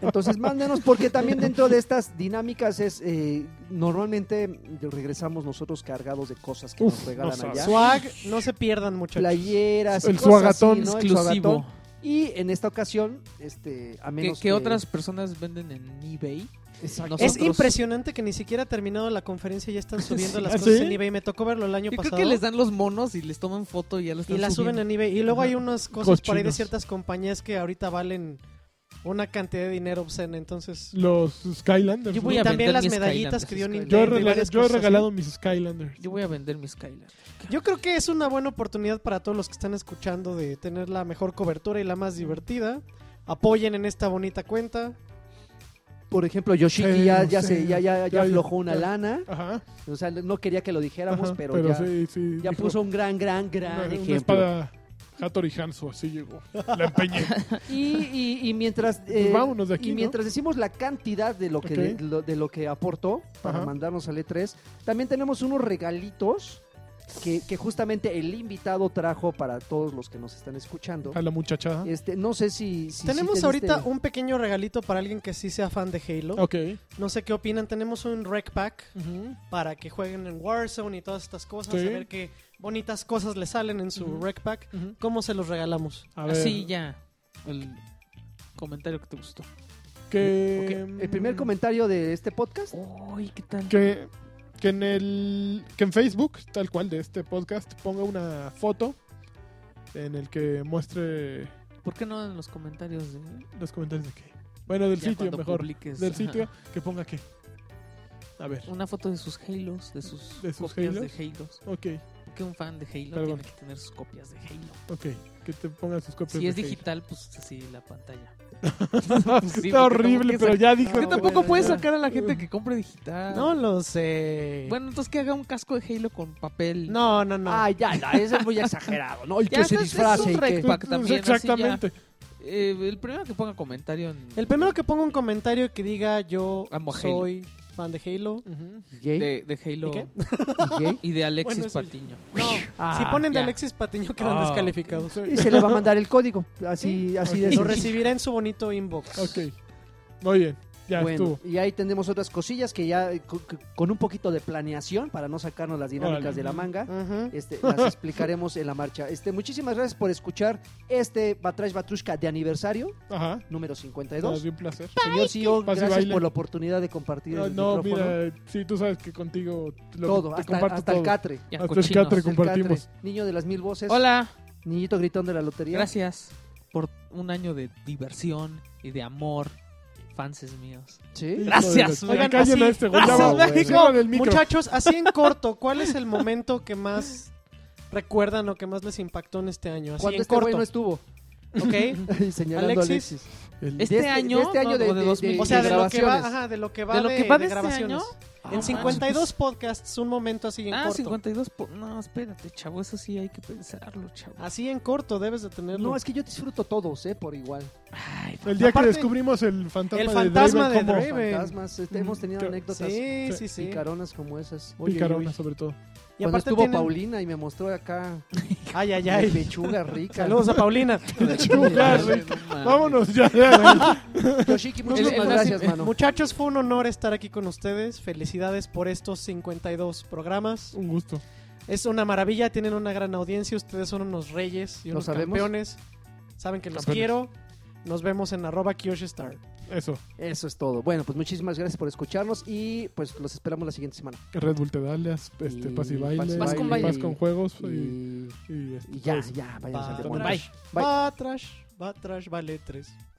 S3: Entonces, mándenos, porque también dentro de estas dinámicas es. eh, normalmente regresamos nosotros cargados de cosas que
S4: Uf,
S3: nos regalan
S4: no
S3: allá.
S1: Swag,
S4: sabes.
S1: no se pierdan muchachos.
S3: Playeras, y
S4: El
S3: cosas así,
S4: suagatón
S3: ¿no? El
S5: exclusivo.
S3: suagatón. Y en esta ocasión, este, a
S5: ¿Qué,
S3: menos
S5: qué otras personas venden en eBay?
S3: Exacto.
S5: Nosotros-
S1: Es impresionante que ni siquiera ha terminado la conferencia y ya
S5: [laughs]
S1: están subiendo
S4: Sí.
S1: las
S4: ¿Ah,
S1: cosas
S4: sí?
S1: en eBay. Me tocó verlo el año
S5: Yo creo
S1: pasado.
S5: que les dan los monos y les toman foto y ya los
S1: y
S5: están
S1: las suben
S5: subiendo.
S1: en eBay. Y luego
S5: Ajá.
S1: hay unas cosas por ahí de
S4: Cochinos.
S1: ciertas compañías que ahorita valen una cantidad de dinero obscena. Entonces,
S4: Los Skylanders.
S5: Yo
S4: ¿no?
S5: voy
S1: y
S5: a
S1: también
S5: vender
S1: las
S5: mis
S1: medallitas
S5: Skylanders,
S1: que dio
S5: Skylanders.
S1: Nintendo.
S4: Yo he,
S1: y
S4: regla-
S1: varias
S4: yo he
S1: cosas así.
S4: regalado mis Skylanders.
S5: Yo voy a vender mis Skylanders.
S1: Yo creo que es una buena oportunidad para todos los que están escuchando de tener la mejor cobertura y la más divertida. Apoyen en esta bonita cuenta.
S3: Por ejemplo, Yoshiki
S4: Sí,
S3: ya,
S4: no
S3: ya,
S4: sé.
S3: se, ya, ya, ya
S4: Ya-
S3: aflojó una
S4: ya-
S3: lana.
S4: Ajá.
S3: O sea, no quería que lo dijéramos,
S4: ajá,
S3: pero, ya,
S4: sí, sí,
S3: ya
S4: dijo,
S3: puso un gran, gran, gran
S4: una, una
S3: ejemplo.
S4: espada Hattori Hanzo, así llegó. La empeñé.
S3: Y, y- y mientras eh,
S4: Pues vámonos de aquí,
S3: y
S4: ¿no?
S3: mientras decimos la cantidad de lo que
S4: Ok.
S3: de, lo, de lo que aportó para
S4: Ajá.
S3: mandarnos al E3, también tenemos unos regalitos que, que justamente el invitado trajo para todos los que nos están escuchando.
S4: A la muchachada.
S3: Este, no sé si, si- si
S1: Tenemos
S3: teniste-
S1: ahorita un pequeño regalito para alguien que sí sea fan de Halo.
S4: Ok.
S1: No sé qué opinan. Tenemos un rec pack para que jueguen en Warzone y todas estas cosas.
S4: Sí.
S1: A ver qué bonitas cosas le salen en su
S5: Ujú.
S1: rec pack.
S4: Ujú.
S1: ¿Cómo se los regalamos?
S4: A ver.
S5: Así Ah, ya. El comentario que te gustó.
S4: Que, mm,
S3: Ok, El primer comentario de este podcast.
S5: Uy, ¿qué tal?
S4: que, que en el que en Facebook, tal cual de este podcast, ponga una foto en el que muestre
S5: ¿Por qué no en los comentarios de
S4: los comentarios de qué. Bueno, del
S5: ya
S4: sitio
S5: cuando
S4: mejor.
S5: publiques?
S4: Del
S5: Ajá.
S4: sitio que ponga qué. A ver.
S5: Una foto de sus Halos, de sus,
S4: ¿De sus
S5: copias
S4: Halos?
S5: de Halos.
S4: Ok,
S5: ¿Por qué un fan de Halo
S4: Perdón.
S5: tiene que tener sus copias de Halo?
S4: ok. Que te pongan sus copias.
S5: Si es
S4: de Halo.
S5: digital, pues así la
S4: [laughs]
S5: pantalla. [laughs] sí,
S4: Está
S5: porque
S4: horrible,
S5: tampoco
S4: pero
S5: es-
S4: ya dijo.
S5: Porque
S1: No,
S5: tampoco
S1: bueno,
S5: puedes
S1: ya.
S5: sacar a la gente que compre digital.
S1: No lo sé.
S5: Ah. Bueno, entonces que haga un casco de Halo con papel.
S1: no, no, no.
S3: Ah, ya, no, ese es muy exagerado, ¿no? Y
S5: Ya,
S3: que se
S5: es- es
S3: disfrace.
S5: un
S3: y que-
S5: rec- pack también, así ya.
S4: Exactamente.
S5: Eh, el primero que ponga comentario en.
S1: El primero que ponga un comentario que diga yo
S5: Amo a Halo.
S1: soy fan de Halo.
S3: ¿Gay?
S5: de, de Halo.
S1: ¿Y qué?
S5: [laughs]
S3: ¿Gay?
S5: Y de Alexis
S1: Bueno, eso ya.
S5: Patiño.
S1: No,
S3: Ah,
S1: si ponen de
S5: ya.
S1: Alexis Patiño quedan
S5: Ah,
S1: descalificados.
S3: Y se le va a mandar el código. Así,
S1: Sí.
S3: así
S4: Ok.
S3: de
S1: Lo
S3: sencillo.
S1: recibirá en su bonito inbox.
S4: Ok. Muy bien. Ya
S3: Bueno,
S4: estuvo.
S3: y ahí tenemos otras cosillas que ya eh, co- co- con un poquito de planeación para no sacarnos las dinámicas
S4: Órale.
S3: de la manga.
S1: Ujú.
S3: Este, las
S4: [laughs]
S3: explicaremos en la marcha. Este, muchísimas gracias por escuchar este Batrash Batrushka de aniversario,
S4: Ajá.
S3: número
S4: Nos
S3: 52.
S4: dio un placer.
S3: Señor CEO,
S4: Pase y
S3: gracias
S4: baile.
S3: por la oportunidad de compartir
S4: No,
S3: el
S4: no,
S3: micrófono.
S4: mira, sí, tú sabes que contigo lo-
S3: todo,
S4: te
S3: hasta,
S4: comparto
S3: hasta el
S4: todo.
S3: catre.
S5: Ya,
S4: Hasta el
S5: cochinos.
S4: catre. Te
S3: Hasta el
S4: compartimos.
S3: catre. Niño de las mil voces.
S5: Hola,
S3: Niñito gritón de la lotería.
S5: gracias por un año de diversión y de amor Fanses míos.
S3: ¿Sí?
S5: Gracias,
S4: Oigan,
S5: oigan,
S4: cállenlo a
S5: así.
S4: este, güey. Ya
S5: Gracias,
S4: va,
S5: México.
S4: cierran el micro.
S1: Muchachos, así en corto, ¿cuál es el momento que más recuerdan o que más les impactó en este año? Así
S3: Cuando
S1: en
S3: este güey
S1: corto,
S3: no estuvo. [laughs]
S1: ¿ok?
S3: Y señalando a
S1: Alexis.
S3: Alexis.
S4: El-
S5: Este
S3: de este-
S5: año,
S3: de este año
S5: no,
S3: de-
S5: o de
S3: de-
S1: [laughs]
S5: 2000.
S1: O sea,
S3: Y
S1: de lo que va,
S3: grabaciones.
S1: ajá, de lo que va
S5: ¿De
S1: de,
S5: lo que va
S1: de
S5: de este
S1: grabaciones.
S5: año?
S1: en 52 podcasts, un momento así en
S5: Ah,
S1: corto.
S5: 52. po- No, espérate, chavo, eso sí hay que pensarlo, chavo.
S1: Así en corto debes de tenerlo.
S3: No, es que yo disfruto todos, ¿eh? Por igual.
S5: Ay,
S4: El día
S1: Aparte-
S4: que descubrimos el fantasma,
S1: el fantasma
S4: de Draven,
S1: de
S4: como
S1: Draven.
S3: Fantasmas, este, hemos tenido
S4: Mm,
S3: anécdotas
S1: sí, sí, sí.
S3: picaronas como esas.
S1: Uy, uy, uy.
S4: picarona, sobre todo.
S1: Y
S3: Cuando
S1: aparte
S3: estuvo
S1: tienen-
S3: Paulina y me mostró acá
S1: Ay, ay,
S3: mi
S1: ay.
S3: pechuga
S1: [laughs]
S3: rica. [laughs]
S1: Saludos a Paulina.
S4: Ya, güey. Vámonos ya. ya. [laughs]
S3: Yoshiki, muchísimas
S5: El- el-
S3: gracias, mano.
S1: Muchachos, fue un honor estar aquí con ustedes. Felicidades por estos 52 programas.
S4: Un gusto.
S1: Es una maravilla, tienen una gran audiencia. Ustedes son unos reyes y
S3: ¿Lo
S1: unos
S3: sabemos?
S1: campeones. Saben que los
S4: Campeones.
S1: quiero. Nos vemos en arroba kioshistar.
S4: Eso.
S3: Eso es todo. Bueno, pues muchísimas gracias por escucharnos y pues los esperamos la siguiente semana.
S4: Red Bull te da alias, este,
S3: Y
S4: paz y baile.
S3: Paz
S5: y
S4: y
S5: baile.
S4: Paz con juegos. Y,
S3: Y,
S4: y este,
S3: y ya,
S4: pues,
S3: ya, vayan al
S1: Va
S3: demonio.
S1: trash,
S3: Bye.
S1: va trash, va trash, vale tres.